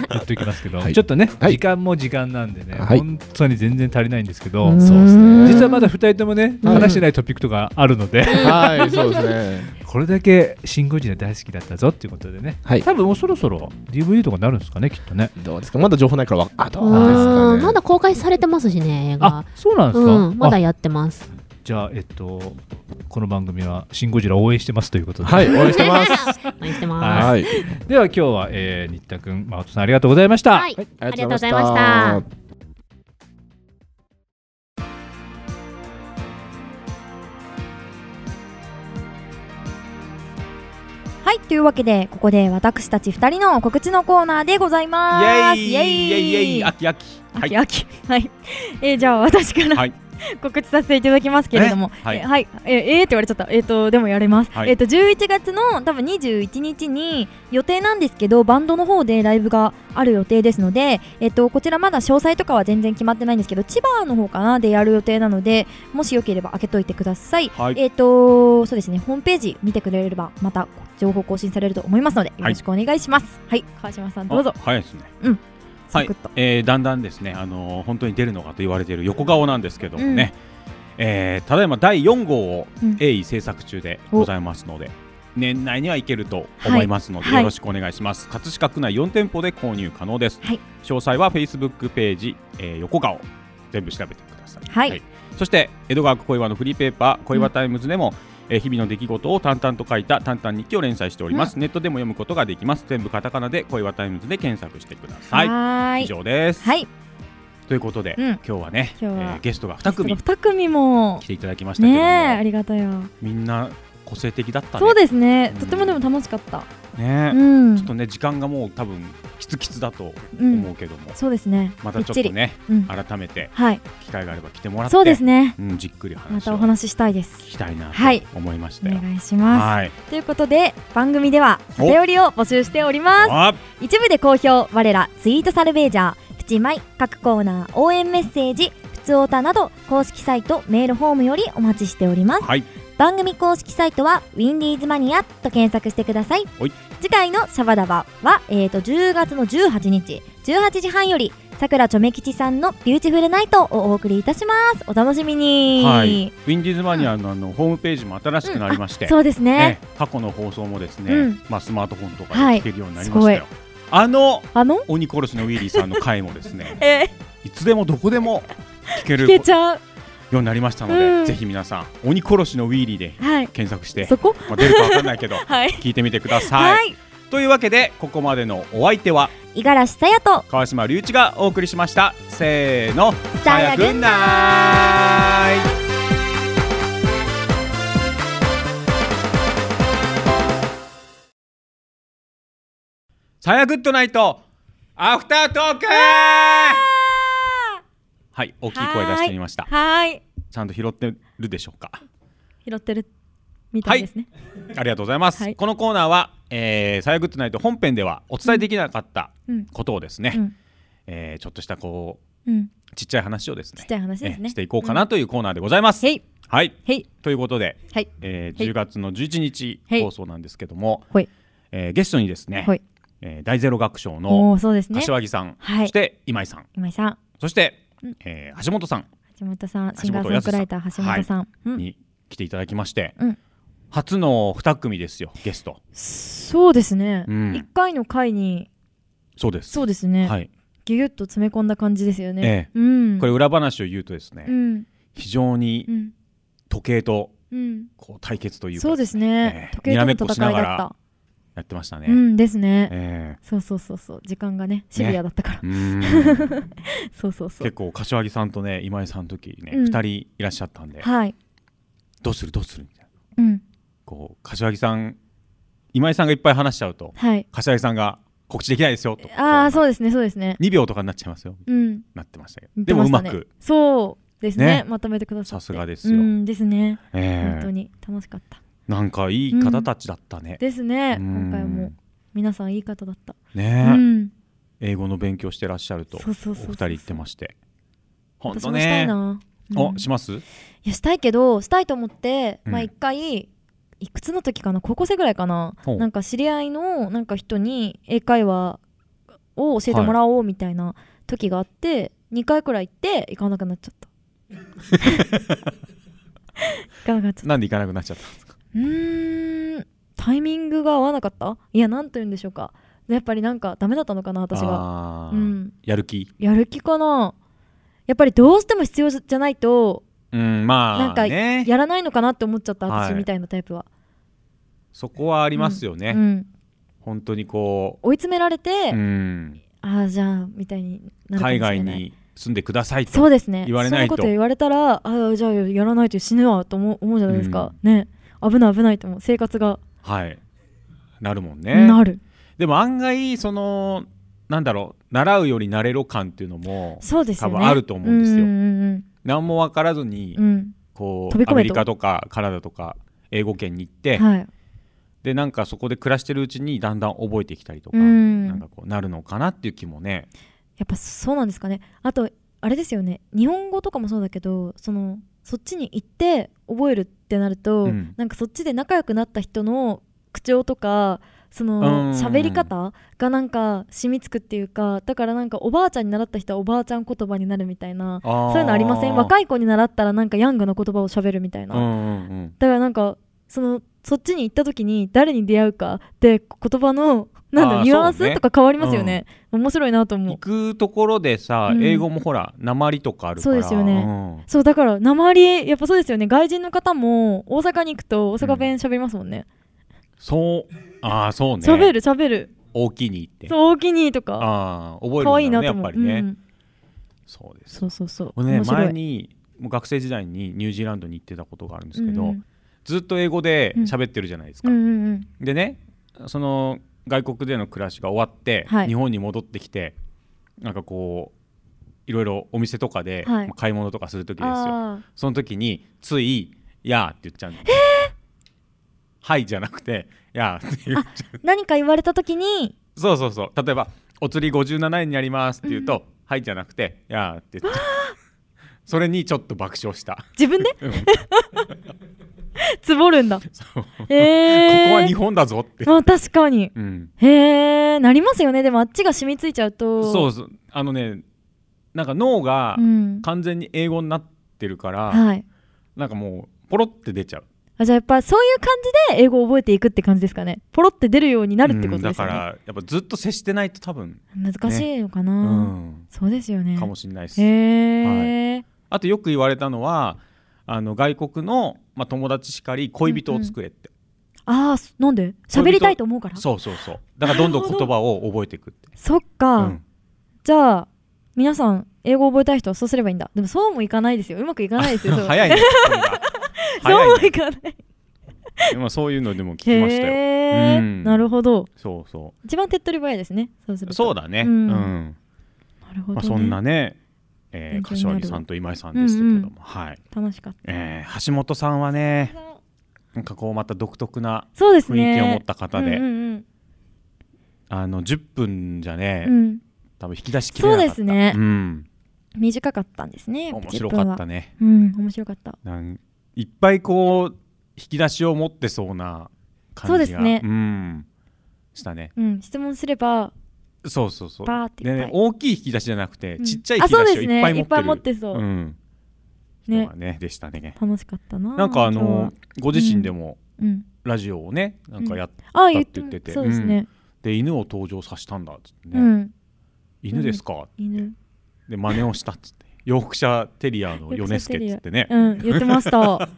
Speaker 7: 言っときますけど、
Speaker 8: はい
Speaker 7: ちょっとね、時間も時間なんでね、
Speaker 8: はい
Speaker 7: 本当に全然足りないんですけど、
Speaker 8: うんそうですね
Speaker 7: 実はまだ2人ともね、
Speaker 8: うん
Speaker 7: 話してないトピックとかあるので、
Speaker 8: はいそうですね
Speaker 7: これだけ「シン・ゴジラ」大好きだったぞっていうことでね、
Speaker 8: はい
Speaker 7: 多分もうそろそろ DVD とかになるんですかねきっとね
Speaker 8: どうですかまだ情報ないからわあどうですか
Speaker 9: う
Speaker 8: ね
Speaker 9: んまだ公開されてますしね映画
Speaker 7: そうなんですか
Speaker 9: んまだやってます
Speaker 7: じゃあえっとこの番組は「シン・ゴジラ」応援してますということで
Speaker 8: はい応援してます
Speaker 9: 応援してます
Speaker 7: はいでは今日は、えー、新田君真音さんありがとうございました、
Speaker 9: はいありがとうございました
Speaker 1: はいというわけでここで私たち2人の告知のコーナーでございます
Speaker 10: イエイイエイイエイ
Speaker 1: イ
Speaker 10: 秋秋
Speaker 1: 秋秋はい、えーじゃあ私から、
Speaker 10: はい
Speaker 1: 告知させていただきますけれども
Speaker 10: えはい
Speaker 1: えーはい、えーえーって言われちゃったえっ、とでもやれます、
Speaker 10: はい
Speaker 1: えっ、と11月の多分21日に予定なんですけどバンドの方でライブがある予定ですのでえっ、とこちらまだ詳細とかは全然決まってないんですけど千葉の方かなでやる予定なのでもしよければ開けといてください、
Speaker 10: はい
Speaker 1: えっ、とそうですねホームページ見てくれればまた情報更新されると思いますのでよろしくお願いしますはい、川島さんどうぞ
Speaker 10: あ早いですね
Speaker 1: うん
Speaker 10: はい、えーだんだんですね、あのー本当に出るのかと言われている横顔なんですけどもね、えーただいま第4号を
Speaker 15: うん
Speaker 10: 鋭意制作中でございますので、年内にはいけると思いますので、
Speaker 15: はいはい
Speaker 10: よろしくお願いします、葛飾区内4店舗で購入可能です、
Speaker 1: 詳
Speaker 10: 細は Facebook ページ、えー横顔全部調べてください、
Speaker 1: はい
Speaker 10: そして江戸川区小岩のフリーペーパー小岩タイムズでも、えー日々の出来事を淡々と書いた淡々日記を連載しております、ネットでも読むことができます全部カタカナで小岩タイムズで検索してください
Speaker 1: はーい
Speaker 10: 以上です
Speaker 1: はい
Speaker 10: ということで、
Speaker 1: うん
Speaker 10: 今日はね
Speaker 1: 今日は
Speaker 10: えーゲストが2組
Speaker 1: 二組も
Speaker 10: 来ていただきましたけど、
Speaker 1: ねえありがたよ
Speaker 10: みんな個性的だったね
Speaker 1: そうですね、とてもでも楽しかった
Speaker 10: ね、
Speaker 1: うん
Speaker 10: ちょっとね時間がもう多分きつきつだと思うけども、
Speaker 1: うんそうですね
Speaker 10: またちょっとね
Speaker 1: びっちりうん
Speaker 10: 改めて
Speaker 1: はい
Speaker 10: 機会があれば来てもらって
Speaker 1: そうですね
Speaker 10: うんじっくり話
Speaker 1: またお話ししたいです
Speaker 10: 聞きたいなと
Speaker 1: はい
Speaker 10: 思いまし
Speaker 1: お
Speaker 10: たよ、
Speaker 1: 願いします、
Speaker 10: はい
Speaker 1: ということで番組ではお便りを募集しておりま
Speaker 10: あ
Speaker 1: す一部で好評我らツイートサルベージャープチマイ各コーナー応援メッセージ普通オタなど公式サイトメールフォームよりお待ちしております、
Speaker 10: はい
Speaker 1: 番組公式サイトはウィンディーズマニアと検索してください
Speaker 10: おい
Speaker 1: 次回のシャバダバは、えー、と10月の18日18時半よりさくらちょめ吉さんのビューティフルナイトをお送りいたしますお楽しみに、
Speaker 10: はい、ウィンディーズマニアのあのホームページも新しくなりまして、
Speaker 1: うんあそうですね
Speaker 10: ええ過去の放送もですね、
Speaker 1: うん
Speaker 10: まあ、スマートフォンとか
Speaker 1: は
Speaker 10: で
Speaker 1: い
Speaker 10: 聞けるようになりましたよ、
Speaker 1: すごい
Speaker 10: あの
Speaker 1: あの
Speaker 10: 鬼殺しのウィリーさんの回もですね
Speaker 1: え
Speaker 10: いつでもどこでも聞け
Speaker 1: ー、
Speaker 10: る
Speaker 1: 聞けちゃう
Speaker 10: ようになりましたので、
Speaker 1: うん
Speaker 10: ぜひ皆さん鬼殺しのウィーリーで
Speaker 1: はい
Speaker 10: 検索して、
Speaker 1: そこ
Speaker 10: まあ、出るかわかんないけど、
Speaker 1: はい
Speaker 10: 聞いてみてください、
Speaker 1: はい
Speaker 10: というわけでここまでのお相手は
Speaker 1: 五十嵐さやと
Speaker 10: 川島隆一がお送りしましたせーの
Speaker 1: さや
Speaker 10: ぐんないさやグッドナイトアフタートークはい大きい声出してみました
Speaker 1: はい
Speaker 10: ちゃんと拾ってるでしょうか
Speaker 1: 拾ってるみたいですね、
Speaker 10: ありがとうございます。このコーナーは、えー、サヤグッドナイト本編ではお伝えできなかった
Speaker 1: うん
Speaker 10: ことをですね、
Speaker 1: うん
Speaker 10: えーちょっとしたこう、
Speaker 1: うん
Speaker 10: ちっちゃい話をですね
Speaker 1: ちっちゃい話ですね
Speaker 10: えーしていこうかなというコーナーでございます。
Speaker 1: はい、
Speaker 10: ということで、
Speaker 1: はい
Speaker 10: えー
Speaker 1: はい
Speaker 10: 10月の11日
Speaker 1: はい
Speaker 10: 放送なんですけども、
Speaker 1: はい
Speaker 10: えーゲストにですね、
Speaker 1: はい
Speaker 10: えー大ゼロ学賞
Speaker 1: お
Speaker 10: の
Speaker 1: ーそうですね
Speaker 10: 柏木さん、
Speaker 1: はい
Speaker 10: そして今井さん
Speaker 1: 今井さん
Speaker 10: そして、
Speaker 1: うん
Speaker 10: えー橋本さん
Speaker 1: 橋本さんシ
Speaker 10: 橋
Speaker 1: ンガーソ
Speaker 10: 本
Speaker 1: ン
Speaker 10: 康
Speaker 1: グ
Speaker 10: さん
Speaker 1: ライター橋本さん、
Speaker 10: はい
Speaker 1: うん
Speaker 10: に来ていただきまして、
Speaker 1: うん
Speaker 10: 初の2組ですよゲスト
Speaker 1: そうですね、一
Speaker 10: うん
Speaker 1: 回の回に
Speaker 10: そうです
Speaker 1: そうですね、
Speaker 10: はい
Speaker 1: ギュギュッと詰め込んだ感じですよね
Speaker 10: え、え
Speaker 1: うん
Speaker 10: これ裏話を言うとですね、
Speaker 1: うん
Speaker 10: 非常に
Speaker 1: うん
Speaker 10: 時計と
Speaker 1: うん
Speaker 10: こう対決というか
Speaker 1: そうですね、時計
Speaker 10: にらめっ
Speaker 1: と
Speaker 10: こ
Speaker 1: の
Speaker 10: し
Speaker 1: 戦
Speaker 10: ない
Speaker 1: だ
Speaker 10: が
Speaker 1: っ
Speaker 10: ら
Speaker 1: た
Speaker 10: やってましたね、
Speaker 1: うんですね、
Speaker 10: ええ
Speaker 1: そうそうそうそう時間がねシビアだったから、
Speaker 10: うー
Speaker 1: そうそうそう
Speaker 10: 結構柏木さんとね今井さんの時ね、
Speaker 1: うん
Speaker 10: 二人いらっしゃったんで、
Speaker 1: はい
Speaker 10: どうするどうするみたいな
Speaker 1: うん
Speaker 10: こ柏木さん今井さんがいっぱい話しちゃうと、
Speaker 1: はい
Speaker 10: 柏木さんが告知できないですよと
Speaker 1: ああそうですねそうですね
Speaker 10: 2秒とかになっちゃいますよ、
Speaker 1: うん
Speaker 10: なってましたけど
Speaker 1: 言っ
Speaker 10: で
Speaker 1: て
Speaker 10: もう
Speaker 1: し
Speaker 10: ま
Speaker 1: たね
Speaker 10: く
Speaker 1: そうですね
Speaker 10: ね
Speaker 1: まとめてくださって
Speaker 10: さすがですよ
Speaker 1: うんですね、
Speaker 10: ええ
Speaker 1: 本当に楽しかった
Speaker 10: なんかいい方たちだったね、
Speaker 1: ですね
Speaker 10: うん
Speaker 1: 今回も皆さんいい方だった
Speaker 10: ねえ、
Speaker 1: うん
Speaker 10: 英語の勉強してらっしゃるとお
Speaker 1: そうそうそうそ
Speaker 10: 二
Speaker 1: う
Speaker 10: 人言ってまして本
Speaker 1: 私
Speaker 10: 当
Speaker 1: もした
Speaker 10: ね
Speaker 1: いな、うん
Speaker 10: おします
Speaker 1: いやしたいけどしたいと思って、
Speaker 10: うん
Speaker 1: まあ一回いくつの時かな高校生ぐらいかな
Speaker 10: ほう
Speaker 1: なんか知り合いのなんか人に英会話を教えてもらおうみたいな時があって、二2回くらい行って行かなくなっ ちゃった行かなくなっちゃった
Speaker 10: なんで行かなくなっちゃったんですか
Speaker 1: うーんタイミングが合わなかったいや何と言うんでしょうかやっぱりなんかダメだったのかな私が
Speaker 10: あ、
Speaker 1: う
Speaker 10: ー
Speaker 1: ん、
Speaker 10: やる気
Speaker 1: やる気かなやっぱりどうしても必要じゃないと
Speaker 10: うんまあ
Speaker 1: なんか
Speaker 10: ね
Speaker 1: やらないのかなって思っちゃった
Speaker 10: はい
Speaker 1: 私みたいなタイプは、
Speaker 10: そこはありますよね、
Speaker 1: うんうん
Speaker 10: 本当にこ
Speaker 1: 追い詰められて、
Speaker 10: う、うん、
Speaker 1: ああじゃあみたいになるかもしれない
Speaker 10: 海外に住んでくださいと
Speaker 1: そうですね
Speaker 10: 言われない
Speaker 1: そう
Speaker 10: と
Speaker 1: いうこと言われたらああじゃあやらないと死ぬわと思う思うじゃないですか、ね危ない危ないと思う生活が
Speaker 10: はいなるもんね
Speaker 1: なる
Speaker 10: でも案外そのなんだろう習うより慣れろ感っていうのも
Speaker 1: そうですよね
Speaker 10: 多分あると思うんですよ、
Speaker 1: うんうん
Speaker 10: 何も分からずに、
Speaker 1: うんうん
Speaker 10: こ
Speaker 1: 飛
Speaker 10: う
Speaker 1: び
Speaker 10: ア
Speaker 1: 込
Speaker 10: メ
Speaker 1: めと
Speaker 10: リカとかカナダとか英語圏に行って、
Speaker 1: はい
Speaker 10: でなんかそこで暮らしてるうちにだんだん覚えてきたりとか、
Speaker 1: うん
Speaker 10: なんかこうなるのかなっていう気もね
Speaker 1: やっぱそうなんですかねあとあれですよね日本語とかもそうだけどそのそっちに行って覚えるってなると、
Speaker 10: うん
Speaker 1: なんかそっちで仲良くなった人の口調とかその
Speaker 10: うん
Speaker 1: 喋り方がなんか染みつくっていうかだからなんかおばあちゃんに習った人はおばあちゃん言葉になるみたいな
Speaker 10: あー
Speaker 1: そういうのありません若い子に習ったらなんかヤングな言葉を喋るみたいな、
Speaker 10: うんうんうん
Speaker 1: だからなんかそのそっちに行った時に誰に出会うかって言葉のなん
Speaker 10: あ
Speaker 1: だ
Speaker 10: ー
Speaker 1: ニュアン
Speaker 10: そうね
Speaker 1: スとか変わりますよね面白いなと思う
Speaker 10: 行くところでさ、
Speaker 1: うん
Speaker 10: 英語もほら鉛とかあるか
Speaker 1: そ
Speaker 10: ら
Speaker 1: うですよね、
Speaker 10: うん
Speaker 1: そうだから鉛やっぱそうですよね外人の方も大阪に行くと大阪弁喋りますもんね
Speaker 10: そうああそうね
Speaker 1: 喋、る喋る
Speaker 10: 大きに行って
Speaker 1: そう大きにとか
Speaker 10: ああ覚えるんだ
Speaker 1: 可
Speaker 10: ろ
Speaker 1: 愛
Speaker 10: う
Speaker 1: い
Speaker 10: ね
Speaker 1: なと
Speaker 10: やっ
Speaker 1: 思う
Speaker 10: ぱりね、
Speaker 1: うん
Speaker 10: そうです
Speaker 1: そうそうそう
Speaker 10: 俺ね
Speaker 1: 面白い
Speaker 10: 前にもう学生時代にニュージーランドに行ってたことがあるんですけど、
Speaker 1: うんうん
Speaker 10: ずっと英語で喋ってるじゃないですか、
Speaker 1: うんうんうん
Speaker 10: でねその外国での暮らしが終わって、
Speaker 1: はい
Speaker 10: 日本に戻ってきてなんかこういろいろお店とかで、
Speaker 1: はい
Speaker 10: まあ買い物とかする時です
Speaker 1: あ
Speaker 10: よ
Speaker 1: ー
Speaker 10: その時につい「やー」って言っちゃうんです、はいじゃなくて「やー」って言っちゃう
Speaker 1: 何か言われた時に
Speaker 10: そうそうそう例えば「お釣り57円になります」って言うと「はい」じゃなくて「やー」って言っちゃうそれにちょっと爆笑した
Speaker 1: 自分で
Speaker 10: うん
Speaker 1: つぼるん だえー、
Speaker 10: ここは日本だぞって
Speaker 1: あ確かに、
Speaker 10: うん
Speaker 1: へえなりますよねでもあっちが染みついちゃうと
Speaker 10: そうそうあのねなんか脳が
Speaker 1: うん
Speaker 10: 完全に英語になってるから、
Speaker 1: はい
Speaker 10: なんかもうポロって出ちゃう
Speaker 1: あじゃあやっぱそういう感じで英語を覚えていくって感じですかねポロって出るようになるってこと
Speaker 10: うん
Speaker 1: で
Speaker 10: だ
Speaker 1: すよ
Speaker 10: から
Speaker 1: ね、
Speaker 10: やっぱずっと接してないと多分
Speaker 1: 難しいのかな、
Speaker 10: ねうん
Speaker 1: そうですよね
Speaker 10: かもしれないです、
Speaker 1: へえ、
Speaker 10: はい、あとよく言われたのはあの外国の、まあ、友達しかり恋人を作れって、
Speaker 1: ああそなんで喋りたいと思うから
Speaker 10: そうそうそうだからどんどん言葉を覚えていくって
Speaker 1: そっか、じゃあ皆さん英語覚えたい人はそうすればいいんだでもそうもいかないですようまくいかないですよそう
Speaker 10: 早いね
Speaker 1: そ
Speaker 10: 早
Speaker 1: う
Speaker 10: い
Speaker 1: もいかない
Speaker 10: ねまあそういうのでも聞きましたよ、
Speaker 1: へえ、
Speaker 10: うん
Speaker 1: なるほど
Speaker 10: そうそ
Speaker 1: 一番手っ取り早いですねそうする
Speaker 10: う
Speaker 1: と
Speaker 10: そうだねう
Speaker 1: うん
Speaker 10: ん、
Speaker 1: なるほど、ね
Speaker 10: まあ、そんなね、え
Speaker 1: 勉強に
Speaker 10: ー、
Speaker 1: な
Speaker 10: 柏
Speaker 1: る
Speaker 10: 木さんと今井さんでしたけども、
Speaker 1: うんうん
Speaker 10: はい
Speaker 1: 楽しかった
Speaker 10: えー橋本さんはねなんかこうまた独特な
Speaker 1: そう
Speaker 10: 雰
Speaker 1: で
Speaker 10: 囲
Speaker 1: すね
Speaker 10: 気を持った方で、
Speaker 1: うんうんうん
Speaker 10: あの10分じゃね、
Speaker 1: うん
Speaker 10: 多分引き出しきれなかった
Speaker 1: そうですね
Speaker 10: うん、
Speaker 1: 短かったんですねやっぱ
Speaker 10: 面白かったね
Speaker 1: 10分はうん面白かった
Speaker 10: なんいっぱいこう引き出しを持ってそうな感じが
Speaker 1: そうですね
Speaker 10: うん、したね
Speaker 1: うん質問すれば
Speaker 10: そうそうそう
Speaker 1: バーっていっぱい
Speaker 10: でね、大きい引き出しじゃなくて、
Speaker 1: うん
Speaker 10: ちっちゃい引き出
Speaker 1: あそう
Speaker 10: し
Speaker 1: で
Speaker 10: を
Speaker 1: すね
Speaker 10: いっぱい持ってる
Speaker 1: いっぱい持ってそうんね
Speaker 10: まあねでしたね
Speaker 1: 楽しかったな
Speaker 10: なんかあ
Speaker 1: 今日
Speaker 10: の
Speaker 1: は
Speaker 10: ご自身でも、
Speaker 1: うんうん
Speaker 10: ラジオをねなんかやった
Speaker 1: うんあ
Speaker 10: って
Speaker 1: 言
Speaker 10: 言っ
Speaker 1: って
Speaker 10: てて、
Speaker 1: そうですね
Speaker 10: んで犬を登場させたんだっつってね、
Speaker 1: うん
Speaker 10: 犬ですか、
Speaker 1: 犬
Speaker 10: で真似をしたっつってヨークシャーテリアのヨネスケっつってね、
Speaker 1: うん言ってました
Speaker 10: なんか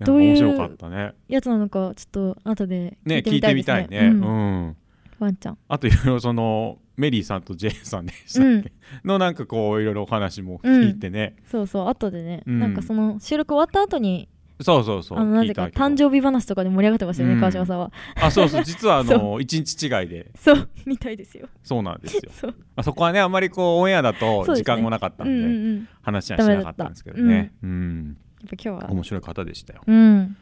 Speaker 1: どうい
Speaker 10: 面白か
Speaker 1: う
Speaker 10: ったね
Speaker 1: やつなのかちょっと後で
Speaker 10: ね聞いてみたいね
Speaker 1: です
Speaker 10: うん、
Speaker 1: ワンちゃん
Speaker 10: あといろいろそのメリーさんとジェーンさんでしたっけ、
Speaker 1: うん
Speaker 10: のなんかこういろいろお話も聞いてね、
Speaker 1: そうそう後でね、
Speaker 10: うん
Speaker 1: なんかその収録終わった後に
Speaker 10: そうそうそう
Speaker 1: あのなぜか
Speaker 10: 聞いた
Speaker 1: 誕生日話とかで盛り上がってましたよね、
Speaker 10: うん
Speaker 1: 川島さんは
Speaker 10: あそうそう実はあ
Speaker 1: そう
Speaker 10: の一日違いで
Speaker 1: そうみたいですよ
Speaker 10: そうなんですよ
Speaker 1: そう
Speaker 10: まあそこはねあんまりこうオンエアだ
Speaker 1: そ
Speaker 10: と
Speaker 1: うですね
Speaker 10: 時間もなかったんで
Speaker 1: うんうんうん
Speaker 10: 話はしなかったんですけどねうん
Speaker 1: やっぱ今日は
Speaker 10: 面白い方でしたよ
Speaker 1: うん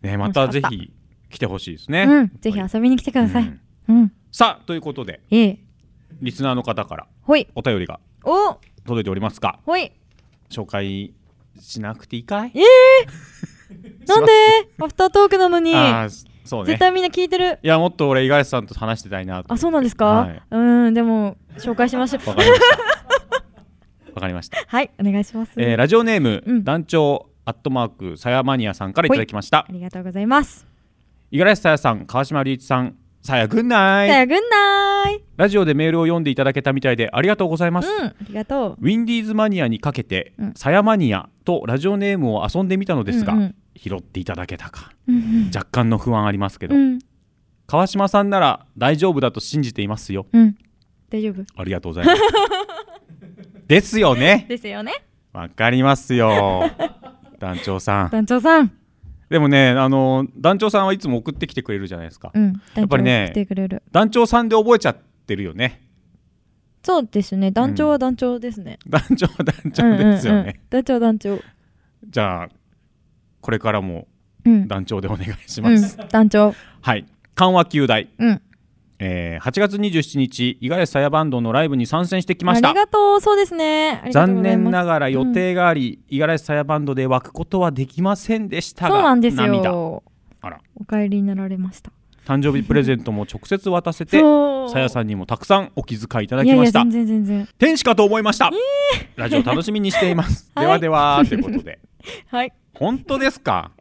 Speaker 10: ねまた
Speaker 1: 面白
Speaker 10: ぜ
Speaker 1: かった
Speaker 10: ひ来てほしいですね
Speaker 1: うん、ぜひ遊びに来てください、うん
Speaker 10: さあということで
Speaker 1: ええ
Speaker 10: リスナーの方から
Speaker 1: ほい
Speaker 10: お便りが
Speaker 1: お
Speaker 10: 届いておりますが
Speaker 1: ほい
Speaker 10: 紹介しなくていいかい
Speaker 1: ええなんでアフタートークなのに
Speaker 10: あーそうね
Speaker 1: 絶対みんな聞いてる
Speaker 10: いやもっと俺五十嵐さんと話してたいなと
Speaker 1: あそうなんですか、
Speaker 10: はい
Speaker 1: うんでも紹介しましょう
Speaker 10: わかりましたわかりました
Speaker 1: はいお願いします、
Speaker 10: えーラジオネーム、団長アットマークさやマニアさんからいただきました
Speaker 1: ありがとうございます
Speaker 10: 五十嵐さやさん川島隆一さんさやぐんな
Speaker 1: さ
Speaker 10: い
Speaker 1: やぐんなーい
Speaker 10: ラジオでメールを読んでいただけたみたいでありがとうございます、
Speaker 1: うんありがとう
Speaker 10: ウィンディーズマニアにかけてさや、マニアとラジオネームを遊んでみたのですが、
Speaker 1: うんうん
Speaker 10: 拾っていただけたか
Speaker 1: うんうん
Speaker 10: 若干の不安ありますけど、
Speaker 1: うん
Speaker 10: 川島さんなら大丈夫だと信じていますよ
Speaker 1: うん大丈夫
Speaker 10: ありがとうございますですよね
Speaker 1: ですよね
Speaker 10: わかりますよ団長さん
Speaker 1: 団長さん
Speaker 10: でもねあの団長さんはいつも送ってきてくれるじゃないですか、
Speaker 1: うん
Speaker 10: やっぱり
Speaker 1: 団長が
Speaker 10: ね
Speaker 1: 来てくれる
Speaker 10: 団長さんで覚えちゃってるよね
Speaker 1: そうですね団長は団長ですね、
Speaker 10: 団長は団長ですよね、
Speaker 1: うんうんうん団長団長
Speaker 10: じゃあこれからも
Speaker 1: うん
Speaker 10: 団長でお願いします、
Speaker 1: うん、団長
Speaker 10: はい緩和球大、
Speaker 1: うん
Speaker 10: えー8月27日五十嵐さやバンドのライブに参戦してきまし
Speaker 1: あ
Speaker 10: た
Speaker 1: りがとうそうですねありがとうご
Speaker 10: 残
Speaker 1: ざいます
Speaker 10: 念ながら予定があり五十嵐さやバンドで湧くことはできませんでしたが
Speaker 1: そうなんですよ
Speaker 10: 涙
Speaker 1: あ
Speaker 10: ら
Speaker 1: お帰りになられました
Speaker 10: 誕生日プレゼントも直接渡せて
Speaker 1: そう
Speaker 10: さやさんにもたくさんお気遣いいた
Speaker 1: い
Speaker 10: だきました
Speaker 1: やいや全然全然
Speaker 10: 天使かと思いました、ラジオ楽しみにしてい ます、
Speaker 1: はい
Speaker 10: ではではということで
Speaker 1: はい
Speaker 10: 本当ですか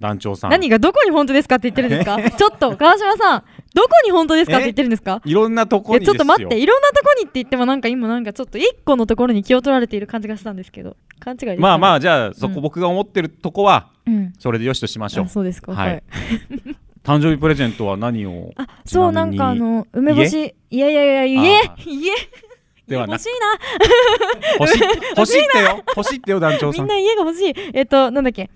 Speaker 10: 団長さん
Speaker 1: 何がどこに本当ですかって言ってるんですか
Speaker 10: え
Speaker 1: ちょっと川島さんどこに本当ですかって言ってるんですか
Speaker 10: いろんなと
Speaker 1: い
Speaker 10: こ
Speaker 1: や
Speaker 10: にで
Speaker 1: ちょ
Speaker 10: すよ
Speaker 1: っと待っていろんなとこにって言ってもなんか今なんかちょっと一個のところに気を取られている感じがしたんですけど勘違いです
Speaker 10: まあまあじ
Speaker 1: ゃ
Speaker 10: ゃあそこ僕が思ってるとこは、
Speaker 1: うん
Speaker 10: それでよしとしましょう
Speaker 1: あそうですか
Speaker 10: は
Speaker 1: はい
Speaker 10: い誕生日プレゼントは何を
Speaker 1: そうなんかあの梅干しいやいやいやいやいや
Speaker 10: ではな
Speaker 1: 欲
Speaker 10: く
Speaker 1: しいな
Speaker 10: 欲しい欲しいって
Speaker 1: 欲
Speaker 10: よ欲しいってよ団長
Speaker 1: み
Speaker 10: さ
Speaker 1: ん
Speaker 10: ん
Speaker 1: な家が欲しいえっとなんだっけ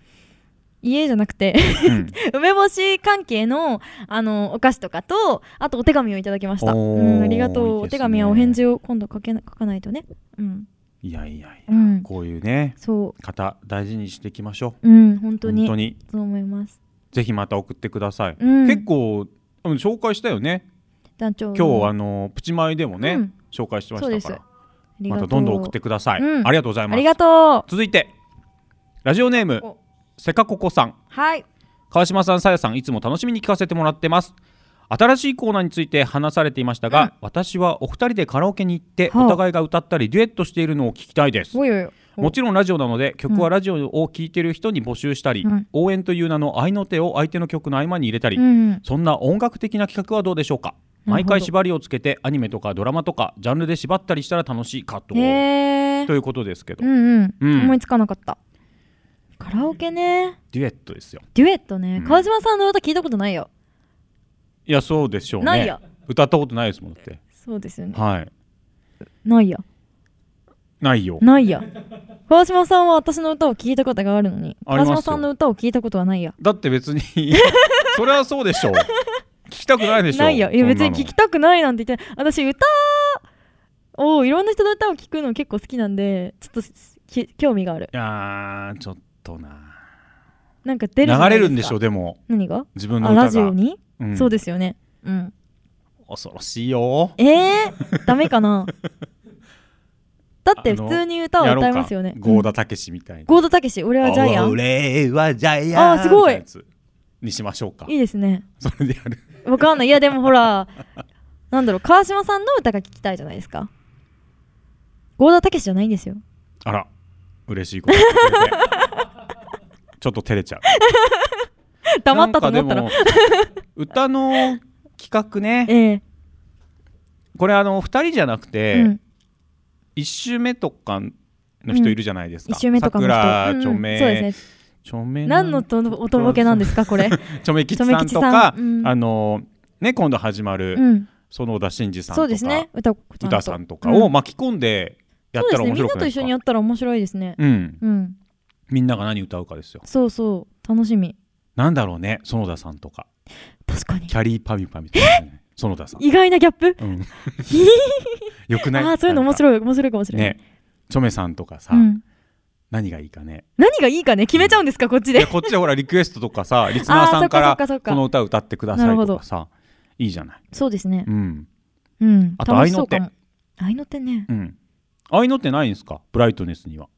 Speaker 1: 家じゃなくて、 梅干し関係のあのお菓子とかとあとお手紙をいただきました、
Speaker 10: お
Speaker 1: う
Speaker 10: ー
Speaker 1: ん、ありがとう
Speaker 10: いい
Speaker 1: お手
Speaker 10: ですね
Speaker 1: 紙はお返事を今度書けな書かないとねうん
Speaker 10: いやいやいや、
Speaker 1: うん
Speaker 10: こういうね
Speaker 1: そ
Speaker 10: 方大事にしていきましょう、
Speaker 1: うん本当に
Speaker 10: 本当に
Speaker 1: そう思います
Speaker 10: ぜひまた送ってください、
Speaker 1: うん
Speaker 10: 結構多分紹介したよね
Speaker 1: 団長
Speaker 10: 今日あのプチマイでもね、
Speaker 1: うん
Speaker 10: 紹介してま
Speaker 1: そうで
Speaker 10: し
Speaker 1: す
Speaker 10: たから
Speaker 1: りが
Speaker 10: ま
Speaker 1: とう
Speaker 10: たどんどん送ってください、
Speaker 1: うん
Speaker 10: ありがとうございます
Speaker 1: ありがと
Speaker 10: 続いてラジオネームせかここさん
Speaker 1: はい
Speaker 10: 川島さんさやさんいつも楽しみに聞かせてもらってます新しいコーナーについて話されていましたが、私はお二人でカラオケに行ってお互いが歌ったりデュエットしているのを聞きたいです
Speaker 1: おいおいお
Speaker 10: もちろんラジオなので曲はラジオを聴いてる人に募集したり、
Speaker 1: うん
Speaker 10: 応援という名の合いの手を相手の曲の合間に入れたり、
Speaker 1: うん
Speaker 10: そんな音楽的な企画はどうでしょうか
Speaker 1: なるほど
Speaker 10: 毎回縛りをつけてアニメとかドラマとかジャンルで縛ったりしたら楽しいかと,、
Speaker 1: へー
Speaker 10: ということですけど、
Speaker 1: うんうん、
Speaker 10: うん
Speaker 1: 思いつかなかったカラオケね
Speaker 10: デュエットですよ
Speaker 1: デュエットね、川島さんの歌聞いたことないよ
Speaker 10: いやそうでしょうね
Speaker 1: ないよ
Speaker 10: 歌ったことないですもんだって
Speaker 1: そうですよね
Speaker 10: はい
Speaker 1: ないや
Speaker 10: ないよ
Speaker 1: ないや川島さんは私の歌を聞いたことがあるのに
Speaker 10: あり
Speaker 1: 川
Speaker 10: ますよ
Speaker 1: 島さんの歌を聞いたことはないや
Speaker 10: だって別に それはそうでしょう聞きたくないでしょ
Speaker 1: ないやいや
Speaker 10: そん
Speaker 1: 別
Speaker 10: なの
Speaker 1: に聞きたくないなんて言ってない私歌をいろんな人の歌を聞くの結構好きなんでちょっとき興味がある
Speaker 10: いやーちょっとな
Speaker 1: なんか出る
Speaker 10: 流
Speaker 1: じゃない
Speaker 10: れ
Speaker 1: すか
Speaker 10: るんでしょでも
Speaker 1: 何が
Speaker 10: 自分の歌
Speaker 1: あ
Speaker 10: が
Speaker 1: ラジオに、
Speaker 10: うん
Speaker 1: そうですよねうん
Speaker 10: 恐ろしいよ
Speaker 1: えー、 ダメかなだって普通に歌を歌いますよね
Speaker 10: ゴーダたけしみたいな
Speaker 1: ゴードたけし俺はジャイアン
Speaker 10: 俺はジャイアン
Speaker 1: あーすごい
Speaker 10: みたなやつにしましょうか
Speaker 1: いいですね
Speaker 10: それでやる
Speaker 1: わかんないいやでもほらなんだろう川島さんの歌が聞きたいじゃないですか郷田武史じゃないんですよ
Speaker 10: あら嬉しいこと言ってくれてちょっと照れちゃう
Speaker 1: 黙ったと思ったら
Speaker 10: なんかでも 歌の企画ね、これあの2人じゃなくて、
Speaker 1: うん
Speaker 10: 一1周目とかの人いるじゃないですか、
Speaker 1: 一周目とかの人
Speaker 10: 桜
Speaker 1: うん
Speaker 10: 著名、
Speaker 1: そうですね
Speaker 10: 著名な
Speaker 1: 何のとおとぼけなんですかこれ
Speaker 10: 著名吉さんと
Speaker 1: 著名
Speaker 10: か、
Speaker 1: 吉さん うん
Speaker 10: あのね今度始まる、
Speaker 1: うん
Speaker 10: 園田真二さん
Speaker 1: そ
Speaker 10: とか
Speaker 1: うですね歌子ちゃんと
Speaker 10: 歌さんとかを
Speaker 1: うん
Speaker 10: 巻き込んでやったら
Speaker 1: そうですね
Speaker 10: 面
Speaker 1: みんな
Speaker 10: 白くない
Speaker 1: と
Speaker 10: で
Speaker 1: 一
Speaker 10: すか、
Speaker 1: 緒にやったら面白いですね
Speaker 10: うん
Speaker 1: うん
Speaker 10: みんなが何歌うかですよ
Speaker 1: そうそう楽しみ
Speaker 10: なんだろうね園田さんとか
Speaker 1: 確かに
Speaker 10: キャリーパミュパミュとかね園田さん
Speaker 1: 意外なギャッ プ、
Speaker 10: うんよくない
Speaker 1: あーそういうの面白い面白いかもしれない、
Speaker 10: ねチョメさんとかさ、
Speaker 1: うん
Speaker 10: 何がいいかね
Speaker 1: 何がいいか ね決めちゃうんですかこっちで
Speaker 10: いやこっちでほらリクエストと かさリスナーさんか
Speaker 1: あーそっかそ
Speaker 10: ら
Speaker 1: っかそっか
Speaker 10: この歌歌ってくださいとかさいいじゃない
Speaker 1: そうですね
Speaker 10: うん
Speaker 1: うん
Speaker 10: あと
Speaker 1: 楽しそうかも
Speaker 10: 合い
Speaker 1: 合いの手ね
Speaker 10: うんああいうのってないんですかブライトネスには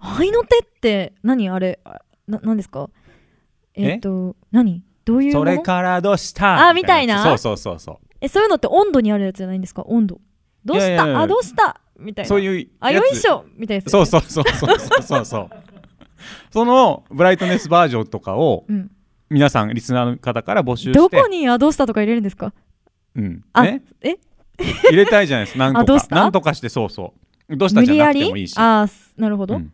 Speaker 1: 合いの手って何あれあな何ですか
Speaker 10: え
Speaker 1: えっ、と何どういうも
Speaker 10: そ
Speaker 1: の
Speaker 10: れからどうした
Speaker 1: あーみたいな
Speaker 10: そうそうそうそう
Speaker 1: えそういうのって温度にあるやつじゃないんですか温度どうした
Speaker 10: いやいやいや
Speaker 1: あどうしたみたいな
Speaker 10: そういう
Speaker 1: あ
Speaker 10: や
Speaker 1: よい
Speaker 10: つ
Speaker 1: しょみたいなやつ
Speaker 10: そうそうそう そうそうそうそうそのブライトネスバージョンとかを
Speaker 1: うん
Speaker 10: 皆さんリスナーの方から募集して
Speaker 1: どこにあどうしたとか入れるんですか
Speaker 10: うん
Speaker 1: あ
Speaker 10: ね
Speaker 1: え
Speaker 10: 入れたいじゃないです か
Speaker 1: あ
Speaker 10: 何
Speaker 1: ど
Speaker 10: と
Speaker 1: うし
Speaker 10: か
Speaker 1: た
Speaker 10: 何とかしてそうそうどうした
Speaker 1: 無
Speaker 10: じ
Speaker 1: 理や
Speaker 10: ゃなく
Speaker 1: り
Speaker 10: てもいいし
Speaker 1: あーすなるほど、うん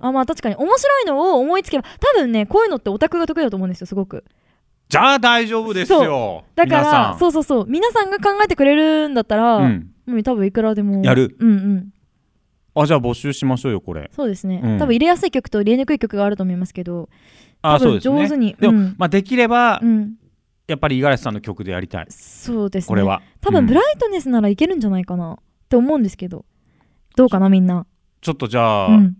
Speaker 1: あまあ確かに面白いのを思いつけば多分ねこういうのってオタクが得意だと思うんですよすごく
Speaker 10: じゃあ大丈夫ですよ
Speaker 1: だか
Speaker 10: 皆さ
Speaker 1: ら
Speaker 10: ん
Speaker 1: そうそうそう皆さんが考えてくれるんだったら、
Speaker 10: うん
Speaker 1: もう多分いくらでも
Speaker 10: やる
Speaker 1: うんうん
Speaker 10: あじゃあ募集しましょうよこれ
Speaker 1: そうですね、
Speaker 10: うん
Speaker 1: 多分入れやすい曲と入れにくい曲があると思いますけど
Speaker 10: あ
Speaker 1: 多
Speaker 10: そう
Speaker 1: 分
Speaker 10: ですね
Speaker 1: 上手に
Speaker 10: でも、
Speaker 1: うん
Speaker 10: まあできれば、
Speaker 1: うん
Speaker 10: やっぱり五十嵐さんの曲でやりたい
Speaker 1: そうですね
Speaker 10: これは
Speaker 1: 多
Speaker 10: う
Speaker 1: 分
Speaker 10: ん
Speaker 1: ブライトネスならいけるんじゃないかなって思うんですけどどうかなみんな
Speaker 10: ちょっとじゃあ、
Speaker 1: うん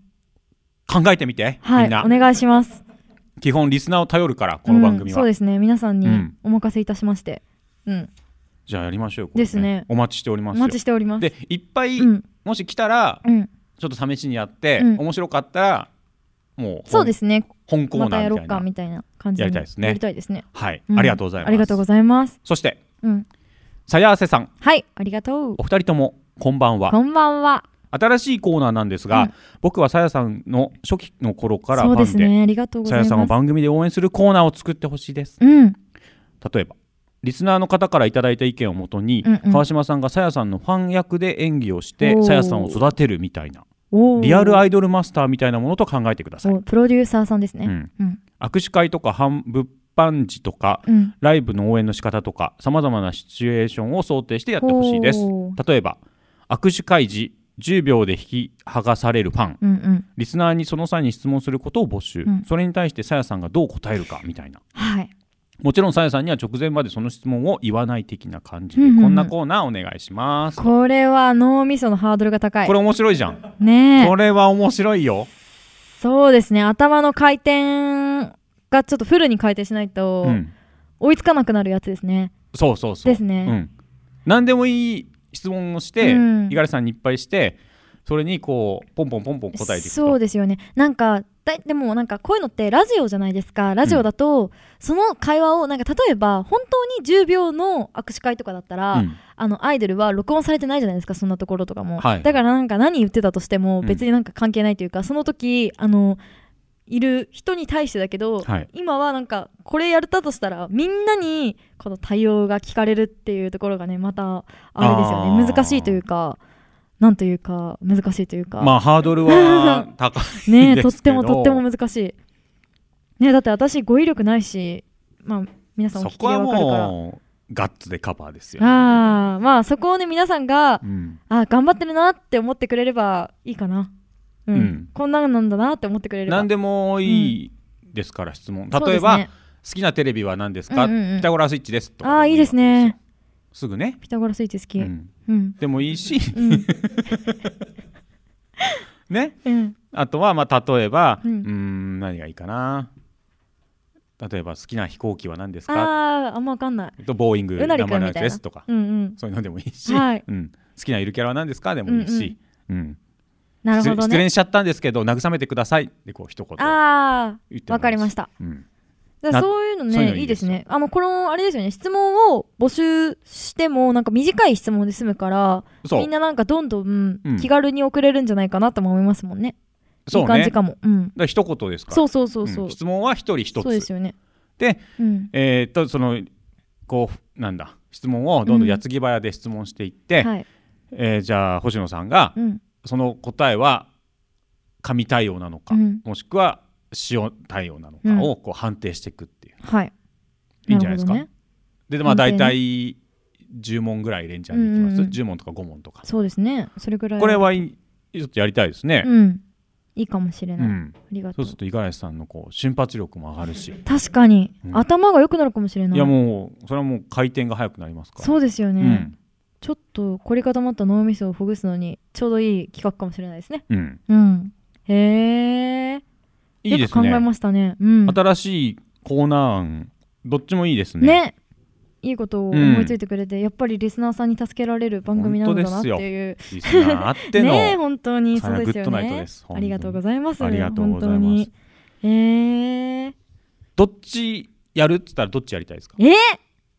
Speaker 10: 考えてみて、
Speaker 1: は
Speaker 10: みん
Speaker 1: い
Speaker 10: な
Speaker 1: お願いします
Speaker 10: 基本リスナーを頼るからこの番組
Speaker 1: うん
Speaker 10: は、
Speaker 1: そうですね皆さんに
Speaker 10: うん
Speaker 1: お任せいたしましてうん
Speaker 10: じゃあやりましょうこれ
Speaker 1: ですね
Speaker 10: お待ちしております
Speaker 1: お待ちしております
Speaker 10: でいっぱい、もし来たら、
Speaker 1: うん
Speaker 10: ちょっと試しにやって、
Speaker 1: うん
Speaker 10: 面白かったらもう
Speaker 1: そうですね
Speaker 10: 本コーナー
Speaker 1: またやろ
Speaker 10: みた
Speaker 1: う
Speaker 10: いな
Speaker 1: かみたいな感じに
Speaker 10: やりたいですね
Speaker 1: やりたいですね
Speaker 10: はい
Speaker 1: ん
Speaker 10: ありがとうございます
Speaker 1: ありがとうございます
Speaker 10: そして
Speaker 1: うん
Speaker 10: さやあせさん
Speaker 1: はいありがとう
Speaker 10: お二人ともこんばんは
Speaker 1: こんばんは
Speaker 10: 新しいコーナーなんですが、僕はさやさんの初期の頃からフ
Speaker 1: そう
Speaker 10: ァン
Speaker 1: で
Speaker 10: です
Speaker 1: ねありがとうござ
Speaker 10: さ
Speaker 1: いま
Speaker 10: や
Speaker 1: す
Speaker 10: さんを番組で応援するコーナーを作ってほしいです
Speaker 1: うん
Speaker 10: 例えばリスナーの方からいただいた意見をもとに、
Speaker 1: うんうん
Speaker 10: 川島さんがさやさんのファン役で演技をし
Speaker 1: お
Speaker 10: て
Speaker 1: ー
Speaker 10: さやさんを育てるみたいな
Speaker 1: おー
Speaker 10: リアルアイドルマスターみたいなものと考えてください
Speaker 1: おプロデューサーさんですね
Speaker 10: うん
Speaker 1: うん
Speaker 10: 握手会とか販物販時とか、
Speaker 1: うん
Speaker 10: ライブの応援の仕方とかさまざまなシチュエーションを想定してやってほしいです
Speaker 1: お
Speaker 10: 例えば握手会時10秒で引き剥がされるファン、
Speaker 1: うんうん
Speaker 10: リスナーにその際に質問することを募集、
Speaker 1: うん
Speaker 10: それに対してさやさんがどう答えるかみたいな
Speaker 1: はい
Speaker 10: もちろんさやさんには直前までその質問を言わない的な感じで、
Speaker 1: うんうんうん
Speaker 10: こんなコーナーお願いしますこ
Speaker 1: これは脳みそのハードルが高い
Speaker 10: れ面白いじゃん、
Speaker 1: ねえ
Speaker 10: これは面白いよ
Speaker 1: そうですね頭の回転がちょっとフルに回転しないと
Speaker 10: うん
Speaker 1: 追いつかなくなるやつですね、
Speaker 10: そうそうそう
Speaker 1: ですね
Speaker 10: うん、何でもいい質問をして
Speaker 1: うん
Speaker 10: 五十嵐さんにいっぱいしてそれにこうポンポンポンポン答えていく
Speaker 1: そうですよねなんかだいでもなんかこういうのってラジオじゃないですかラジオだと、その会話をなんか例えば本当に10秒の握手会とかだったら、
Speaker 18: うん
Speaker 1: あのアイドルは録音されてないじゃないですかそんなところとかも、
Speaker 18: はい
Speaker 1: だからなんか何言ってたとしても
Speaker 18: うん
Speaker 1: 別になんか関係ないというか、その時あのいる人に対してだけど、
Speaker 18: はい
Speaker 1: 今はなんかこれやれたとしたらみんなにこの対応が聞かれるっていうところがねまたあれですよ
Speaker 10: あ
Speaker 1: ね
Speaker 10: ー
Speaker 1: 難しいというかなんというか難しいというか
Speaker 10: まあハードルは高い ですけど
Speaker 1: ねえとってもとっても難しいねえだって私語彙力ないしまあ皆さんお
Speaker 10: そ
Speaker 1: 聞きで
Speaker 10: こは
Speaker 1: わかるから
Speaker 10: もうガッツでカバーですよ、
Speaker 1: ああまあそこをね皆さんが、
Speaker 10: うん
Speaker 1: あー頑張ってるなって思ってくれればいいかなうん、
Speaker 10: うん
Speaker 1: こんなんなんだなって思ってくれれば
Speaker 10: 何でもいいですから、質問
Speaker 1: そうで
Speaker 10: 例え
Speaker 1: すね
Speaker 10: ば、好きなテレビは何ですか、
Speaker 1: うんうんうん
Speaker 10: ピタゴラスイッチですと
Speaker 1: ああいいですね
Speaker 10: すぐね
Speaker 1: ピタゴラスイッチ好き
Speaker 10: うん
Speaker 1: うん
Speaker 10: でもいいし、
Speaker 1: うん
Speaker 10: ね、
Speaker 1: うん
Speaker 10: あとはまあ例えばう
Speaker 1: うん
Speaker 10: ーん何がいいかな例えば好きな飛行機は何ですか
Speaker 1: あああんまわかんない
Speaker 10: えっとボーイング
Speaker 1: うなりくん
Speaker 10: 生
Speaker 1: み
Speaker 10: のやつ
Speaker 1: たいな
Speaker 10: ですとか、
Speaker 1: うんうん
Speaker 10: そういうのでもいいし、
Speaker 1: はい
Speaker 10: うん、好きなゆるキャラは何ですかでもいいし、うん
Speaker 1: なるほどね
Speaker 10: 失失恋しちゃったんですけど慰めてくださいでこう一言、
Speaker 1: あ
Speaker 10: 言ってもいいし
Speaker 1: あわかりました、
Speaker 10: うん
Speaker 1: だからそういうの
Speaker 10: なそういう
Speaker 1: ね
Speaker 10: のい
Speaker 1: い
Speaker 10: い
Speaker 1: い
Speaker 10: で
Speaker 1: ですすねあのこのあれですよね質問を募集してもなんか短い質問で済むから
Speaker 10: そう
Speaker 1: みんななんかどんどん、うん
Speaker 10: うん
Speaker 1: 気軽に送れるんじゃないかなとも思いますもんね
Speaker 10: そうね
Speaker 1: いい感じかも、うん
Speaker 10: だから一言ですから
Speaker 1: そうそうそうそう、
Speaker 10: ん質問は一人一つ
Speaker 1: そうですよね
Speaker 10: で、
Speaker 1: うん
Speaker 10: えーっとそのこうなんだ質問をどんどん矢継ぎ早で質問していって、
Speaker 1: うんはい
Speaker 10: えーじゃあ星野さんが、
Speaker 1: うん
Speaker 10: その答えは紙対応なのか、
Speaker 1: うん
Speaker 10: もしくは塩対応なのかをこう判定していくっていう、
Speaker 1: はい
Speaker 10: いいんじゃないですか。
Speaker 1: なるほどね
Speaker 10: でまあ
Speaker 1: 判定ね
Speaker 10: 大体10問ぐらいレンジャーでいきます、
Speaker 1: うんうんうん
Speaker 10: 10問とか5問とか
Speaker 1: そうですねそれぐらい
Speaker 10: これはいいちょっとやりたいですね、
Speaker 1: うんいいかもしれない、ありが
Speaker 10: そ
Speaker 1: と
Speaker 10: う
Speaker 1: う
Speaker 10: すると五十嵐さんのこう瞬発力も上がるし
Speaker 1: 確かに、
Speaker 10: うん
Speaker 1: 頭が良くなるかもしれない
Speaker 10: いやもうそれはもう回転が速くなりますから
Speaker 1: そうですよね、
Speaker 10: うん
Speaker 1: ちょっと凝り固まった脳みそをほぐすのにちょうどいい企画かもしれないですね
Speaker 10: うん、
Speaker 1: うん、へえ
Speaker 10: いいです
Speaker 1: よく
Speaker 10: ね
Speaker 1: 考えましたねうん
Speaker 10: 新しいコーナー案どっちもいいですね
Speaker 1: ねいいことを思いついてくれて、やっぱりリスナーさんに助けられる番組なのだなっていう
Speaker 10: 本当ですよリスナーあっての
Speaker 1: ねえ本当にそうです
Speaker 10: さや
Speaker 1: よ
Speaker 10: グッドナイト
Speaker 1: ね
Speaker 10: です
Speaker 1: ありがとうございます
Speaker 10: ありがとうございま
Speaker 1: 本
Speaker 10: す
Speaker 1: 当にえー、
Speaker 10: どっちやるっつったらどっちやりたいですか
Speaker 1: えー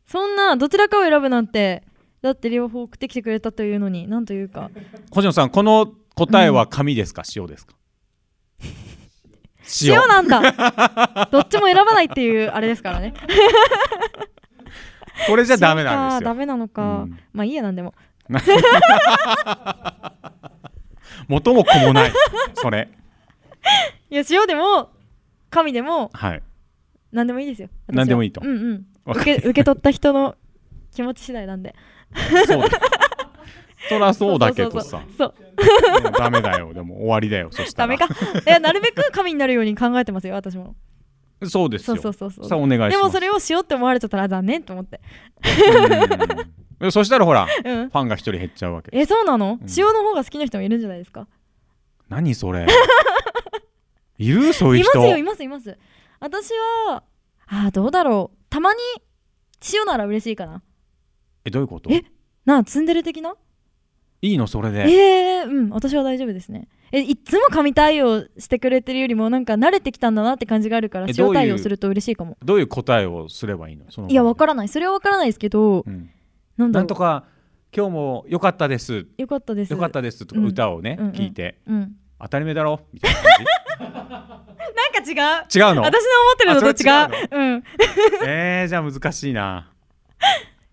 Speaker 1: そんなどちらかを選ぶなんてだって両方送ってきてくれたというのになんというか
Speaker 10: 星野さんこの答えは紙ですか、塩ですか
Speaker 1: 塩なんだ どっちも選ばないっていうあれですからね
Speaker 10: これじゃダメなん
Speaker 1: 塩か
Speaker 10: です
Speaker 1: ダ
Speaker 10: よ
Speaker 1: メなのか、まあいいやなんでも
Speaker 10: 元も子もないそれ
Speaker 1: いや塩でも神でも
Speaker 10: はい
Speaker 1: 何でもいいですよ私は
Speaker 10: 何でもいいと
Speaker 1: うんうん
Speaker 10: わか
Speaker 1: 受け
Speaker 10: り
Speaker 1: 受け取った人の気持ち次第なんで
Speaker 10: そうだ そらそうだけど
Speaker 1: そう
Speaker 10: さ
Speaker 1: そう
Speaker 10: いやダメだよでも終わりだよそした
Speaker 1: ダ
Speaker 10: ら
Speaker 1: メかいやなるべく神になるように考えてますよ私も
Speaker 10: そうです
Speaker 1: そう
Speaker 10: よ
Speaker 1: そうそうそう
Speaker 10: さあお願いします
Speaker 1: でもそれをしようって思われちゃったら残念と思って
Speaker 10: えそしたらほら、
Speaker 1: うん
Speaker 10: ファンが一人減っちゃうわけ
Speaker 1: えそうなの、
Speaker 10: うん
Speaker 1: 塩の方が好きな人もいるんじゃないですか
Speaker 10: 何それ いるそういう人
Speaker 1: ますよいますいます私はあーどうだろうたまに塩なら嬉しいかな
Speaker 10: えどういうこと
Speaker 1: えなあツンデレ的ない
Speaker 10: いのそれで、
Speaker 1: えー、うん私は大丈夫ですねえいっつも神対応してくれてるよりもなんか慣れてきたんだなって感じがあるから
Speaker 10: えどうい
Speaker 1: 塩
Speaker 10: う
Speaker 1: 対応すると嬉しいかも
Speaker 10: どういう答えをすればいいのその
Speaker 1: いやわからないそれはわからないですけど、なんだ
Speaker 10: な
Speaker 1: ろ
Speaker 10: ん
Speaker 1: う
Speaker 10: とか今日も良かったです
Speaker 1: よかったです
Speaker 10: 良かったですとか
Speaker 1: うん
Speaker 10: 歌をね、
Speaker 1: うんうん
Speaker 10: 聞いて、
Speaker 1: うん
Speaker 10: 当たり前だろみたいな
Speaker 1: なん
Speaker 10: 感
Speaker 1: か違
Speaker 10: じ違う
Speaker 1: 私の
Speaker 10: の
Speaker 1: 思ってる
Speaker 10: あ
Speaker 1: の
Speaker 10: そ
Speaker 1: と
Speaker 10: れ
Speaker 1: 違
Speaker 10: 違
Speaker 1: う
Speaker 10: う
Speaker 1: うん
Speaker 10: のえー、じゃあ難しいな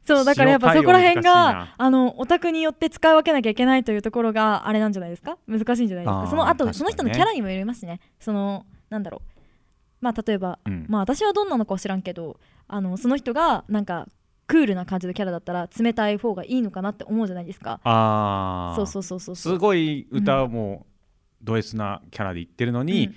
Speaker 1: そうだからやっぱそこら辺
Speaker 10: 塩対応難し
Speaker 1: が
Speaker 10: いな
Speaker 1: あのオタクによって使い分けなきゃいけないというところがあれなんじゃないですか難しいんじゃないです
Speaker 10: あ
Speaker 1: か
Speaker 10: ー
Speaker 1: そのあと
Speaker 10: 確かにね
Speaker 1: その人のキャラにもよりますしねそのなんだろうまあ例えば、
Speaker 10: うん
Speaker 1: まあ私はどんなのかは知らんけどあのその人がなんかクールな感じのキャラだったら冷たい方がいいのかなって思うじゃないですか
Speaker 10: あー
Speaker 1: そうそうそうそう
Speaker 10: すごい歌もド S なキャラで言ってるのに、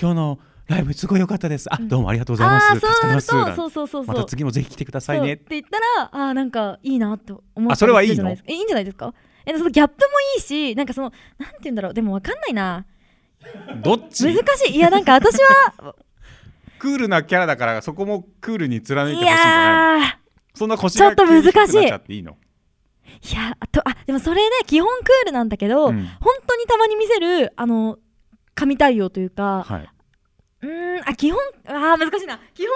Speaker 10: 今日のライブすごい良かったですあ、どうもありがとうございます
Speaker 1: あーそう
Speaker 10: 助かります
Speaker 1: そう
Speaker 10: なんて
Speaker 1: そうそうそうそう
Speaker 10: また次もぜひ来てくださ
Speaker 1: そう
Speaker 10: い
Speaker 1: っ
Speaker 10: ね
Speaker 1: て言ったらあーなんかいいなと思ったり
Speaker 10: あそれはいいの
Speaker 1: するじゃないですかえいいんじゃないですかえそのギャップもいいしなんかそのなんて言うんだろうでもわかんないな
Speaker 10: どっち
Speaker 1: 難しいいやなんか私は
Speaker 10: クールなキャラだからそこもクールに貫い
Speaker 1: い
Speaker 10: てほしいんじゃない
Speaker 1: や
Speaker 10: の
Speaker 1: ー
Speaker 10: そんな腰
Speaker 1: ちょっと
Speaker 10: が
Speaker 1: 難しい
Speaker 10: 急に低くなっちゃっていいの
Speaker 1: いやあとあでもそれね基本クールなんだけど、
Speaker 10: うん
Speaker 1: 本当にたまに見せるあの神対応というか、
Speaker 10: はいう
Speaker 1: ーんあ基本あー難しいな基本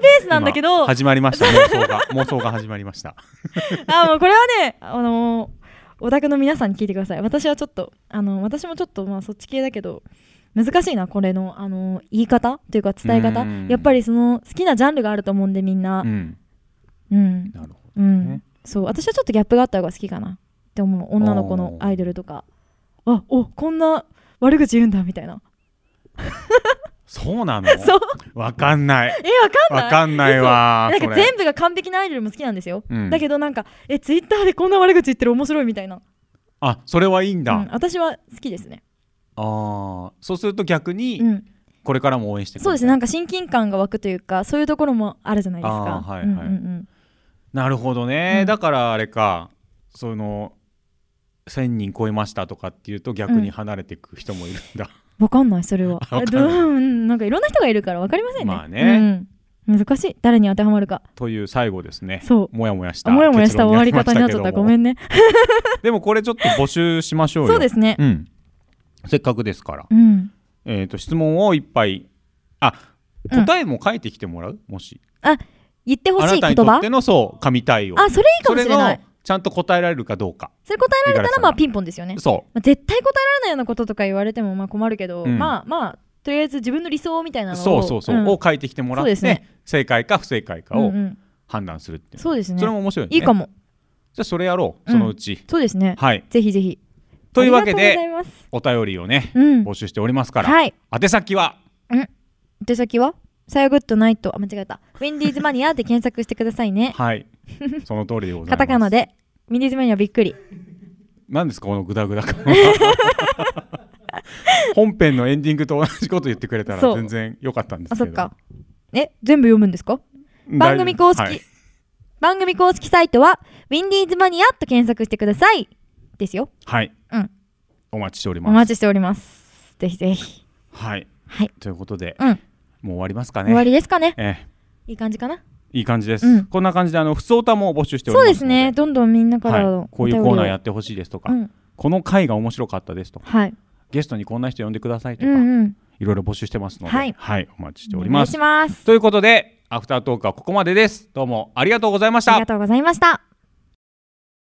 Speaker 1: 神ベースなんだけど
Speaker 10: 今始まりました妄想が 妄想が始まりました
Speaker 1: あもうこれはねあのーオタクの皆さんに聞いてください私はちょっとあの私もちょっとまあそっち系だけど難しいなこれのあの言い方というか伝え
Speaker 10: う
Speaker 1: 方
Speaker 10: ん
Speaker 1: やっぱりその好きなジャンルがあると思うんでみんな
Speaker 10: う、ん
Speaker 1: うん
Speaker 10: なるほ
Speaker 1: うん、そう私はちょっとギャップがあった方が好きかなって思う女の子のアイドルとかあおこんな悪口言うんだみたいな
Speaker 10: そうなの
Speaker 1: そう
Speaker 10: わかんない
Speaker 1: えわかんない
Speaker 10: わかんないわ
Speaker 1: 嘘なんか
Speaker 10: それ
Speaker 1: 全部が完璧なアイドルも好きなんですよ、
Speaker 10: うん
Speaker 1: だけどなんかえツイッターでこんな悪口言ってる面白いみたいな、
Speaker 10: あそれはいいんだ、
Speaker 1: うん私は好きですね
Speaker 10: ああそうすると逆に、
Speaker 1: うん
Speaker 10: これからも応援していく
Speaker 1: そうですねなんか親近感が湧くというかそういうところもあるじゃないですか
Speaker 10: あーはい
Speaker 1: うんうん
Speaker 10: はい
Speaker 1: うん
Speaker 10: なるほどね、だからあれかその1000人超えましたとかっていうと逆に離れていく人もいるんだ、
Speaker 1: わかんないそれは
Speaker 10: わかんない
Speaker 1: どううんなんかいろんな人がいるからわかりませんね
Speaker 10: まあね、
Speaker 1: うん難しい誰に当てはまるか
Speaker 10: という最後ですね
Speaker 1: そう
Speaker 10: もやもやした
Speaker 1: あもやもやした終
Speaker 10: 結
Speaker 1: わ
Speaker 10: 論に
Speaker 1: り方になっちゃった
Speaker 10: りましたけど
Speaker 1: ご
Speaker 10: も
Speaker 1: めんね
Speaker 10: でもこれちょっと募集しましょうよ
Speaker 1: そうですね
Speaker 10: んせっかくですから、
Speaker 1: うん
Speaker 10: えっ、と質問をいっぱいあ答えも書いてきてもらう、もし
Speaker 1: あ言ってほ
Speaker 10: あ
Speaker 1: し
Speaker 10: な
Speaker 1: 言
Speaker 10: いた
Speaker 1: 葉
Speaker 10: にとってのそう神対応
Speaker 1: あそれいいかもしれない
Speaker 10: そのちゃんと答えられるかどうか
Speaker 1: それ答えられ
Speaker 10: 五十
Speaker 1: た
Speaker 10: 嵐さ
Speaker 1: ら
Speaker 10: ん
Speaker 1: まあピンポンですよね
Speaker 10: そう
Speaker 1: まあ、絶対答えられないようなこととか言われてもまあ困るけど、
Speaker 10: うん
Speaker 1: まあまあとりあえず自分の理想みたいなのを
Speaker 10: そうそうそう、
Speaker 1: ん
Speaker 10: を書いてきてもらっ
Speaker 1: そう
Speaker 10: て、
Speaker 1: ですね
Speaker 10: 正解か不正解かを
Speaker 1: うんうん
Speaker 10: 判断するっていう、
Speaker 1: そうですね
Speaker 10: それも面白い、ね、
Speaker 1: いいかも
Speaker 10: じゃあそれやろう
Speaker 1: うん
Speaker 10: そのうち、
Speaker 1: そうですね
Speaker 10: はい
Speaker 1: ぜひぜひ
Speaker 10: というわけ
Speaker 1: あり
Speaker 10: で
Speaker 1: がとうございます
Speaker 10: お便りをね、
Speaker 1: うん
Speaker 10: 募集しておりますから、
Speaker 1: はい
Speaker 10: 宛先は
Speaker 1: うん出先はさやグッドナイトあ間違えたウィンディーズマニアで検索してくださいね
Speaker 10: はいその通りでございます
Speaker 1: カタカナでウィンディーズマニアびっくり
Speaker 10: 何ですかこのグダグダ感 本編のエンディングと同じこと言ってくれたら全然良かったんです
Speaker 1: あ
Speaker 10: けど
Speaker 1: そっかえ全部読むんですか
Speaker 10: うん
Speaker 1: 番組公式、
Speaker 10: 大丈夫はい
Speaker 1: 番組公式サイトはウィンディーズマニアと検索してくださいですよ
Speaker 10: はい、
Speaker 1: うん
Speaker 10: お待ちしており
Speaker 1: お
Speaker 10: ます
Speaker 1: 待ちしておりますぜひぜひ
Speaker 10: はい、ということで、
Speaker 1: うん
Speaker 10: もう終わりますかね
Speaker 1: 終わりですかね
Speaker 10: え
Speaker 1: いい感じかな
Speaker 10: えいい感じです、
Speaker 1: うん
Speaker 10: こんな感じであの普通歌も募集しており
Speaker 1: そ
Speaker 10: ま
Speaker 1: う
Speaker 10: す
Speaker 1: ですねどんどんみんなからの
Speaker 10: はい、こういうコーナーやっててほしいですとか、
Speaker 1: うん
Speaker 10: この回が面白かったですとか、
Speaker 1: はい
Speaker 10: ゲストにこんな人呼んでくださいと
Speaker 1: う
Speaker 10: か、
Speaker 1: んうん
Speaker 10: いろいろ募集してますので、
Speaker 1: は
Speaker 10: はいい、お待ちしており
Speaker 1: お願
Speaker 10: ま
Speaker 1: い
Speaker 10: す。
Speaker 1: します
Speaker 10: ということで、アフタートークはここまでです。どうもありがとうございました。
Speaker 1: ありがとうございました